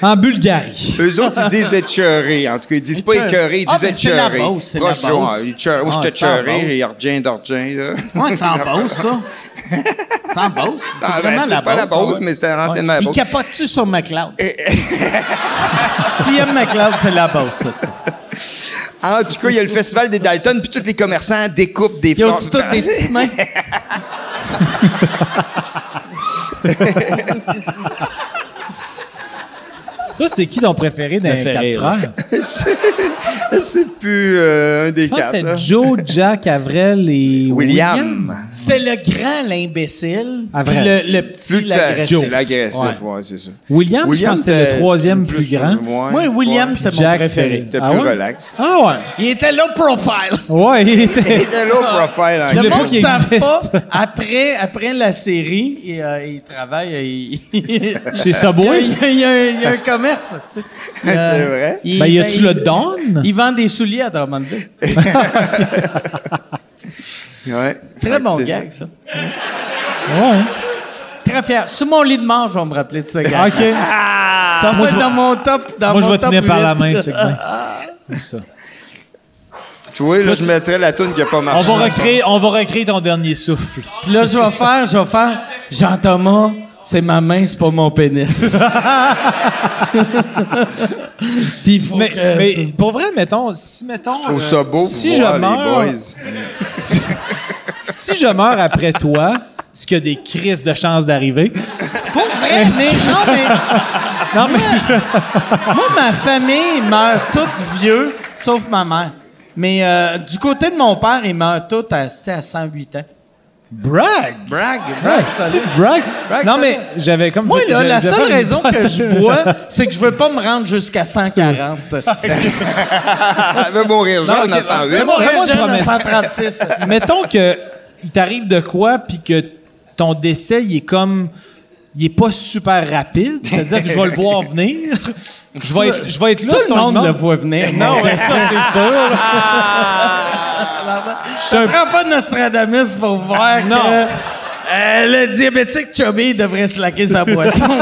S4: En Bulgarie.
S5: eux autres, ils disent écœurés. En tout cas, ils disent pas
S2: Écœurés.
S5: écœurés, ils
S2: Ah,
S5: disent
S2: ben, c'est la
S5: écœurés.
S2: Beauce, c'est la
S5: Proche du-
S2: Beauce.
S5: ouais, écœuré. Moi,
S4: Ah,
S5: j'étais
S4: c'est en
S5: écœuré,
S4: Beauce.
S5: et Ardien d'Ardien, là.
S2: Ouais, c'est en Beauce, ça. C'est en Beauce. C'est
S5: Ah, ben,
S2: vraiment
S5: c'est
S2: la
S5: pas la
S2: Beauce,
S5: Beauce,
S2: ouais.
S5: mais c'est anciennement la
S2: Il
S5: Beauce.
S2: capote-tu sur McLeod? S'il aime McLeod, c'est la Beauce, ça. ça.
S5: Ah, En tout cas, il y a le festival des Dalton, puis tous les commerçants découpent des
S2: Ils ont
S5: formes.
S2: toutes des petites mains.
S4: Toi, c'était qui ton préféré d'un
S2: Préféré,
S4: quatre frères?
S5: C'est plus euh, un des
S4: Je pense que
S5: quatre. là.
S4: c'était Joe, Jack, Avril et William.
S5: William.
S2: C'était le grand, l'imbécile.
S4: Ah,
S2: puis
S4: vrai.
S2: Le, le petit,
S5: Plus que ça,
S2: l'agressif.
S5: c'est l'agressif, ouais, c'est ça.
S4: William, je pense que c'était le troisième plus, grand.
S5: ouais,
S2: Moi, William,
S5: ouais.
S2: c'est mon
S4: Jack,
S2: préféré.
S4: c'était-
S5: T'es
S4: Ah
S5: plus
S4: ouais?
S5: relax.
S4: Ah
S2: Il était low profile.
S4: ouais. Ouais, il était.
S5: Et de low
S4: Ah.
S5: profile. hein.
S2: Le
S4: voulais pas
S2: monde ne
S4: qu'il
S2: savent pas,
S4: existe.
S2: après, après la série, il, euh, il travaille... euh, il-
S4: Chez Subway?
S2: Il y a- il y a, un- il y a un commerce, ça, c'est
S5: C'est vrai?
S2: Euh, il-
S4: Ben, y a-tu
S2: ben,
S4: le Don?
S2: Il vend des souliers à Drummondville.
S5: Ouais.
S2: Très
S5: Ouais,
S2: bon
S5: c'est
S2: gag, ça.
S4: Ouais.
S2: Très fier. Sur mon lit de mort, je vais me rappeler de ce gag.
S4: OK.
S2: Ça va être dans mon top. Dans
S4: Moi, je
S2: mon
S4: vais
S2: top
S4: tenir par la
S2: huit.
S4: main, check bien.
S2: Ah,
S4: Comme ça.
S5: ça. Tu vois, là, je mettrais la toune qui a pas
S4: On
S5: marché.
S4: va recréer, on va recréer ton dernier souffle.
S2: Puis là, je vais faire, je vais faire. Jean-Thomas, c'est ma main, c'est pas mon pénis. Puis il faut
S4: Mais,
S2: que.
S4: mais
S2: tu-
S4: pour vrai, mettons, si mettons,
S5: Je trouve
S4: euh,
S5: ça beau pour
S4: si
S5: voir
S4: je
S5: les
S4: meurs,
S5: boys.
S4: si, si je meurs après toi, ce qui a des crises de chance d'arriver.
S2: Pour vrai, mais non, mais
S4: Non mais je-
S2: moi, ma famille meurt toute vieux, sauf ma mère. Mais euh, du côté de mon père, il meurt tout à, tu sais, à 108 ans.
S4: brag,
S2: Brag,
S4: brag,
S2: brag, ça,
S4: c'est brag.
S2: Brag,
S4: non
S2: ça
S4: mais j'avais comme
S2: Moi, là,
S4: je-
S2: la
S4: je vais
S2: seule
S4: faire une
S2: raison
S4: patate.
S2: que je bois, c'est que je veux pas me rendre jusqu'à 140.
S5: Ah, Elle veut mourir jeune à 108.
S4: bon. fais-moi une
S2: jeune à
S4: promesse.
S2: 136.
S4: mettons que il t'arrive de quoi puis que ton décès il est comme il est pas super rapide, c'est-à-dire que je vais le voir venir. Je vais être, je vais être là.
S2: Tout
S4: sur
S2: le
S4: ton
S2: monde
S4: demande.
S2: le voit venir.
S4: Non, mais ça c'est sûr.
S2: Je ne prends pas de Nostradamus pour voir
S4: Non.
S2: que euh, le diabétique Chubby devrait se laquer sa boisson.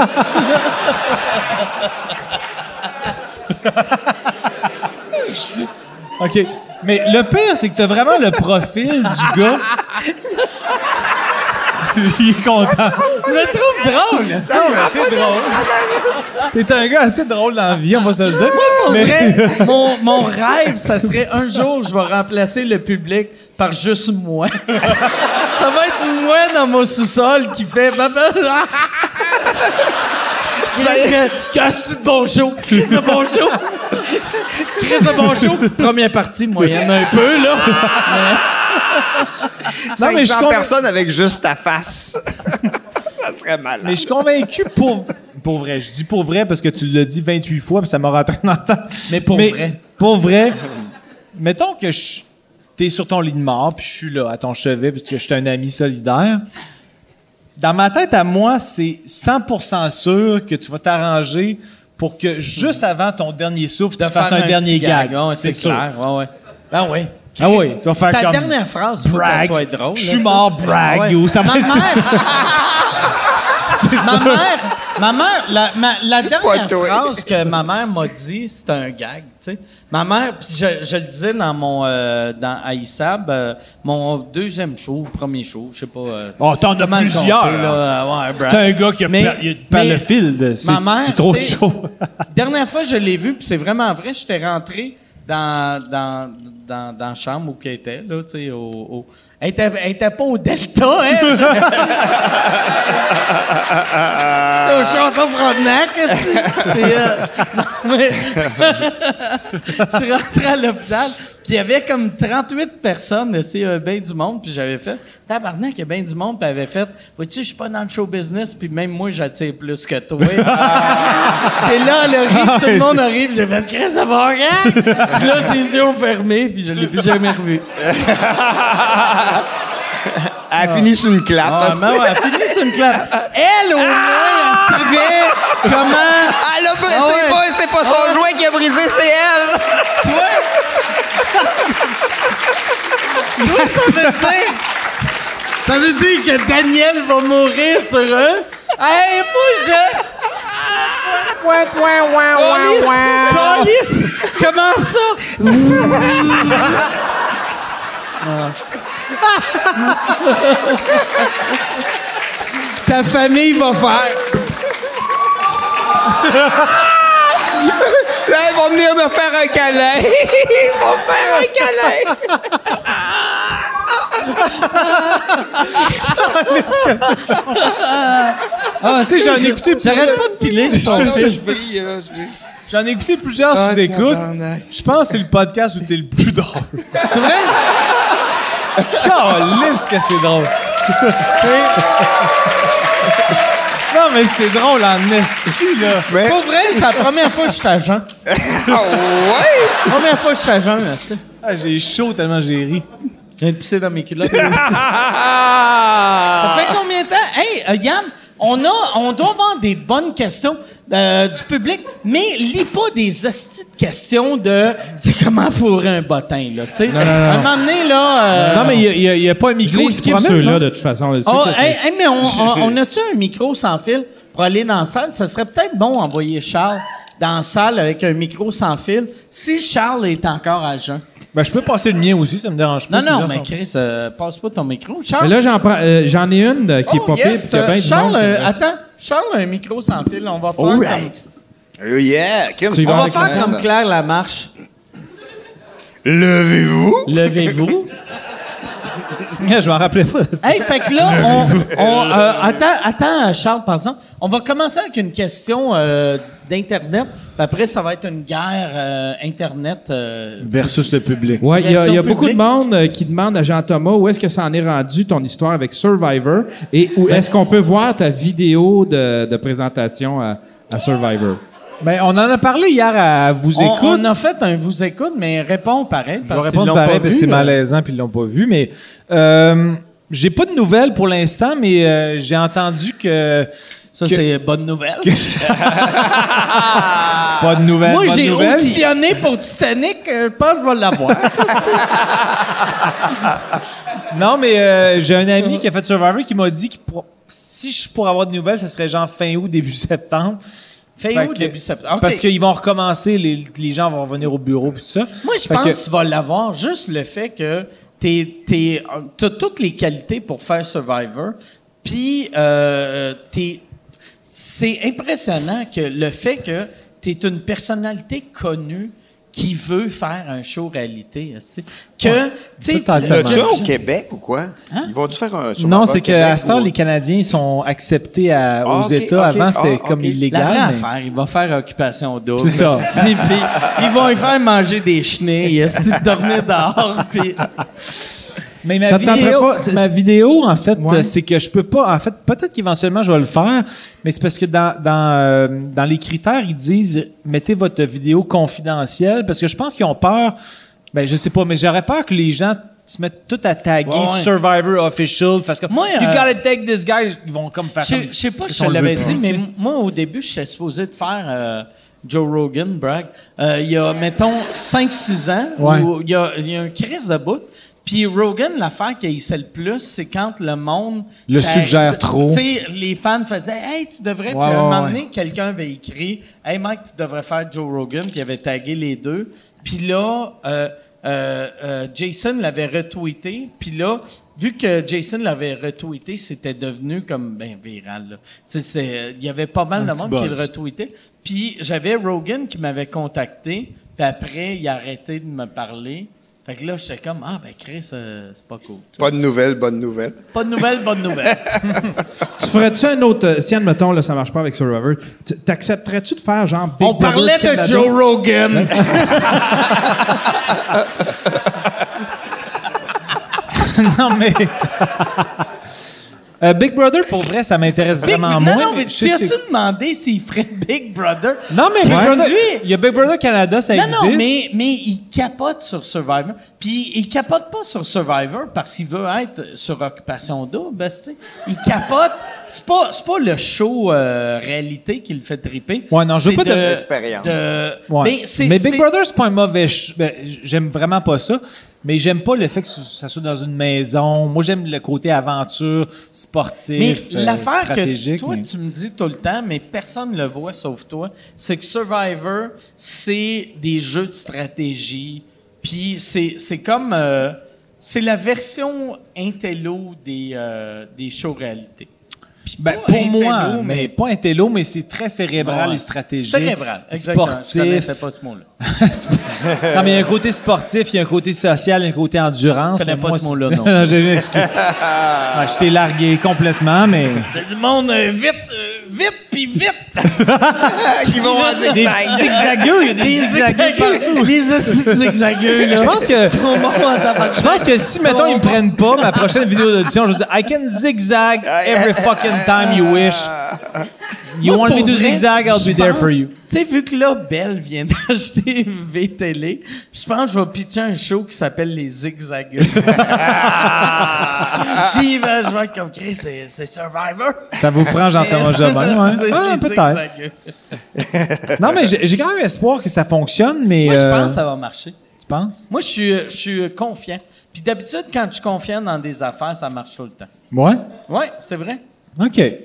S4: OK. Mais le pire, c'est que t'as vraiment le profil du gars. Il est content.
S2: Je le trouve drôle.
S5: Ça me rappelle
S4: T'es un gars assez drôle dans la vie, on va se le dire.
S2: Pour
S4: Mais-
S2: vrai, mon, mon rêve, ça serait un jour, je vais remplacer le public par juste moi. ça va être moi dans mon sous-sol qui fait.
S5: Ça y est.
S2: Qu'est-ce que c'est de bon show? Chris de bon show! Chris de bon show! Première partie, moyenne un peu, là.
S5: 500
S4: convainc-
S5: personnes avec juste ta face. ça serait mal.
S4: Mais je suis convaincu pour, pour vrai. Je dis pour vrai parce que tu l'as dit 28 fois, puis ça m'a rentré dans la tête.
S2: Mais pour vrai.
S4: Pour vrai. mettons que je, t'es sur ton lit de mort, puis je suis là, à ton chevet, parce que je suis un ami solidaire. Dans ma tête, à moi, c'est 100% sûr que tu vas t'arranger pour que juste avant ton dernier souffle, tu fasses un, dernier
S2: petit
S4: gag.
S2: Ouais, c'est
S4: sûr.
S2: clair. Ouais, ouais. Ben oui.
S4: Ah oui, tu vas faire
S2: Ta
S4: comme-
S2: dernière phrase, faut qu'elle
S4: Brag.
S2: soit drôle.
S4: Je
S2: là,
S4: suis
S2: ça.
S4: mort, brag.
S2: Ouais.
S4: Ou ça
S2: Ma
S4: va être-
S2: mère,
S4: c'est
S2: Ma
S4: sûr.
S2: mère, Ma mère, la, ma- la dernière
S5: toi.
S2: phrase que ma mère m'a dit, c'était un gag, tu sais. Ma mère, puis je, je le disais dans mon, euh, dans à Issab, euh, mon deuxième show, premier show, je sais pas. euh,
S4: Oh, t'en as
S2: comment le
S4: plusieurs,
S2: compter,
S4: hein.
S2: là, euh, ouais, Brad.
S4: T'as un gars qui a,
S2: Mais-
S4: pa- il a
S2: mais-
S4: le fil.
S2: Ma mère,
S4: C'est trop
S2: tu sais,
S4: chaud.
S2: dernière fois, je l'ai vu, puis c'est vraiment vrai. J'étais rentré dans, dans, dans, dans la chambre où qu'elle était, là, tu sais, au, au- Elle, était, elle était pas au Delta, hein? elle! au Château Frontenac, est-ce que- Puis, euh, non, mais- Je suis rentré à l'hôpital, puis il y avait comme 38 personnes, tu sais, euh, ben du monde, puis j'avais fait... Tabarnak, il y a ben du monde, puis elle avait fait... Vois-tu, je suis pas dans le show business, puis même moi, j'attire plus que toi. Puis là, le rire,
S4: Ah,
S2: tout le monde arrive, j'ai fait Chris de bon gag! Puis là, ses yeux ont fermé, puis je l'ai plus jamais revu.
S5: Elle finit sur une clap.
S2: Ah,
S5: hostie.
S2: mais ouais, elle finit sur une clap. Elle, au moins, elle savait comment.
S5: Elle a brisé,
S2: Ah ouais.
S5: pas- ben, c'est pas son joint qui a brisé, c'est elle.
S2: Toi, ça veut dire. Ça veut dire que Daniel va mourir sur un. Hey, moi, je. Calice! Calice! Comment ça? Ah. Ta famille va faire.
S5: Là, ils vont venir me faire un câlin. Ils vont me faire un câlin.
S2: Ah,
S4: Tu sais, j'en ai écouté
S2: J'arrête pas de piler sur ton
S4: Je-
S2: fil.
S4: je- J'en ai écouté plusieurs
S5: Ah,
S4: sous écoute.
S5: tabarnak.
S4: Je pense que c'est le podcast où t'es le plus drôle.
S2: C'est vrai?
S4: Calisse que c'est drôle. c'est... Non, mais c'est drôle en esti, là.
S5: Mais,
S2: Pour vrai, c'est la première fois que je suis agent.
S5: ah ouais.
S2: Première fois que je suis agent, merci.
S4: Ah, j'ai chaud tellement j'ai ri.
S2: J'ai pissé dans mes culottes. Ça fait combien de temps? Hey, euh, Yann, on, a, on doit avoir des bonnes questions euh, du public, mais lis pas des hosties de questions de c'est comment fourrer un bottin, là, tu sais. À un moment donné, là. euh,
S4: non, mais il n'y a, pas un
S2: Je
S4: micro
S2: les
S4: qui
S2: skip,
S4: promène,
S2: ceux-là,
S4: non? de toute façon.
S2: oh, hey, hey, mais on, on- on a-tu un micro sans fil pour aller dans la salle? Ça serait peut-être bon envoyer Charles dans la salle avec un micro sans fil si Charles est encore agent.
S4: Ben, je peux passer le mien aussi, ça me dérange pas.
S2: Non, non, mais Chris, euh, passe pas ton micro. Charles,
S4: là, j'en, prends, euh, j'en ai une euh,
S2: Oh,
S4: qui est pas
S2: yes,
S4: pire, puis qu'il y a
S2: euh,
S4: bien du
S2: Charles,
S4: monde qui
S2: euh,
S4: me reste.
S2: attends, Charles a un micro sans fil, on va faire comme,
S5: Alright. Oh yeah. Kim,
S4: Tu y
S5: on
S4: vas
S2: on va
S5: va
S4: avec
S5: faire
S2: faire
S5: ça.
S2: comme Claire Lamarche.
S5: Levez-vous.
S2: Levez-vous.
S4: Je m'en rappelais pas. de ça.
S2: hey, fait que là, on, on, euh, attends, attends, Charles, par exemple, on va commencer avec une question euh, d'internet, puis après ça va être une guerre euh, internet. euh,
S4: Versus le public.
S3: Ouais, il y a,
S2: Réaction
S3: il y a beaucoup de
S2: publique.
S3: monde euh, qui demande à Jean-Thomas où est-ce que ça en est rendu ton histoire avec Survivor et où est-ce qu'on peut voir ta vidéo de, de présentation à, à Survivor.
S4: Ben, on en a parlé hier à Vous
S2: on,
S4: Écoute.
S2: on a fait un vous écoute, mais réponds pareil.
S4: Je vais
S2: Parce qu'ils
S4: répondre
S2: l'ont
S4: pareil,
S2: pas
S4: parce
S2: vu,
S4: que c'est
S2: là.
S4: malaisant, puis ils l'ont pas vu. Mais euh, j'ai pas de nouvelles pour l'instant, mais euh, j'ai entendu que
S2: Ça,
S4: Que-
S2: c'est bonne nouvelle.
S4: pas de nouvelles.
S2: Moi,
S4: pas de
S2: j'ai
S4: nouvelles.
S2: auditionné pour Titanic. euh, Je pense que je vais l'avoir.
S4: Non, mais euh, j'ai un ami qui a fait Survivor qui m'a dit que pour- si je pourrais avoir de nouvelles, ce serait genre fin août, début septembre.
S2: Fait
S4: Fait
S2: où
S4: que-
S2: début septembre? Ok.
S4: Parce qu'ils vont recommencer, les, les gens vont revenir au bureau puis tout ça.
S2: Moi, je
S4: Fait
S2: pense
S4: que-
S2: que tu vas l'avoir. Juste le fait que t'es, t'es, euh, t'as toutes les qualités pour faire Survivor. Puis, euh, t'es, c'est impressionnant que le fait que t'es une personnalité connue qui veut faire un show réalité. aussi. Que, tu sais,
S4: Totalement.
S5: L'as-tu
S2: que-
S5: au Québec ou quoi? Ils vont-tu faire un
S4: Non, c'est qu'à ce
S5: Star
S4: temps, les Canadiens sont acceptés à-
S5: Ah,
S4: aux
S5: ok,
S4: États.
S5: ok,
S4: Avant, c'était
S5: ah,
S4: comme
S5: ok.
S4: illégal.
S2: La vraie
S4: mais-
S2: affaire, il va faire occupation double.
S4: C'est ça.
S2: esti, puis ils vont lui faire manger des chenilles, esti, puis dormir dehors, puis...
S4: Mais ma
S2: Ça te tenterait
S4: vidéo,
S2: pas, c'est-
S4: ma vidéo, en fait, euh, c'est que je peux pas. En fait, peut-être qu'éventuellement je vais le faire, mais c'est parce que dans dans, euh, dans les critères ils disent mettez votre vidéo confidentielle parce que je pense qu'ils ont peur. Ben je sais pas, mais j'aurais peur que les gens se mettent tout à taguer
S2: Ouais, ouais.
S4: Survivor official parce que
S2: Moi,
S4: you
S2: euh,
S4: gotta take this guy, ils vont comme faire.
S2: Je
S4: comme-
S2: je sais pas
S4: Parce
S2: si
S4: qu'on
S2: je
S4: le
S2: l'avais dit,
S4: veut
S2: mais
S4: pas, tu sais.
S2: m- moi, au début, j'étais supposé de faire euh, Joe euh, Rogan, brag, euh, il y a, mettons, 5-6 ans,
S4: Ouais.
S2: où il y a, il y a un crise de bout Puis Rogan, l'affaire qui haïssait le plus, c'est quand le monde...
S4: Le
S2: Ben,
S4: suggère trop.
S2: Tu sais, les fans faisaient « Hey, tu devrais... Puis à un
S4: ouais,
S2: moment
S4: ouais.
S2: donné, quelqu'un avait écrit « Hey, Mike, tu devrais faire Joe Rogan. » Puis il avait tagué les deux. Puis là, euh, euh, euh, Jason l'avait retweeté. Puis là, vu que Jason l'avait retweeté, c'était devenu comme ben viral. là. Tu sais, c'est- il y avait pas mal de
S4: petit
S2: monde qui le
S4: buzz.
S2: retweetait. Puis j'avais Rogan qui m'avait contacté. Puis après, il a arrêté de me parler. Fait que là, j'étais comme « Ah, ben Chris, euh, c'est pas cool.
S5: Pas de nouvelles, bonne nouvelle. »
S2: Pas de nouvelles, bonne nouvelle.
S10: Tu ferais-tu un autre. euh, Si, admettons, là, ça marche pas avec Survivor, tu- t'accepterais-tu de faire genre. Big
S2: On
S10: Brother
S2: parlait de
S10: Canada?
S2: Joe Rogan.
S4: non, mais. Euh, Big Brother, pour vrai, ça m'intéresse
S2: Big-
S4: vraiment
S2: non,
S4: moins.
S2: non, mais
S4: Je
S2: tu
S4: sais-
S2: as-tu demandé s'il ferait Big Brother?
S4: Non, mais Big
S2: Ouais.
S4: Brother-
S2: Lui-
S4: il y a Big Brother Canada, ça
S2: Non,
S4: existe.
S2: non, mais, mais il capote sur Survivor. Puis il capote pas sur Survivor parce qu'il veut être sur Occupation Double. ben, tu sais. Il capote. C'est pas, c'est pas le show euh, réalité qui le fait triper.
S4: Ouais, non, je veux
S2: C'est
S4: pas te-
S5: L'expérience.
S2: de-
S4: Ouais.
S2: Mais, c'est-
S4: Mais Big
S2: c'est-
S4: Brother, c'est pas un mauvais. ch- ben, j- j'aime vraiment pas ça. Mais j'aime pas le fait que ça soit dans une maison. Moi, j'aime le côté aventure,
S2: Mais
S4: sportif, euh,
S2: l'affaire que
S4: stratégique.
S2: toi,
S4: mais-
S2: tu me dis tout le temps, mais personne ne le voit sauf toi, c'est que Survivor, c'est des jeux de stratégie. Puis c'est c'est comme... euh, c'est la version intello des, euh, des shows réalité. Puis
S4: Ben,
S2: pas
S4: pour
S2: intello,
S4: moi, mais... pas intello, mais c'est très cérébral
S2: Ouais.
S4: et stratégique.
S2: Cérébral, exactement. Je
S4: Sportif.
S2: connaissais pas ce mot-là.
S4: non, mais il y a un côté sportif, il y a un côté social, il y a un côté endurance.
S2: Je connais
S4: mais
S2: pas
S4: moi,
S2: ce mot-là,
S4: c'est-
S2: non.
S4: j'ai- excuse. Ouais, je t'ai largué complètement, mais.
S2: C'est du monde euh, vite, euh, vite, puis vite!
S5: Ah, Ils vont en dire
S4: Des
S5: cinq.
S4: zigzagueux, il y a des zigzagueux partout.
S2: Les hosties de zigzagueux, là.
S4: Je pense que.
S2: Au moment où on t'a-
S4: Je pense que si, mettons, ils me prennent pas, ma prochaine vidéo d'audition, je dis I can zigzag every fucking time you wish. You
S2: Moi,
S4: want me
S2: pour
S4: to
S2: vrai,
S4: zigzag, I'll
S2: je
S4: be there for
S2: pense-
S4: you.
S2: Tu sais, vu que là, Belle vient d'acheter VTL, je pense que je vais pitcher un show qui s'appelle Les Zigzagueux. Puis, ben, je vais comme Chris, c'est c'est Survivor.
S4: Ça vous prend Jean-Thomas Jobin,
S2: C'est
S4: ouais. Ah,
S2: Les
S4: peut-être.
S2: Zigzagueux.
S4: Non, mais j'ai j'ai quand même espoir que ça fonctionne, mais.
S2: Moi, je pense
S4: euh,
S2: que ça va marcher.
S4: Tu penses?
S2: Moi, je suis, je suis confiant. Puis d'habitude, quand je suis confiant dans des affaires, ça marche tout le temps.
S4: Ouais.
S2: Ouais, c'est vrai.
S4: OK.
S2: Ouais.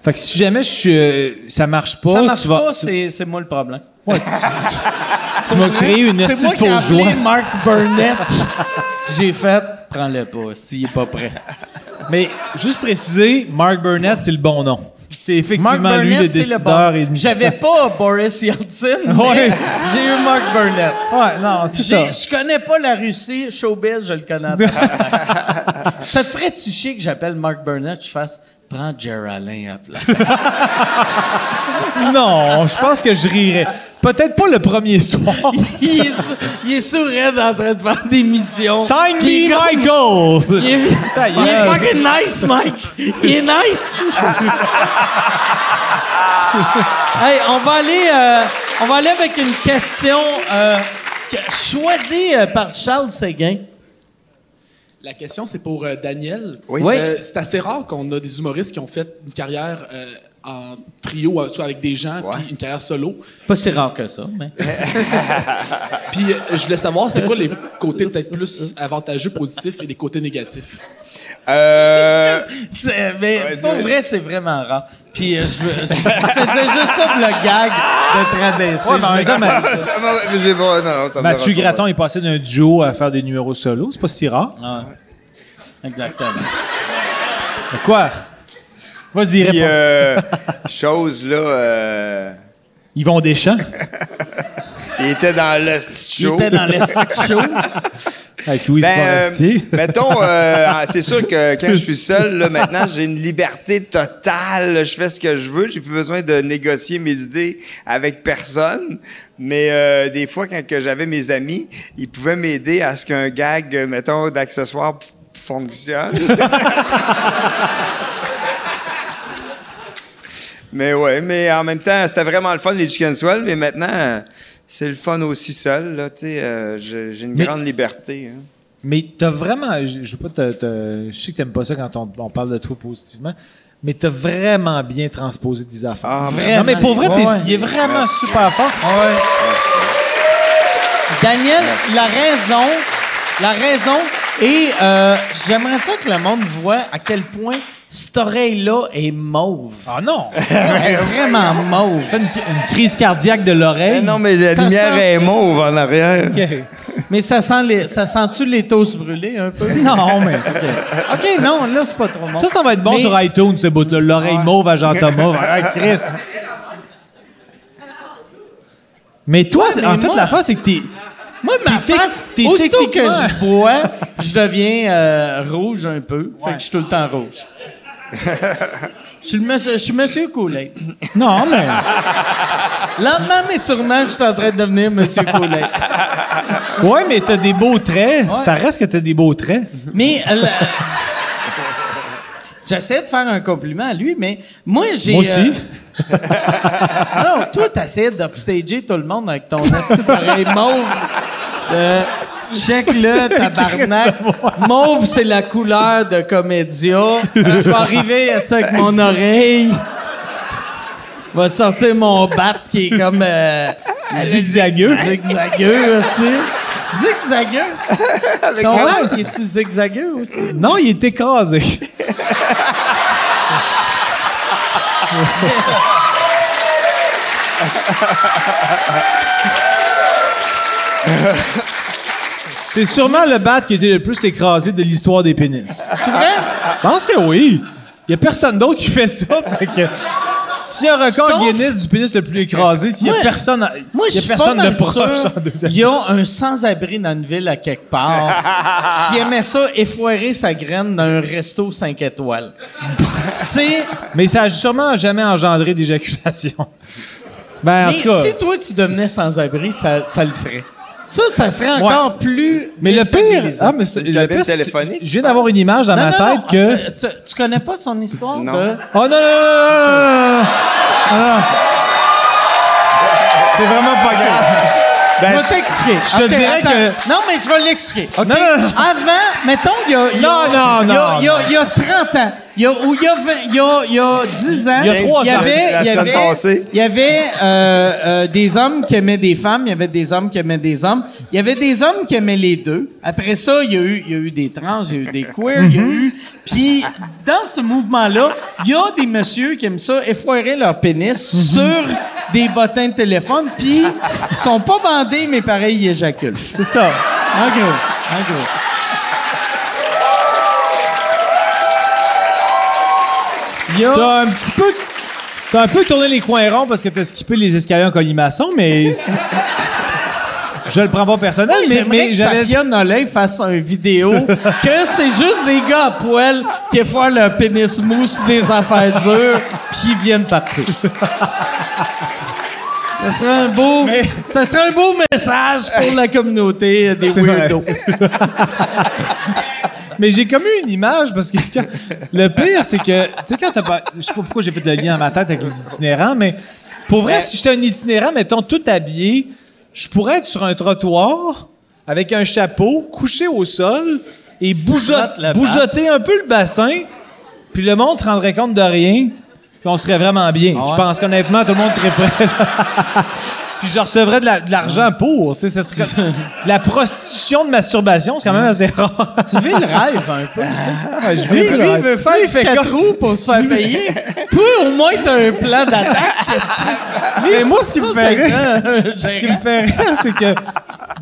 S4: Fait que si jamais je suis, euh, ça marche pas,
S2: ça marche
S4: tu vas,
S2: pas,
S4: tu,
S2: c'est c'est moi le problème.
S4: tu m'as créé une
S2: C'est
S4: estime
S2: moi qui ai
S4: fausse
S2: appelé
S4: joie.
S2: Mark Burnett. J'ai fait, prends-le pas, s'il est pas prêt.
S4: Mais juste préciser, Mark Burnett, c'est le bon nom. C'est effectivement
S2: Mark
S4: lui
S2: Burnett,
S4: le
S2: c'est le
S4: décideur et
S2: bon.
S4: le
S2: J'avais pas Boris Yeltsin, mais
S4: Ouais.
S2: j'ai eu Mark Burnett.
S4: Ouais, non, c'est ça.
S2: J'ai- Je connais pas la Russie, showbiz, je le connais. en tabarnak. ça te ferait-tu chier que j'appelle Mark Burnett, je fasse « Prends Geraldine à place
S4: Non, je pense que je rirais. Peut-être pas le premier soir. ».
S2: Il est, sou- il est sourd en train de faire des missions.
S4: Sign
S2: Puis
S4: me,
S2: il est comme-
S4: Michael!
S2: Il est,
S4: Ta
S2: il est
S4: gueule.
S2: fucking nice, Mike. Il est nice. hey, on va aller, euh, on va aller avec une question euh, que- choisie euh, par Charles Séguin.
S11: La question, c'est pour euh, Daniel.
S5: Oui.
S2: Oui.
S11: Euh, c'est assez rare qu'on a des humoristes qui ont fait une carrière euh, en trio, euh, soit avec des gens,
S5: Ouais.
S11: puis une carrière solo.
S2: Pas si rare que ça, mais.
S11: Puis euh, je voulais savoir, c'est quoi les côtés peut-être plus avantageux, positifs et les côtés négatifs?
S5: Euh,
S2: C'est- mais
S5: Ouais,
S2: pour
S5: dis-
S2: vrai, c'est vraiment rare. Puis euh, je, veux- je faisais juste ça pour le gag de traverser.
S4: Ouais, ben, mais en même temps, Ma-
S5: ça m'a- mais j'ai pas- non, non, ça me
S4: Mathieu
S5: dérange pas.
S4: Gratton est passé d'un duo à faire des numéros solo. C'est pas si rare.
S2: Ah Exactement.
S4: Mais quoi?
S5: Puis,
S4: Vas-y, réponds.
S5: euh, chose là, euh,
S4: Yvon Deschamps.
S5: il était dans le petit
S2: Il
S5: show.
S2: était dans le show.
S4: Avec Louis
S5: Ben, euh,
S4: Forestier.
S5: mettons, euh, ah, c'est sûr que quand je suis seul, là, maintenant, j'ai une liberté totale. Je fais ce que je veux. J'ai plus besoin de négocier mes idées avec personne. Mais euh, des fois, quand que j'avais mes amis, ils pouvaient m'aider à ce qu'un gag, euh, mettons, d'accessoires p- fonctionne. mais ouais, mais en même temps, c'était vraiment le fun, les Chicken Swell. Mais maintenant... C'est le fun aussi seul, là, tu sais, euh, j'ai j'ai une
S4: Mais-
S5: grande liberté. hein.
S4: Mais t'as vraiment, je je veux pas te, te- je sais que t'aimes pas ça quand on, on parle de toi positivement, mais t'as vraiment bien transposé des affaires.
S5: Ah,
S4: non mais pour vrai,
S2: Vraiment.
S4: t'es-
S2: Ouais.
S4: il est vraiment super fort.
S2: Daniel, la raison
S9: la raison. Et euh, j'aimerais ça que le monde voit à quel point cette oreille-là est mauve.
S4: Ah non!
S9: Elle est vraiment mauve.
S4: Fais une, une crise cardiaque de l'oreille.
S5: Ah non, mais la
S9: Ça
S5: lumière
S9: sent-
S5: est mauve en arrière.
S9: OK. Mais ça sent les, ça sent-tu les toasts brûlés un peu?
S4: Non, mais.
S9: OK, non, là, c'est pas trop bon.
S4: Ça, ça va être bon
S9: Mais-
S4: sur iTunes, ce bout-là. L'oreille mauve à Jean-Thomas. Hey, Chris. Mais toi,
S9: Ouais, mais
S4: en fait,
S9: moi-
S4: la fin, c'est que t'es.
S9: Moi, ma
S4: T'es tec-
S9: face,
S4: t'es
S9: aussitôt que
S4: techniquement-
S9: je bois, je deviens euh, rouge un peu. Fait que je suis tout le temps rouge. Je suis, le monsieur, je suis Monsieur Coulet.
S4: Non, mais.
S9: Lentement, mais sûrement, je suis en train de devenir Monsieur Coulet.
S4: Ouais, mais t'as des beaux traits. Ça reste que t'as des beaux traits.
S9: Mais... euh, la- J'essaie de faire un compliment à lui, mais moi, j'ai...
S4: Moi aussi.
S9: Alors, toi, t'essaies d'upstager tout le monde avec ton esti pareil mauve. Euh, Check-le, tabarnak. Mauve, c'est la couleur de Comédia. Je vais arriver à ça avec mon oreille. Je vais sortir mon bat qui est comme... Euh,
S4: Zigzagueux.
S9: Zigzagueux aussi. Zigzagueux. Ton
S5: la-
S9: bat, il est-tu zigzagueux aussi?
S4: Non, il est écrasé. C'est sûrement le bat qui était le plus écrasé de l'histoire des pénis.
S9: C'est vrai?
S4: Je pense que oui. Il n'y a personne d'autre qui fait ça. Fait que, s'il y a un record
S9: Sauf-
S4: Guinness du pénis le plus écrasé, s'il n'y a
S9: Moi-
S4: personne, à-
S9: Moi,
S4: il y
S9: je
S4: a
S9: suis
S4: personne
S9: pas
S4: de
S9: mal
S4: proche
S9: sûr
S4: en deuxième.
S9: Il y a un sans-abri dans une ville à quelque part qui aimait ça effoirer sa graine dans un resto 5 étoiles. C'est...
S4: Mais ça a sûrement jamais engendré d'éjaculation. Ben, en
S9: Mais
S4: tout cas.
S9: si toi, tu devenais sans-abri, ça, ça le ferait. Ça, ça serait encore plus...
S4: Mais le pire,
S9: déstabilisant.
S4: ah, mais c'est-
S5: Une
S4: le
S5: cabine
S4: pire, c'est-
S5: téléphonique.
S4: je viens d'avoir une image dans
S9: Non,
S4: ma
S9: non,
S4: tête
S9: non,
S4: que.
S9: ah, Tu, tu- tu connais pas son histoire
S5: Non.
S9: de...
S4: Oh non, non, non, non, non, non, non, non, non, non, non. C'est vraiment pas grave.
S9: Je
S5: Ben,
S9: vais t'expliquer.
S4: je te
S9: Ok,
S4: dirais
S9: attends.
S4: que-
S9: Non, mais je vais l'expliquer.
S4: Non, non, non.
S9: Avant, mettons, il y a... il y a-
S4: Non, non,
S9: il y a-
S4: Ah, non,
S9: Il y a- il y a 30 ans. Il y a, ou il y a, 20 il y a, il y a 10 ans.
S4: Il y
S2: Ben,
S4: a trois
S9: il y
S4: ans.
S9: avait,
S5: La
S9: il y
S5: semaine
S9: avait,
S5: passée.
S9: Il y avait euh, euh, des hommes qui aimaient des femmes. Il y avait des hommes qui aimaient des hommes. Il y avait des hommes qui aimaient les deux. Après ça, il y a eu, il y a eu des trans, il y a eu des queers,
S2: Mhm.
S9: il y a eu... Puis, dans ce mouvement-là, il y a des messieurs qui aiment ça effoirer leur pénis
S2: Mhm.
S9: sur des bottins de téléphone, puis ils sont pas bandés, mais pareil, ils éjaculent.
S4: C'est ça. En gros. En gros.
S9: Il y a-
S4: T'as un petit peu. T'as un peu tourné les coins ronds parce que t'as skippé les escaliers en colimaçon, mais. c'est- Je le prends pas personnel,
S9: Moi,
S4: mais,
S9: J'aimerais
S4: mais
S9: que
S4: j'avais.
S9: Safia Nolin fasse une vidéo que c'est juste des gars à poil qui font le pénis mou sur des affaires dures puis ils viennent partout. Ça serait un beau,
S4: Mais-
S9: ça serait un beau message pour la communauté des
S4: C'est vrai.
S9: weirdos.
S4: Mais j'ai comme eu une image parce que quand- le pire, c'est que, tu sais, quand t'as pas. Je sais pas pourquoi j'ai fait le lien dans ma tête avec les itinérants, mais pour vrai, si j'étais un itinérant, mettons, tout habillé, je pourrais être sur un trottoir avec un chapeau, couché au sol et bougeot-
S9: frottes le
S4: bougeoter un peu le bassin, puis le monde se rendrait compte de rien, puis on serait vraiment bien.
S9: Ah
S4: Je pense qu'honnêtement, tout le monde serait prêt. Puis je recevrais de la- de l'argent pour, tu sais, ce serait comme- de la prostitution de masturbation, c'est quand même assez rare. Ah,
S9: Tu vis le rêve un peu. tu sais.
S4: Je
S9: Lui,
S4: vais-
S9: lui, il veut faire
S4: Lui, il
S9: du
S4: fait
S9: quatre
S4: comme-
S9: roues pour se faire payer. Toi, au moins, t'as un plan d'attaque.
S4: Mais moi, ce qui me fait rire- ce
S9: ferait...
S4: qui me fait rire, c'est que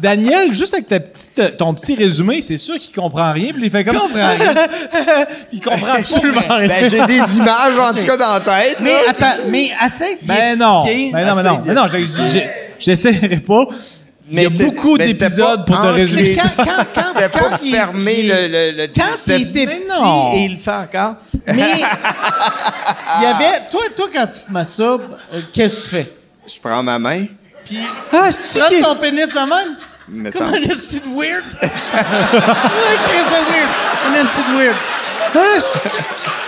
S4: Daniel, juste avec ta petite, ton petit résumé, c'est sûr qu'il comprend rien. Puis il fait comme.
S9: comprend rien.
S4: il comprend absolument rien.
S5: ben, j'ai des images, en tout cas, dans la tête.
S9: Mais
S5: là.
S9: attends, mais essaie d'y
S4: Ben non.
S9: expliquer.
S4: Ben non, mais non.
S5: Essaye
S4: Mais non, je- je- je n'essaierai pas. Il y a
S5: Mais c'est-
S4: beaucoup
S5: mais c'était
S4: d'épisodes
S5: pas
S4: pour te
S5: enclé.
S4: résumer ça.
S9: quand, quand, quand,
S5: C'était
S9: quand
S5: pas
S9: il-
S5: fermé
S9: il-
S5: le- le- le-
S9: Quand
S5: c'était-
S9: il était petit,
S4: non.
S9: et il le fait encore, mais il y avait... Toi, toi quand tu te masturbes, euh, qu'est-ce que tu fais?
S5: Je prends ma main.
S4: Ah,
S9: Tu
S4: c'est
S9: frottes ton pénis la même?
S5: Me
S9: Comme
S5: semble.
S9: un esti de weird. Toi, Chris, c'est weird. Un esti de weird.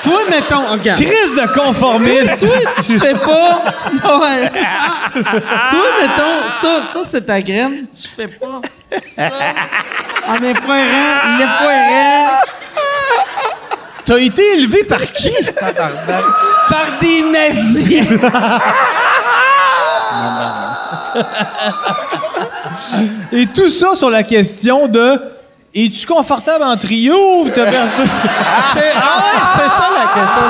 S9: Toi, mettons, regarde.
S4: Crise Ah, de conformiste.
S9: Toi, tu fais pas. Ouais. Toi, mettons, ça, ça c'est ta graine. Tu fais pas ça. En effroyant, l'effroyant.
S4: T'as été élevé par qui?
S9: Par des nazis.
S4: Et tout ça sur la question de Es-tu confortable en trio ou t'as perçu? C'est- ah ouais, c'est ça la question.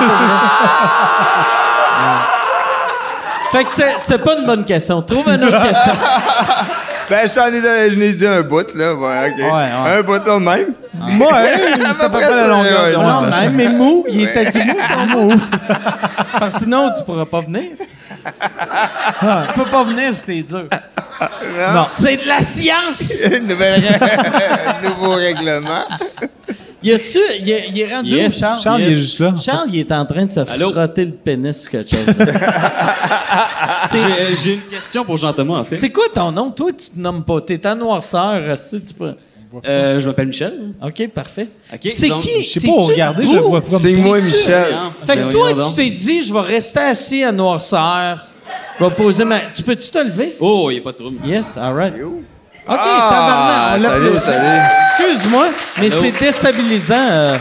S4: c'est
S2: Fait
S4: vrai.
S2: que c'est- c'était pas une bonne question. Trouve une autre question.
S5: Ben, je t'en ai, donné- je n'ai dit un bout, là. Ouais, ok. Un bout là, de même.
S4: Moi, hein,
S5: À
S4: c'est à
S5: peu
S4: peu près
S5: près
S4: la
S5: ça,
S4: longueur
S5: ouais,
S4: de
S5: ouais,
S4: mon
S5: c'est
S4: affaire.
S2: Ouais, mais mou, il était du mou pas mou. Parce que sinon, tu pourras pas venir. Tu peux pas venir si t'es dur.
S5: Non.
S2: C'est de la science!
S5: Nouvelle rè- Nouveau règlement.
S2: Y a-tu. Il est, il est rendu
S8: Yes,
S2: où, Charles?
S8: Charles, il est juste là.
S2: Charles, il est en train de se
S11: Allô?
S2: frotter le pénis ou quelque chose. c'est,
S11: J'ai- J'ai une question pour Jean-Thomas, en fait.
S2: c'est quoi ton nom? Toi, tu te nommes pas. T'es en noirceur. Si tu peux...
S11: Euh, je m'appelle Michel.
S2: OK, parfait.
S11: Ok,
S2: c'est
S11: donc,
S2: qui?
S11: je
S4: Je sais pas, regardez, je le vois pas.
S5: Signe-moi, Michel.
S2: Fait que
S11: Ben,
S2: toi,
S11: voyons
S2: tu
S11: donc.
S2: t'es dit, je vais rester assis à noirceur. Je vais poser ma. Tu peux-tu te lever?
S11: Oh, il n'y a pas de trouble.
S2: Yes, all right. OK,
S5: Ah,
S2: tabarnak, on
S5: salut,
S2: l'applaudit.
S5: salut.
S2: Excuse-moi, mais
S11: Allô?
S2: c'est déstabilisant. euh.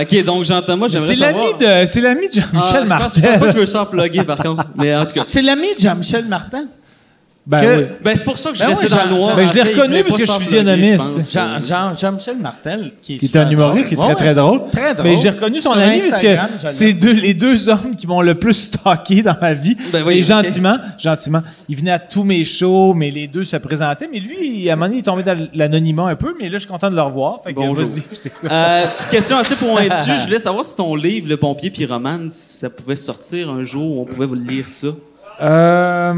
S11: OK, donc Jean-Thomas, j'aimerais
S4: C'est
S11: savoir...
S4: l'ami de, euh, c'est l'ami de
S11: Ah,
S4: Jean-Michel
S11: je pense, je
S4: Martel.
S11: pense pas que je veux se faire plugger, par contre. Mais en tout cas...
S2: C'est l'ami de Jean-Michel Martin.
S4: Ben
S2: que-
S4: oui.
S11: Ben, c'est pour ça que je
S2: Ben
S11: restais
S2: oui,
S11: dans
S2: Jean-
S11: le noir.
S2: Jean-
S4: Ben, je l'ai
S11: En fait, il
S4: reconnu
S11: voulait
S4: parce
S11: pas
S4: que je
S11: se
S4: suis
S11: faire plugger,
S4: visionniste.
S11: je pense.
S2: Jean- Jean- Jean-Michel Martel, qui est,
S4: Qui est
S2: super
S4: un humoriste qui est
S2: drôle.
S4: très, très
S2: Ouais,
S4: drôle.
S2: Très drôle.
S4: Mais j'ai reconnu son
S2: Sur
S4: ami parce que
S2: Instagram, je l'ai.
S4: c'est deux, les deux hommes qui m'ont le plus stocké dans ma vie.
S11: Ben oui,
S4: et
S11: ok.
S4: gentiment, gentiment, il venait à tous mes shows, mais les deux se présentaient. Mais lui, à un moment donné, il est tombé dans l'anonymat un peu, mais là, je suis content de le revoir. Fait que
S11: Bonjour.
S4: vas-y, je t'écoute.
S11: Euh, petite question assez pointue. Je voulais savoir si ton livre, Le pompier pyromane, si ça pouvait sortir un jour où on pouvait vous lire ça.
S4: Euh,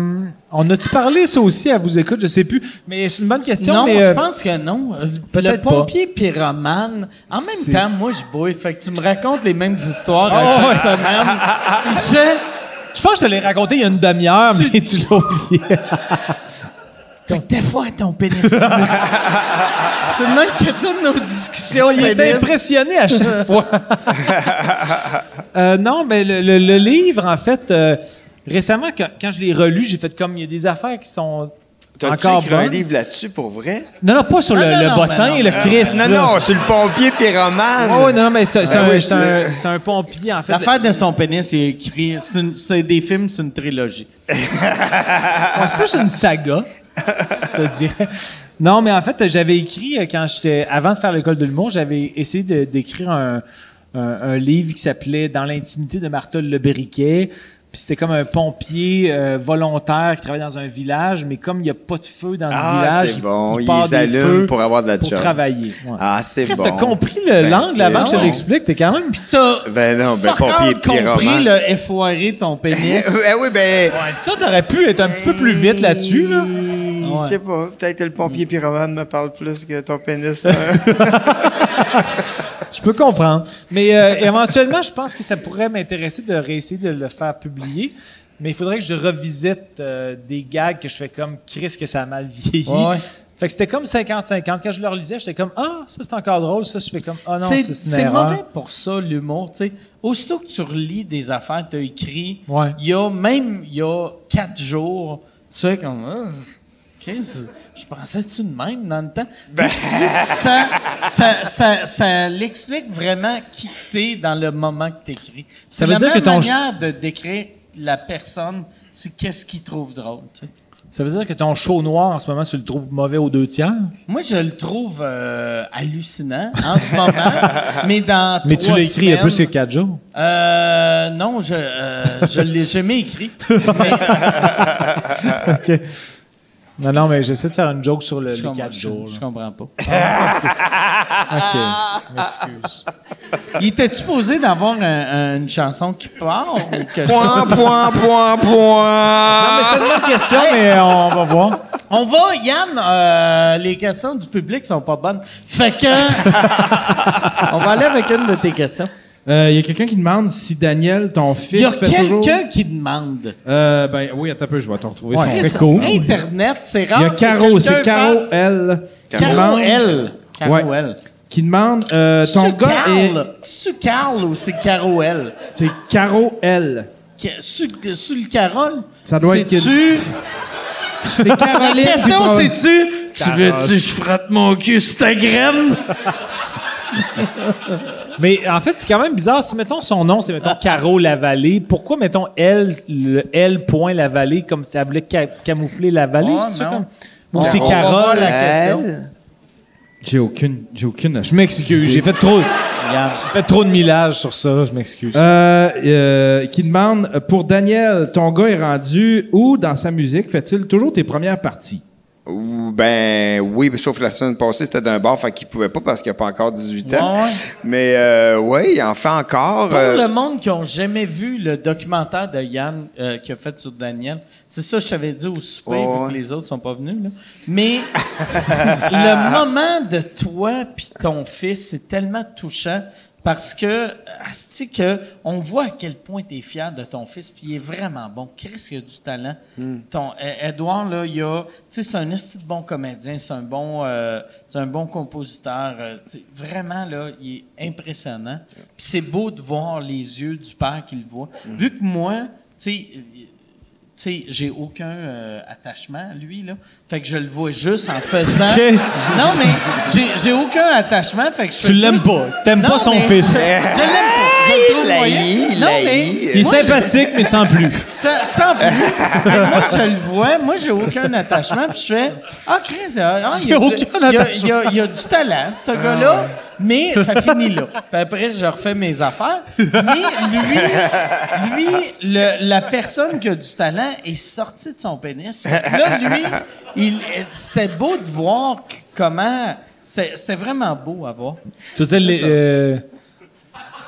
S4: on a-tu parlé ça aussi à vous écoute? Je sais plus. Mais c'est une bonne question.
S2: Non,
S4: mais,
S2: je
S4: euh,
S2: pense que non. Euh, Le
S4: peut-être pas.
S2: pompier pyromane, en même
S4: C'est-
S2: temps, moi, je bouille. Fait que tu me racontes les mêmes histoires à
S4: Oh,
S2: chaque
S4: ouais.
S2: semaine. Puis je-
S4: Je pense que je te l'ai raconté il y a une demi-heure, mais tu l'as oublié.
S2: Fait que des fois, ton pénis. C'est le même que toutes nos discussions.
S4: Il est
S2: pénis.
S4: impressionné à chaque fois. Euh, non, mais le, le- le livre, en fait, euh, récemment, quand, quand je l'ai relu, j'ai fait comme il y a des affaires qui sont
S5: T'as-tu
S4: encore
S5: écrit un
S4: bonnes.
S5: livre là-dessus pour vrai?
S4: Non, non, pas sur le,
S2: non,
S4: le
S2: non,
S4: bottin,
S2: ben non.
S4: le Christ.
S5: Non, non, c'est le pompier pyromane.
S4: Oh, non, mais c'est c'est
S5: Ah
S4: un,
S5: oui,
S4: c'est
S5: je
S4: un- c'est un pompier, en fait.
S2: L'affaire de son pénis, c'est écrit. c'est une- C'est des films, c'est une trilogie.
S4: Ouais, c'est plus une saga, je te dirais. Non, mais en fait, j'avais écrit, euh, quand j'étais, avant de faire l'école de l'humour, j'avais essayé de- d'écrire un, un- un livre qui s'appelait Dans l'intimité de Martol Le Briquet. Puis c'était comme un pompier euh, volontaire qui travaille dans un village, mais comme il n'y a pas de feu dans le
S5: Ah,
S4: village,
S5: c'est bon.
S4: il
S5: Ils
S4: part des
S5: allument
S4: feux
S5: pour avoir de la
S4: pour
S5: job.
S4: travailler. ouais.
S5: Ah, c'est
S4: Chris,
S5: bon.
S4: t'as compris le-
S5: Ben,
S4: l'angle
S5: c'est
S4: avant que je te
S5: bon.
S4: l'explique? T'es quand même...
S2: Puis t'as.
S5: Ben non, ben
S2: fuck
S5: pompier
S2: all compris
S5: pyromane.
S2: le effoiré ton pénis.
S5: Eh oui, ben.
S4: Ouais, ça, t'aurais pu être un petit peu plus vite là-dessus, là.
S5: Je sais pas, peut-être que le pompier pyromane me parle plus que ton pénis. hein.
S4: Je peux comprendre. Mais euh, éventuellement, je pense que ça pourrait m'intéresser de réessayer de le faire publier. Mais il faudrait que je revisite euh, des gags que je fais comme Chris que ça a mal vieilli.
S2: Ouais, ouais.
S4: Fait que c'était comme 50-50. Quand je le relisais, j'étais comme Ah, ça c'est encore drôle. Ça, je fais comme Ah non,
S2: C'est-
S4: c'est une
S2: c'est
S4: erreur.
S2: mauvais pour ça, l'humour. tu sais. Aussitôt que tu relis des affaires que tu as écrites,
S4: Ouais.
S2: il y a même il y a quatre jours, tu fais comme Ah, Chris, je pensais-tu de même dans le temps? Puis tu dis que ça, ça, ça, ça l'explique vraiment qui t'es dans le moment que tu écris. C'est
S4: Ça veut
S2: la
S4: dire
S2: même
S4: que ton-
S2: manière de décrire la personne, c'est qu'est-ce qu'il trouve drôle. tu sais.
S4: Ça veut dire que ton show noir en ce moment, tu le trouves mauvais aux deux tiers.
S2: Moi, je le trouve euh, hallucinant en ce moment, mais dans
S4: Mais tu
S2: trois
S4: l'as écrit il y a plus que
S2: semaines-
S4: quatre jours.
S2: Euh, non, je, euh, je l'ai jamais écrit.
S4: OK. Non, non, mais j'essaie de faire une joke sur le,
S2: je,
S4: les
S2: comprends,
S4: quatre jours.
S2: je, je comprends pas.
S4: là. OK. M'excuse.
S2: Il était supposé d'avoir un- un- une chanson qui part ou quelque chose?
S5: point, point, point, point.
S4: Non, mais c'est une bonne question, mais on va voir.
S2: On va, Yann, euh, les questions du public sont pas bonnes. Fait que. on va aller avec une de tes questions.
S12: Euh, Il y a quelqu'un qui demande si Daniel, ton fils,
S2: Il y a
S12: fait toujours...
S2: quelqu'un qui demande.
S12: Euh, ben oui, attends un peu, je vais t'en retrouver. son-
S2: Chris, Internet, c'est rare.
S12: Il y a
S2: que
S12: Caro, c'est
S2: quelqu'un
S12: Caro
S2: fasse-
S12: L. qui
S2: Caro
S12: demande-
S2: L. Caro
S12: Ouais.
S2: L.
S12: Qui demande, euh, ton gars est...
S2: Sucarl. Sucarl ou c'est Caro L?
S12: C'est Caro L.
S2: Que- Sous, que- sous le carole?
S12: Ça doit être que-
S2: C'est-tu...
S12: C'est Caroline.
S2: La question,
S12: qui-
S2: c'est-tu... Tu veux-tu que je frappe mon cul sur ta graine?
S4: Mais en fait, c'est quand même bizarre. Si, mettons, son nom, c'est, mettons, Caro Lavallée, pourquoi, mettons, L, le L point Lavallée, comme si elle voulait ca- camoufler Lavallée?
S2: Ouais,
S4: c'est ça,
S2: non.
S4: comme- Ou c'est Carole?
S2: la question.
S3: J'ai aucune, j'ai aucune.
S4: Je m'excuse, j'ai fait trop, j'ai fait trop de millage sur ça, je m'excuse.
S3: Euh, euh, qui demande euh, pour Daniel, ton gars est rendu où dans sa musique fait-il toujours tes premières parties
S5: Ou Ben oui, mais sauf que la semaine passée, c'était d'un bar, fait qu'il pouvait pas parce qu'il n'a pas encore 18 ans.
S2: Ouais, ouais.
S5: Mais euh, ouais, il en fait encore.
S2: Pour
S5: euh,
S2: le monde qui n'a jamais vu le documentaire de Yann euh, qu'il a fait sur Daniel, c'est ça que je t'avais dit au souper,
S5: Ouais,
S2: vu
S5: ouais.
S2: que les autres sont pas venus. là. Mais le moment de toi puis ton fils, c'est tellement touchant parce que, asti, que on voit à quel point tu es fier de ton fils, puis il est vraiment bon. Chris, il a du talent.
S5: Hmm.
S2: Ton eh, Edouard, là, il a, tu sais, c'est un esti de bon comédien, c'est un bon, euh, c'est un bon compositeur. euh, tu sais, vraiment, là, il est impressionnant. Puis c'est beau de voir les yeux du père qui le voit. Vu que moi, tu sais, tu sais, j'ai aucun euh, attachement à lui, là. Fait que je le vois juste en faisant. Non, mais j'ai- j'ai aucun attachement. Fait que je
S4: Tu l'aimes pas. T'aimes pas son fils.
S2: Je l'aime pas. Je le trouve moyen.
S5: il
S2: Non,
S5: l'a
S2: mais.
S5: haï.
S4: Il est
S2: moi, je-
S4: sympathique, mais sans plus.
S2: sans, sans plus. Fait que moi, je le vois. Moi, j'ai aucun attachement. Puis je fais Ah, Chris, ah, ah, il, y a
S4: J'ai
S2: du-
S4: aucun
S2: il y a-
S4: attachement. Ah,
S2: il y a- il y a du talent, ce gars-là. Mais ça finit là. Puis après, je refais mes affaires. Mais lui, lui le- la personne qui a du talent est sortie de son pénis. Fait que Là, lui, il, c'était beau de voir c- comment. c'est- C'était vraiment beau à voir.
S4: Tu veux dire, les, euh,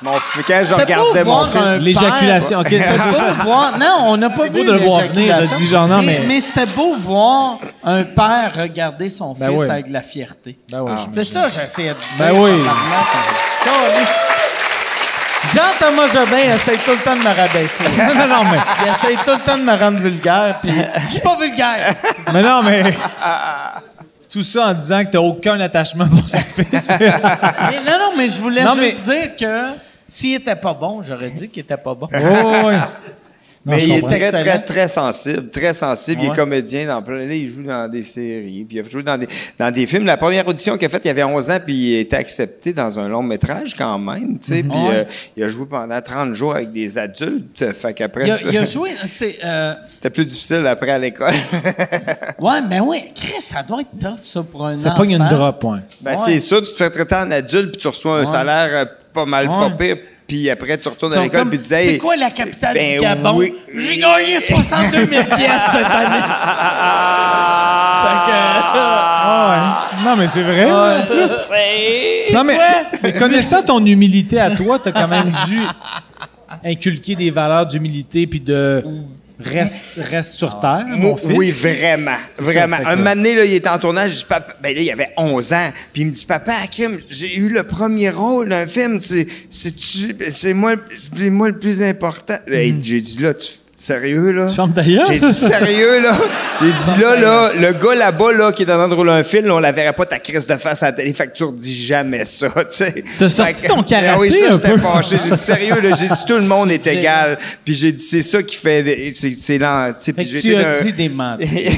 S5: Mon f- quand je
S2: C'est
S5: regardais
S2: beau
S5: mon
S2: voir
S5: fils.
S2: un
S4: l'éjaculation. Ok,
S2: C'était beau voir. Non, on n'a pas
S4: C'est beau
S2: vu
S4: de le voir
S2: l'éjaculation,
S4: venir, de dire genre non, mais-
S2: c'était beau voir un père regarder son fils
S4: ouais.
S2: avec de la fierté.
S4: ouais, Ah.
S2: c'est ça, j'essayais de dire.
S4: Ben oui.
S2: tabarnak. Caliste. Jean-Thomas Jobin essaye tout le temps de me rabaisser.
S4: non, non, mais.
S2: Il essaye tout le temps de me rendre vulgaire, puis je suis pas vulgaire.
S4: Mais non, mais. Tout ça en disant que t'as aucun attachement pour son fils.
S2: Mais non, non, mais je voulais
S4: Non,
S2: juste dire que s'il était pas bon, j'aurais dit qu'il était pas bon.
S4: Oh, ouais.
S5: Mais il est très,
S2: Excellent.
S5: très, très sensible. Très sensible. Il
S2: Ouais.
S5: est comédien. Dans plein, là, il joue dans des séries. Puis il a joué dans des, dans des films. La première audition qu'il a faite, il avait 11 ans, puis il était accepté dans un long métrage quand même. Tu sais.
S2: Mm-hmm.
S5: Puis euh, il a joué pendant 30 jours avec des adultes. Fait qu'après,
S2: Il a, il a
S5: ça-
S2: joué, c'est, euh,
S5: c'était plus difficile après à l'école.
S2: Ouais, mais oui, Chris, ça doit être tough, ça, pour un
S4: Ça
S2: enfant.
S4: pogne une drop, ouais.
S5: ben,
S2: Ouais.
S5: c'est ça. Tu te fais traiter en adulte, puis tu reçois un salaire euh, pas mal
S2: Ouais.
S5: pas pire. Puis après, tu retournes à
S2: Sont
S5: l'école,
S2: comme,
S5: puis tu disais...
S2: C'est
S5: Hey,
S2: quoi la capitale
S5: ben
S2: du Gabon?
S5: oui.
S2: J'ai gagné 62 000 pièces cette année. fait que...
S4: Ah, ouais. Non, mais c'est vrai. là, en plus. Non, mais,
S2: Ah, quoi?
S4: mais connaissant ton humilité à toi, t'as quand même dû inculquer des valeurs d'humilité puis de reste, reste sur terre, mon
S5: Ah. Moi,
S4: fils.
S5: Oui, vraiment. Vraiment.
S4: fait que-
S5: Un moment donné, là, il était en tournage, je dis, papa, ben là, il avait 11 ans. Puis il me dit, papa, crime, j'ai eu le premier rôle d'un film. C'est, c'est, tu- c'est moi, le- c'est moi le plus important. Hey, J'ai dit, là, tu, sérieux, là?
S4: Hmm. Tu fermes ta gueule?
S5: J'ai dit, sérieux, là? J'ai dit, là, là, le gars là-bas, là, qui est en train de rouler un fil, là, on la verrait pas ta crise de face à la télé. Fait que tu redis jamais ça, tu sais.
S4: T'as
S5: Fait
S4: sorti
S5: que-
S4: ton karaté
S5: Ah oui, ça,
S4: un
S5: j'étais
S4: peu.
S5: fâché. J'ai dit, sérieux, là, j'ai dit, tout le monde est égal. Puis j'ai dit, c'est ça qui fait, c'est, c'est lent, tu sais.
S2: Fait
S5: Puis
S2: que
S5: j'ai
S2: tu
S5: été
S2: as
S5: d'un-
S2: dit des menteries.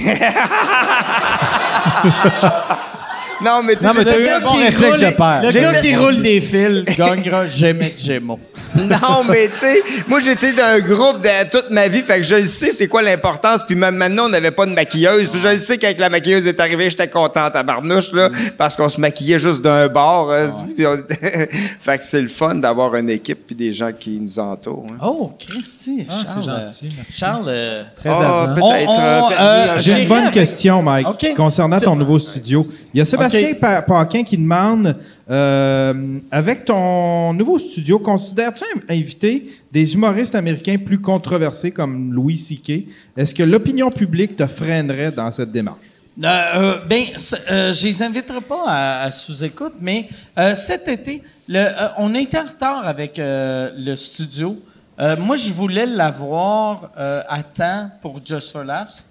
S5: Non, mais tu sais,
S4: Non, mais t'as
S5: j'étais
S4: eu un
S5: tellement-
S4: bon réflexe de père.
S2: Le
S5: J'ai-
S2: gars qui roule des fils gagnera jamais de Gémeaux.
S5: Non, mais tu sais, moi, j'étais d'un groupe de, toute ma vie, fait que je le sais c'est quoi l'importance. Puis même maintenant, on n'avait pas de maquilleuse. Puis je le sais qu'avec la maquilleuse est arrivée, j'étais contente à Barnouche, là, parce qu'on se maquillait juste d'un bord. euh, puis on- fait que c'est le fun d'avoir une équipe puis des gens qui nous entourent. hein.
S2: Oh, Christy, Charles.
S4: Ah, c'est
S2: euh,
S4: gentil, merci.
S2: Charles, euh,
S4: Très
S5: Ah,
S4: avant.
S5: peut-être.
S2: On- on,
S5: euh, perdu
S2: euh,
S5: dans le
S2: j'ai-
S3: J'ai une
S2: J'irai
S3: bonne
S2: avec-
S3: question, Mike,
S2: Ok.
S3: concernant
S2: Tu-
S3: ton nouveau studio. Il y a Sébastien
S2: Ok.
S3: Pa- Paquin qui demande euh, avec ton nouveau studio, considères-tu in- inviter des humoristes américains plus controversés comme Louis C.K. Est-ce que l'opinion publique te freinerait dans cette démarche
S2: Euh, euh, ben, ce- euh, je les inviterai pas à, à sous-écoute, mais euh, cet été, le, euh, on était en retard avec euh, le studio. Euh, moi, je voulais l'avoir euh, à temps pour Just for Laughs,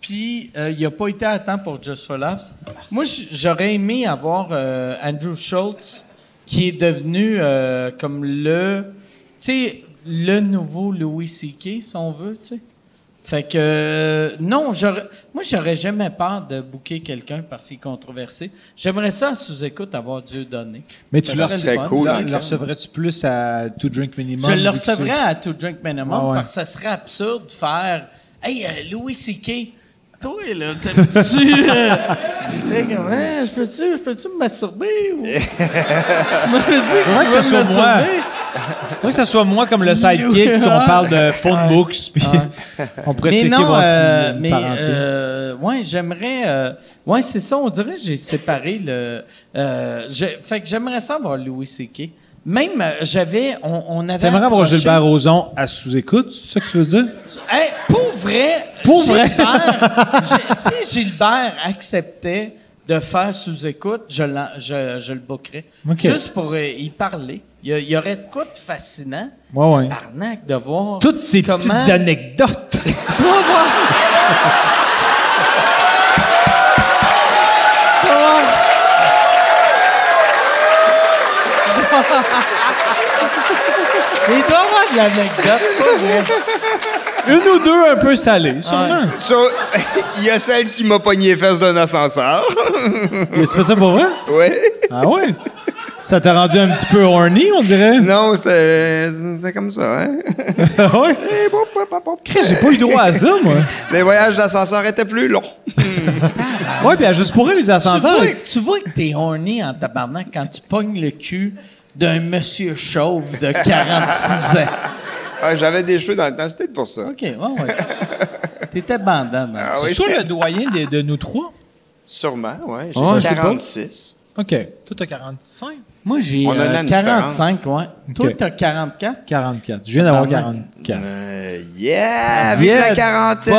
S2: puis euh, il a pas été à temps pour Just for Laughs. Moi, j- j'aurais aimé avoir euh, Andrew Schultz, qui est devenu euh, comme le, tu sais, le nouveau Louis C.K. si on veut, tu sais. Fait que euh, non, j'aurais- moi j'aurais jamais peur de bouquer quelqu'un parce qu'il est controversé. J'aimerais ça sous écoute avoir Dieu donné.
S4: Mais tu
S2: Ça serait
S4: le recevrais-
S2: le fun.
S5: cool,
S4: le-
S5: hein,
S4: le
S5: quand
S4: recevrais-tu plus à To Drink Minimum?
S2: Je le
S4: vu que c'est-
S2: recevrais à To Drink Minimum
S4: Ah ouais.
S2: parce que ça serait absurde de faire Hey euh, Louis C.K. Toi, là, t'aimes-tu. euh, tu sais, comme, Hein, je peux-tu je peux-tu me masturber? Ou... tu m'avais dit que
S4: Faudrait
S2: tu voulais
S4: que ce soit
S2: me
S4: moi.
S2: masturber.
S4: C'est vrai que ça soit moi comme le sidekick, qu'on parle de phone books, puis on pourrait
S2: Mais
S4: checker
S2: non,
S4: voir s'il y a
S2: euh,
S4: une
S2: mais
S4: parenté.
S2: euh, ouais, j'aimerais. euh, ouais, c'est ça. On dirait que j'ai séparé le. euh, j'ai- fait que j'aimerais ça avoir Louis C.K. Même euh, j'avais, on, on avait.
S4: T'aimerais avoir
S2: approché-
S4: Gilbert Rozon à sous-écoute, c'est ça que tu veux dire?
S2: Hey, pour vrai.
S4: Pour vrai.
S2: Gilbert, j'ai- si Gilbert acceptait de faire sous écoute, je, l'en- je, je le bookerais.
S4: OK.
S2: Juste pour euh, y parler. Il y a- il y, aurait de quoi de fascinant.
S4: Ouais, ouais.
S2: Arnaque de voir.
S4: Toutes ces
S2: comment-
S4: petites anecdotes.
S2: Tu vas voir. Tu vas voir. Mais il doit avoir de l'anecdote, pas vrai.
S4: Une ou deux un peu salées, sûrement.
S5: Ça, il y a celle qui m'a pogné les fesses d'un ascenseur.
S4: Tu fais ça pour vrai?
S5: ouais.
S4: Ah ouais? Ça t'a rendu un petit peu horny, on dirait?
S5: Non, c'est c'est comme ça, hein?
S4: Ah ouais?
S5: Eh, bon, bon, bon, bon.
S4: Chris, j'ai pas eu droit à ça, moi.
S5: Les voyages d'ascenseur étaient plus longs.
S4: Ouais, puis à juste pour elle, les
S2: Tu
S4: ascenseurs.
S2: vois, tu vois que t'es horny en tabarnak quand tu pognes le cul d'un monsieur chauve de 46 ans.
S5: Ouais, Ah, J'avais des cheveux dans le temps, c'était pour ça.
S2: OK, ouais, ouais. T'étais bandane. hein.
S5: Ah oui,
S4: C'est toi
S5: j'étais-
S4: le doyen de, de nous trois?
S5: Sûrement, ouais. J'ai
S2: Ouais, je sais pas.
S5: 46.
S4: OK. Toi, t'as 45?
S2: Moi, j'ai
S5: On a
S2: euh,
S5: une année de
S2: 45, ouais. Toi,
S4: OK.
S2: t'as 44.
S4: 44. Je viens d'avoir
S2: Ah ouais.
S4: 44.
S5: Euh, yeah! Avec
S4: Yeah,
S5: la quarantaine!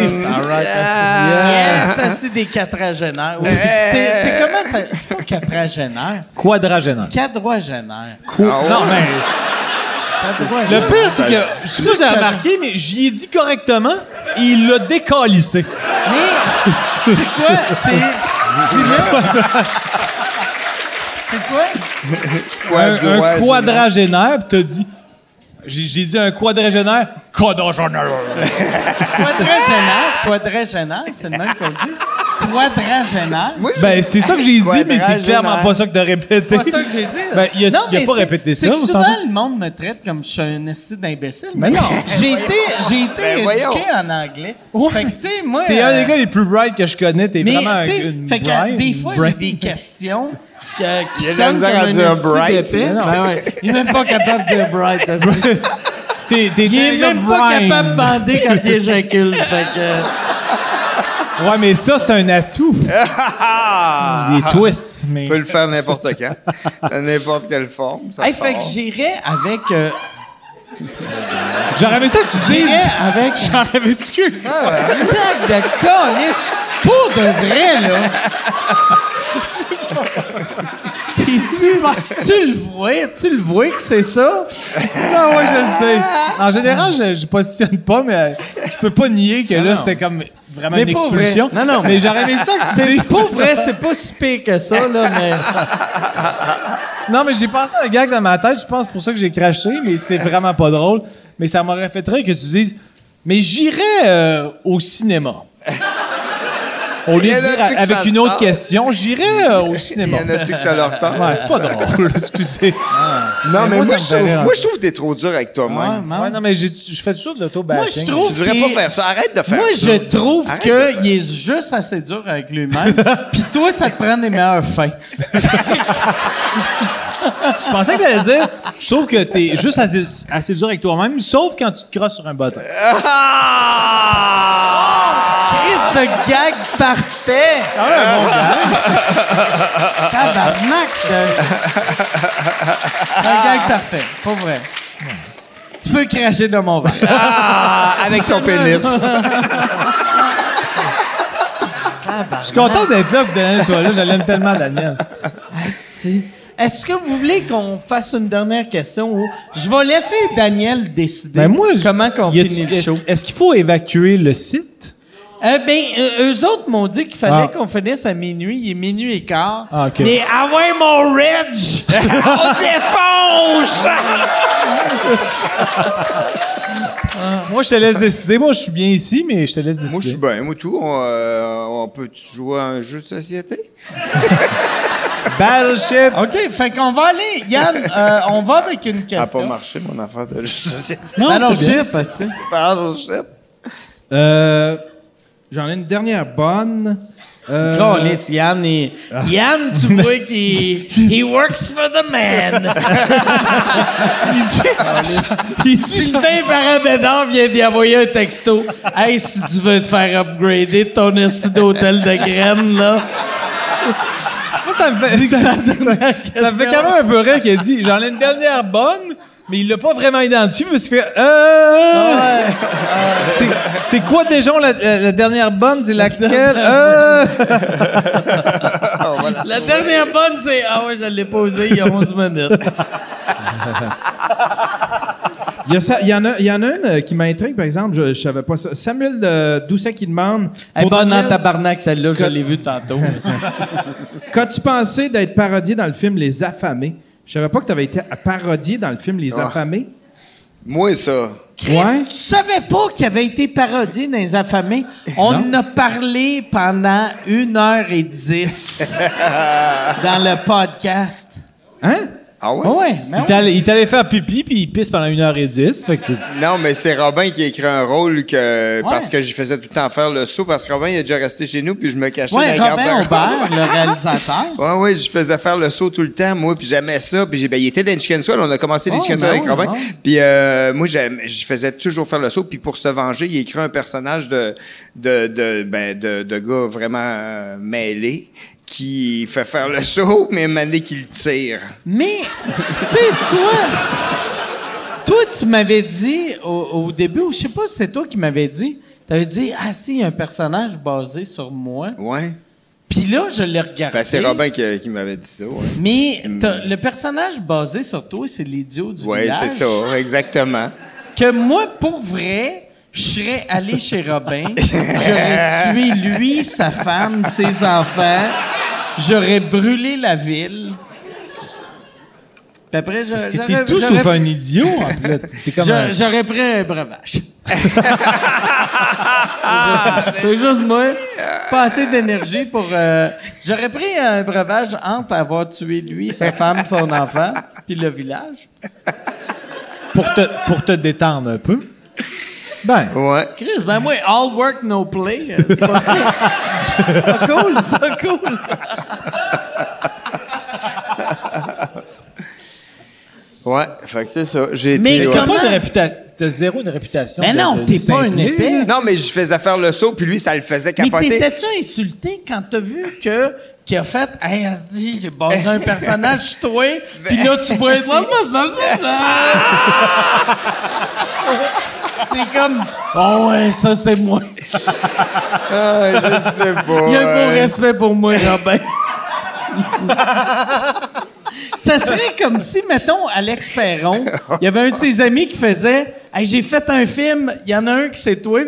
S4: buddy!
S5: Yeah! Ah,
S2: Yes, ça c'est des quadragénaires. Oui. C'est c'est comment ça. C'est pas quadragénaire.
S4: Quadragénaire.
S2: Quadragénaire.
S5: Ah ouais.
S4: Non, mais
S2: Quadragénaire.
S4: le pire, c'est que,
S5: Ça-
S4: je sais pas si j'ai remarqué, mais j'y ai dit correctement, et il l'a décalissé.
S2: Mais c'est quoi? C'est. Dis-le. C'est quoi?
S4: Un, un
S5: Quadra- ouais,
S4: quadragénaire, puis t'as dit... J'ai j'ai dit un quadragénaire, quadragénaire.
S2: Quadragénaire. Quadragénaire, c'est le même qu'on dit. Quadragénaire.
S5: c'est- Moi, je-
S4: Ben, c'est ça que j'ai dit, mais c'est
S5: Quadragénaire.
S4: clairement pas ça que t'as répété.
S2: C'est pas ça que j'ai dit. là.
S4: Ben, il a- il a
S2: mais
S4: pas
S2: c'est-
S4: répété
S2: c'est
S4: ça,
S2: que
S4: on
S2: souvent,
S4: s'entend?
S2: le monde me traite comme je suis un esti d'imbécile. Mais non. j'ai été, j'ai été
S5: Ben, voyons.
S2: éduqué en anglais.
S4: Ouais.
S2: Fait que, tu sais, moi.
S4: T'es
S2: euh,
S4: un des gars les plus bright que je connais. T'es
S2: Mais,
S4: vraiment un-
S2: tu sais,
S4: une
S2: fait que,
S4: bright,
S2: des
S4: une
S2: fois, j'ai
S4: bright.
S2: des questions que- qui
S5: Il y a de la
S2: sonnent
S5: misère
S2: comme
S5: à
S2: un
S5: dire
S2: esti
S5: bright.
S2: d'épais.
S4: Non.
S2: Ben ouais. Il est même pas capable de dire bright. hein.
S4: T'es, t'es
S2: Il est
S4: un gars
S2: même pas
S4: bright.
S2: capable de bander quand il éjacule. Fait que...
S4: Ouais, mais ça, c'est un atout. Des twists, mais.
S5: On peut le faire n'importe quand, dans n'importe quelle forme. Ça
S2: Hey, fait que
S5: sort.
S2: j'irais avec... euh,
S4: J'aurais aimé ça que tu dises.
S2: j'irais avec...
S4: J'aurais aimé, excuse.
S2: Tac Ah, de cogne. Pour de vrai, là. tu, tu le vois, tu le vois que c'est ça?
S4: Non, ouais, je le sais. En général, je, je positionne pas, mais euh, je peux pas nier que là, c'était comme vraiment
S2: Mais
S4: une
S2: pas vrai.
S4: expulsion.
S2: Non, non,
S4: mais j'aurais aimé ça que tu dises.
S2: Pour vrai, c'est pas si pire que ça, là, mais...
S4: Non, mais j'ai pensé à un gag dans ma tête, je pense pour ça que j'ai craché, mais c'est vraiment pas drôle. Mais ça m'aurait fait très que tu dises Mais j'irais euh, au cinéma. Au lieu
S5: Y en
S4: de dire
S5: a-tu que
S4: avec
S5: ça
S4: une
S5: se
S4: autre
S5: tente?
S4: question, j'irais euh, au
S5: Il y
S4: cinéma.
S5: en a-tu que ça leur tente?
S4: Ouais, c'est pas drôle, excusez.
S5: Non, mais
S4: Moi,
S5: moi,
S4: ça me
S5: je
S4: fait
S5: trouve,
S4: rire.
S5: moi, je trouve que t'es trop dur avec toi-même.
S4: Ouais, Oh, non, mais j'ai- je fais toujours de l'auto-bashing.
S2: Moi, je trouve
S5: tu devrais pas
S2: qu'il-
S5: faire ça. Arrête de faire
S2: Moi,
S5: ça.
S2: je trouve
S5: Arrête de-
S2: qu'il est juste assez dur avec lui-même. Puis toi, ça te prend des meilleures fins.
S4: Je pensais que t'allais dire Je trouve que t'es juste assez, assez dur avec toi-même, sauf quand tu te crosses sur un bâton.
S2: Chris de gag parfait! Ah bon gag! Tabarnak! de- Un gag parfait, pas vrai. Tu peux cracher dans mon ventre.
S5: Ah, avec ton pénis.
S4: Je suis content d'être là, que Daniel soit là. Je l'aime tellement, Daniel.
S2: Asti. Est-ce que vous voulez qu'on fasse une dernière question ou je vais laisser Daniel décider
S4: Ben, moi, je-
S2: comment qu'on
S4: Y a-tu-
S2: finit le
S4: est-ce-
S2: show?
S4: Est-ce qu'il faut évacuer le site?
S2: Eh ben, euh, eux autres m'ont dit qu'il fallait
S4: Ah.
S2: qu'on finisse à minuit. Il est minuit et quart.
S4: Ah, ok.
S2: Mais ah ouais, mon Ridge!
S5: On défonce!
S4: Ah, Moi, je te laisse décider. Moi, je suis bien ici, mais je te laisse décider.
S5: Moi, je suis bien, moi, tout. On, euh, on peut jouer à un jeu de société?
S4: Battleship.
S2: Ah. OK, fait qu'on va aller. Yann, euh, on va avec
S4: Ah,
S2: une question.
S5: Ça n'a pas marché, mon affaire de jeu de société.
S2: Non,
S4: c'était bien.
S2: j'ai pas ça.
S5: Pardon, je sais.
S13: Euh,
S12: J'en ai une dernière bonne. Euh,
S2: Calisse, Yann, il- Yann, tu vois qu'il he works for the man. il dit, il dit Sylvain Parabédard vient d'y envoyer un texto. Hey, si tu veux te faire upgrader ton esti d'hôtel de graines, là.
S8: Moi, ça me fait, ça, ça- ça me fait quand même un peu rire qu'il a dit j'en ai une dernière bonne, mais il l'a pas vraiment identifié parce que euh, c'est, c'est quoi déjà la, la- la dernière bonne C'est laquelle Euh,
S5: Ah,
S2: La dernière bonne, c'est Ah ouais, je l'ai posée il y a 11 minutes.
S12: Il y, a ça- il y en a, il y en a une euh, qui m'intrigue, par exemple, je, je savais pas ça. Samuel euh, Doucet qui demande
S2: Elle est
S12: Pour
S2: bonne en
S12: Daniel,
S2: tabarnak, celle-là, je l'ai vue tantôt.
S12: Qu'as-tu pensé d'être parodié dans le film Les Affamés Je savais pas que tu avais été parodié dans le film Les
S5: Ah.
S12: Affamés.
S5: Moi, ça.
S2: Chris,
S12: Ouais.
S2: tu savais pas qu'il avait été parodié dans Les Affamés? On en a parlé pendant une heure et dix dans le podcast.
S12: Hein
S5: Ah ouais?
S2: Ouais, mais
S8: Il est allé- il est allé faire pipi puis il pisse pendant 1h10. Fait que
S5: Non, mais c'est Robin qui a écrit un rôle que parce que j'y faisais tout le temps faire le saut parce que Robin il est déjà resté chez nous puis je me cachais
S2: ouais,
S5: dans la
S2: Robin
S5: garde
S2: Aubert, le réalisateur.
S5: Ouais, ouais, je faisais faire le saut tout le temps, moi, puis j'aimais ça, puis j'ai- ben, il était dans les Chicken Swell, on a commencé les
S2: Oh, ben
S5: Chicken Swell avec
S2: oui,
S5: Robin,
S2: bon.
S5: puis euh, moi, j'aime- je faisais toujours faire le saut, puis pour se venger, il écrit un personnage de, de, de, ben, de, de gars vraiment euh, mêlé, qui fait faire le saut, mais mané qui le tire.
S2: Mais, tu sais, toi, toi, tu m'avais dit au, au début, ou je sais pas si c'est toi qui m'avais dit, t'avais dit, ah si, il y a un personnage basé sur moi.
S5: Ouais.
S2: Puis là, je l'ai regardé.
S5: Ben, c'est Robin qui, qui m'avait dit ça, ouais.
S2: Mais t'as- le personnage basé sur toi, c'est l'idiot du
S5: Ouais,
S2: village.
S5: c'est ça, exactement.
S2: Que moi, pour vrai, je serais allé chez Robin, j'aurais tué lui, sa femme, ses enfants, j'aurais brûlé la ville. Puis après, je- j'aurais
S8: tout
S2: j'aurais-
S8: sauf un idiot. en plus. T'es comme un-
S2: je- j'aurais pris un breuvage. c'est juste moi, pas assez d'énergie pour. euh, j'aurais pris un breuvage entre avoir tué lui, sa femme, son enfant, puis le village.
S8: pour, te, pour te détendre un peu. Ben,
S5: Ouais.
S2: Chris, ben moi, all work, no play. euh, C'est pas, c'est pas cool, c'est pas cool.
S5: Ouais, fait que c'est ça. J'ai
S2: Mais
S5: été, ouais.
S8: t'as
S2: Comment?
S8: pas de réputation. T'as zéro une réputation.
S2: Mais
S8: de-
S2: Ben non,
S8: de- de
S2: t'es pas un
S8: simplé,
S2: épais.
S8: là.
S5: Non, mais je faisais faire le saut, puis lui, ça le faisait
S2: Mais
S5: capoter.
S2: t'étais-tu insulté quand t'as vu que qu'il a fait Hey, elle se dit, j'ai basé un personnage sur toi, puis là, tu vois. C'est comme Oh ouais, ça c'est moi.
S5: Ah, je sais pas.
S2: Il y a un
S5: hein.
S2: beau respect pour moi, Robin. Ça serait comme si, mettons, Alex Perron, il y avait un de ses amis qui faisait Hey, j'ai fait un film, il y en a un qui s'est toi.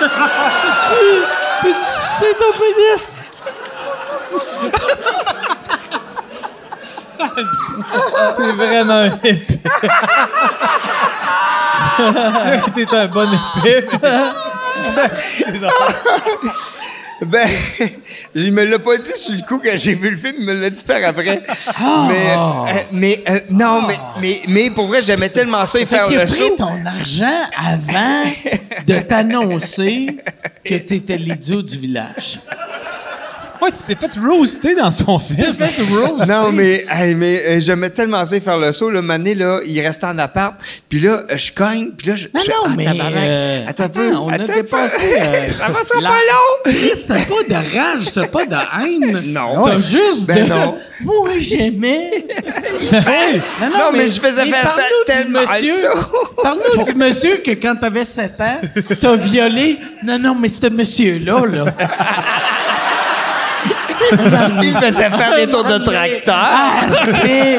S2: Peux-tu. Peux-tu sucer ton pénis?
S8: T'es vraiment un épais. T'es un bon épais.
S5: Ben, il me l'a pas dit sur le coup quand j'ai vu le film, il me l'a dit par après.
S2: Ah!
S5: Mais, euh, mais euh, non, mais, mais, mais pour vrai, j'aimais tellement ça et
S2: Fait
S5: faire
S2: qu'il a
S5: le
S2: pris
S5: saut.
S2: ton argent avant de t'annoncer que t'étais l'idiot du village.
S8: Ouais, tu t'es fait roaster dans son film.
S5: Non, mais, hey, mais euh, j'aimais tellement ça et faire le saut. Le mané, là, il restait en appart. Puis là, euh, je cogne. Puis là, je.
S2: Non,
S5: je-
S2: non,
S5: ah,
S2: mais,
S5: tabarnak.
S2: euh,
S5: attends un peu.
S2: attends, on a
S5: attends un peu.
S2: dépassé, euh,
S5: J'avais ça
S2: la-
S5: pas long.
S2: Chris, t'as pas de rage, t'as pas de haine.
S5: Non.
S2: T'as juste
S5: Ben
S2: de.
S5: non.
S2: Moi, j'aimais. non,
S5: Non, mais je faisais faire
S2: parle-nous
S5: ta-
S2: du
S5: tellement
S2: monsieur.
S5: ça.
S2: Parle-nous du monsieur que quand t'avais 7 ans, t'as violé. Non, non, mais ce monsieur-là, là.
S5: Il me faisait faire des tours de tracteur.
S2: assez,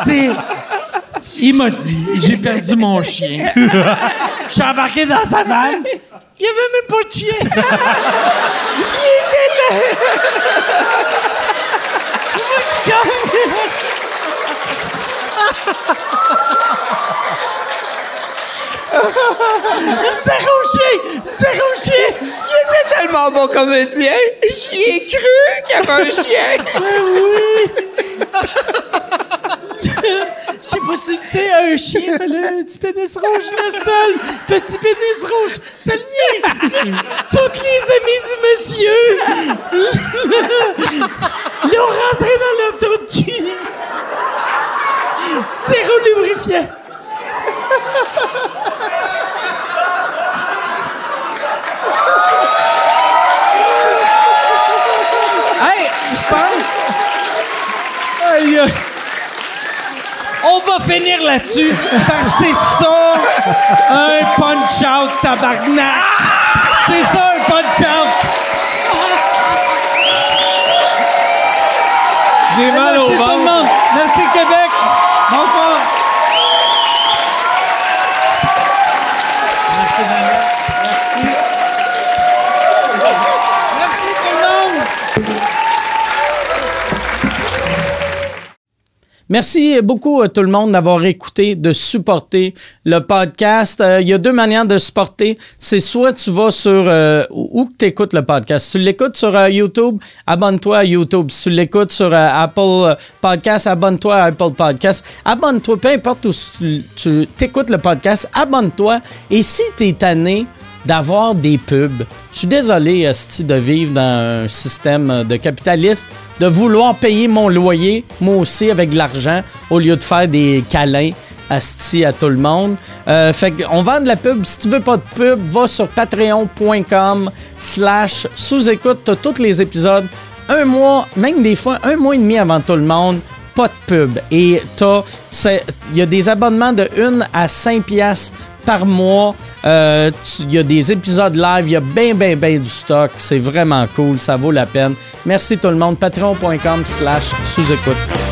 S2: assez. Il m'a dit, j'ai perdu mon chien. Je suis embarqué dans sa vanne. Il n'y avait même pas de chien. Il était Zéro chien! Zéro chien!
S5: Il était tellement bon comédien. J'y ai cru qu'il y avait un chien.
S2: Ben oui! J'ai pas si tu sais, un chien, c'est le petit pénis rouge, le seul petit pénis rouge, c'est le mien. Toutes les amies du monsieur l'ont rentré dans leur trou de cul. Zéro lubrifiant.
S9: Hey, je pense. On va finir là-dessus parce que c'est ça un punch out tabarnak. C'est ça un punch out.
S2: J'ai mal au
S9: Merci tout le
S2: ventre.
S9: monde. Merci Québec. Bonsoir. Merci Manuel. Merci. Merci tout le monde.
S1: Merci beaucoup à tout le monde d'avoir écouté, de supporter le podcast. Euh, Il y a deux manières de supporter. C'est soit tu vas sur euh, où que tu écoutes le podcast. Si tu l'écoutes sur euh, YouTube, abonne-toi à YouTube. Si tu l'écoutes sur euh, Apple euh, Podcast, abonne-toi à Apple Podcast. Abonne-toi, peu importe où tu- tu t'écoutes le podcast, abonne-toi. Et si tu es tanné, d'avoir des pubs. Je suis désolé, Asti, de vivre dans un système de capitaliste, de vouloir payer mon loyer, moi aussi, avec de l'argent, au lieu de faire des câlins. Asti à tout le monde. Euh, fait que on vend de la pub. Si tu veux pas de pub, va sur patreon.com slash sous-écoute. T'as tous les épisodes. Un mois, même des fois, un mois et demi avant tout le monde pas de pub. Et t'as, c'est- il y a des abonnements de 1 à 5 piastres par mois. Euh, tu- Il y a des épisodes live. Il y a bien, bien, bien du stock. C'est vraiment cool. Ça vaut la peine. Merci tout le monde. Patreon.com slash sous-écoute.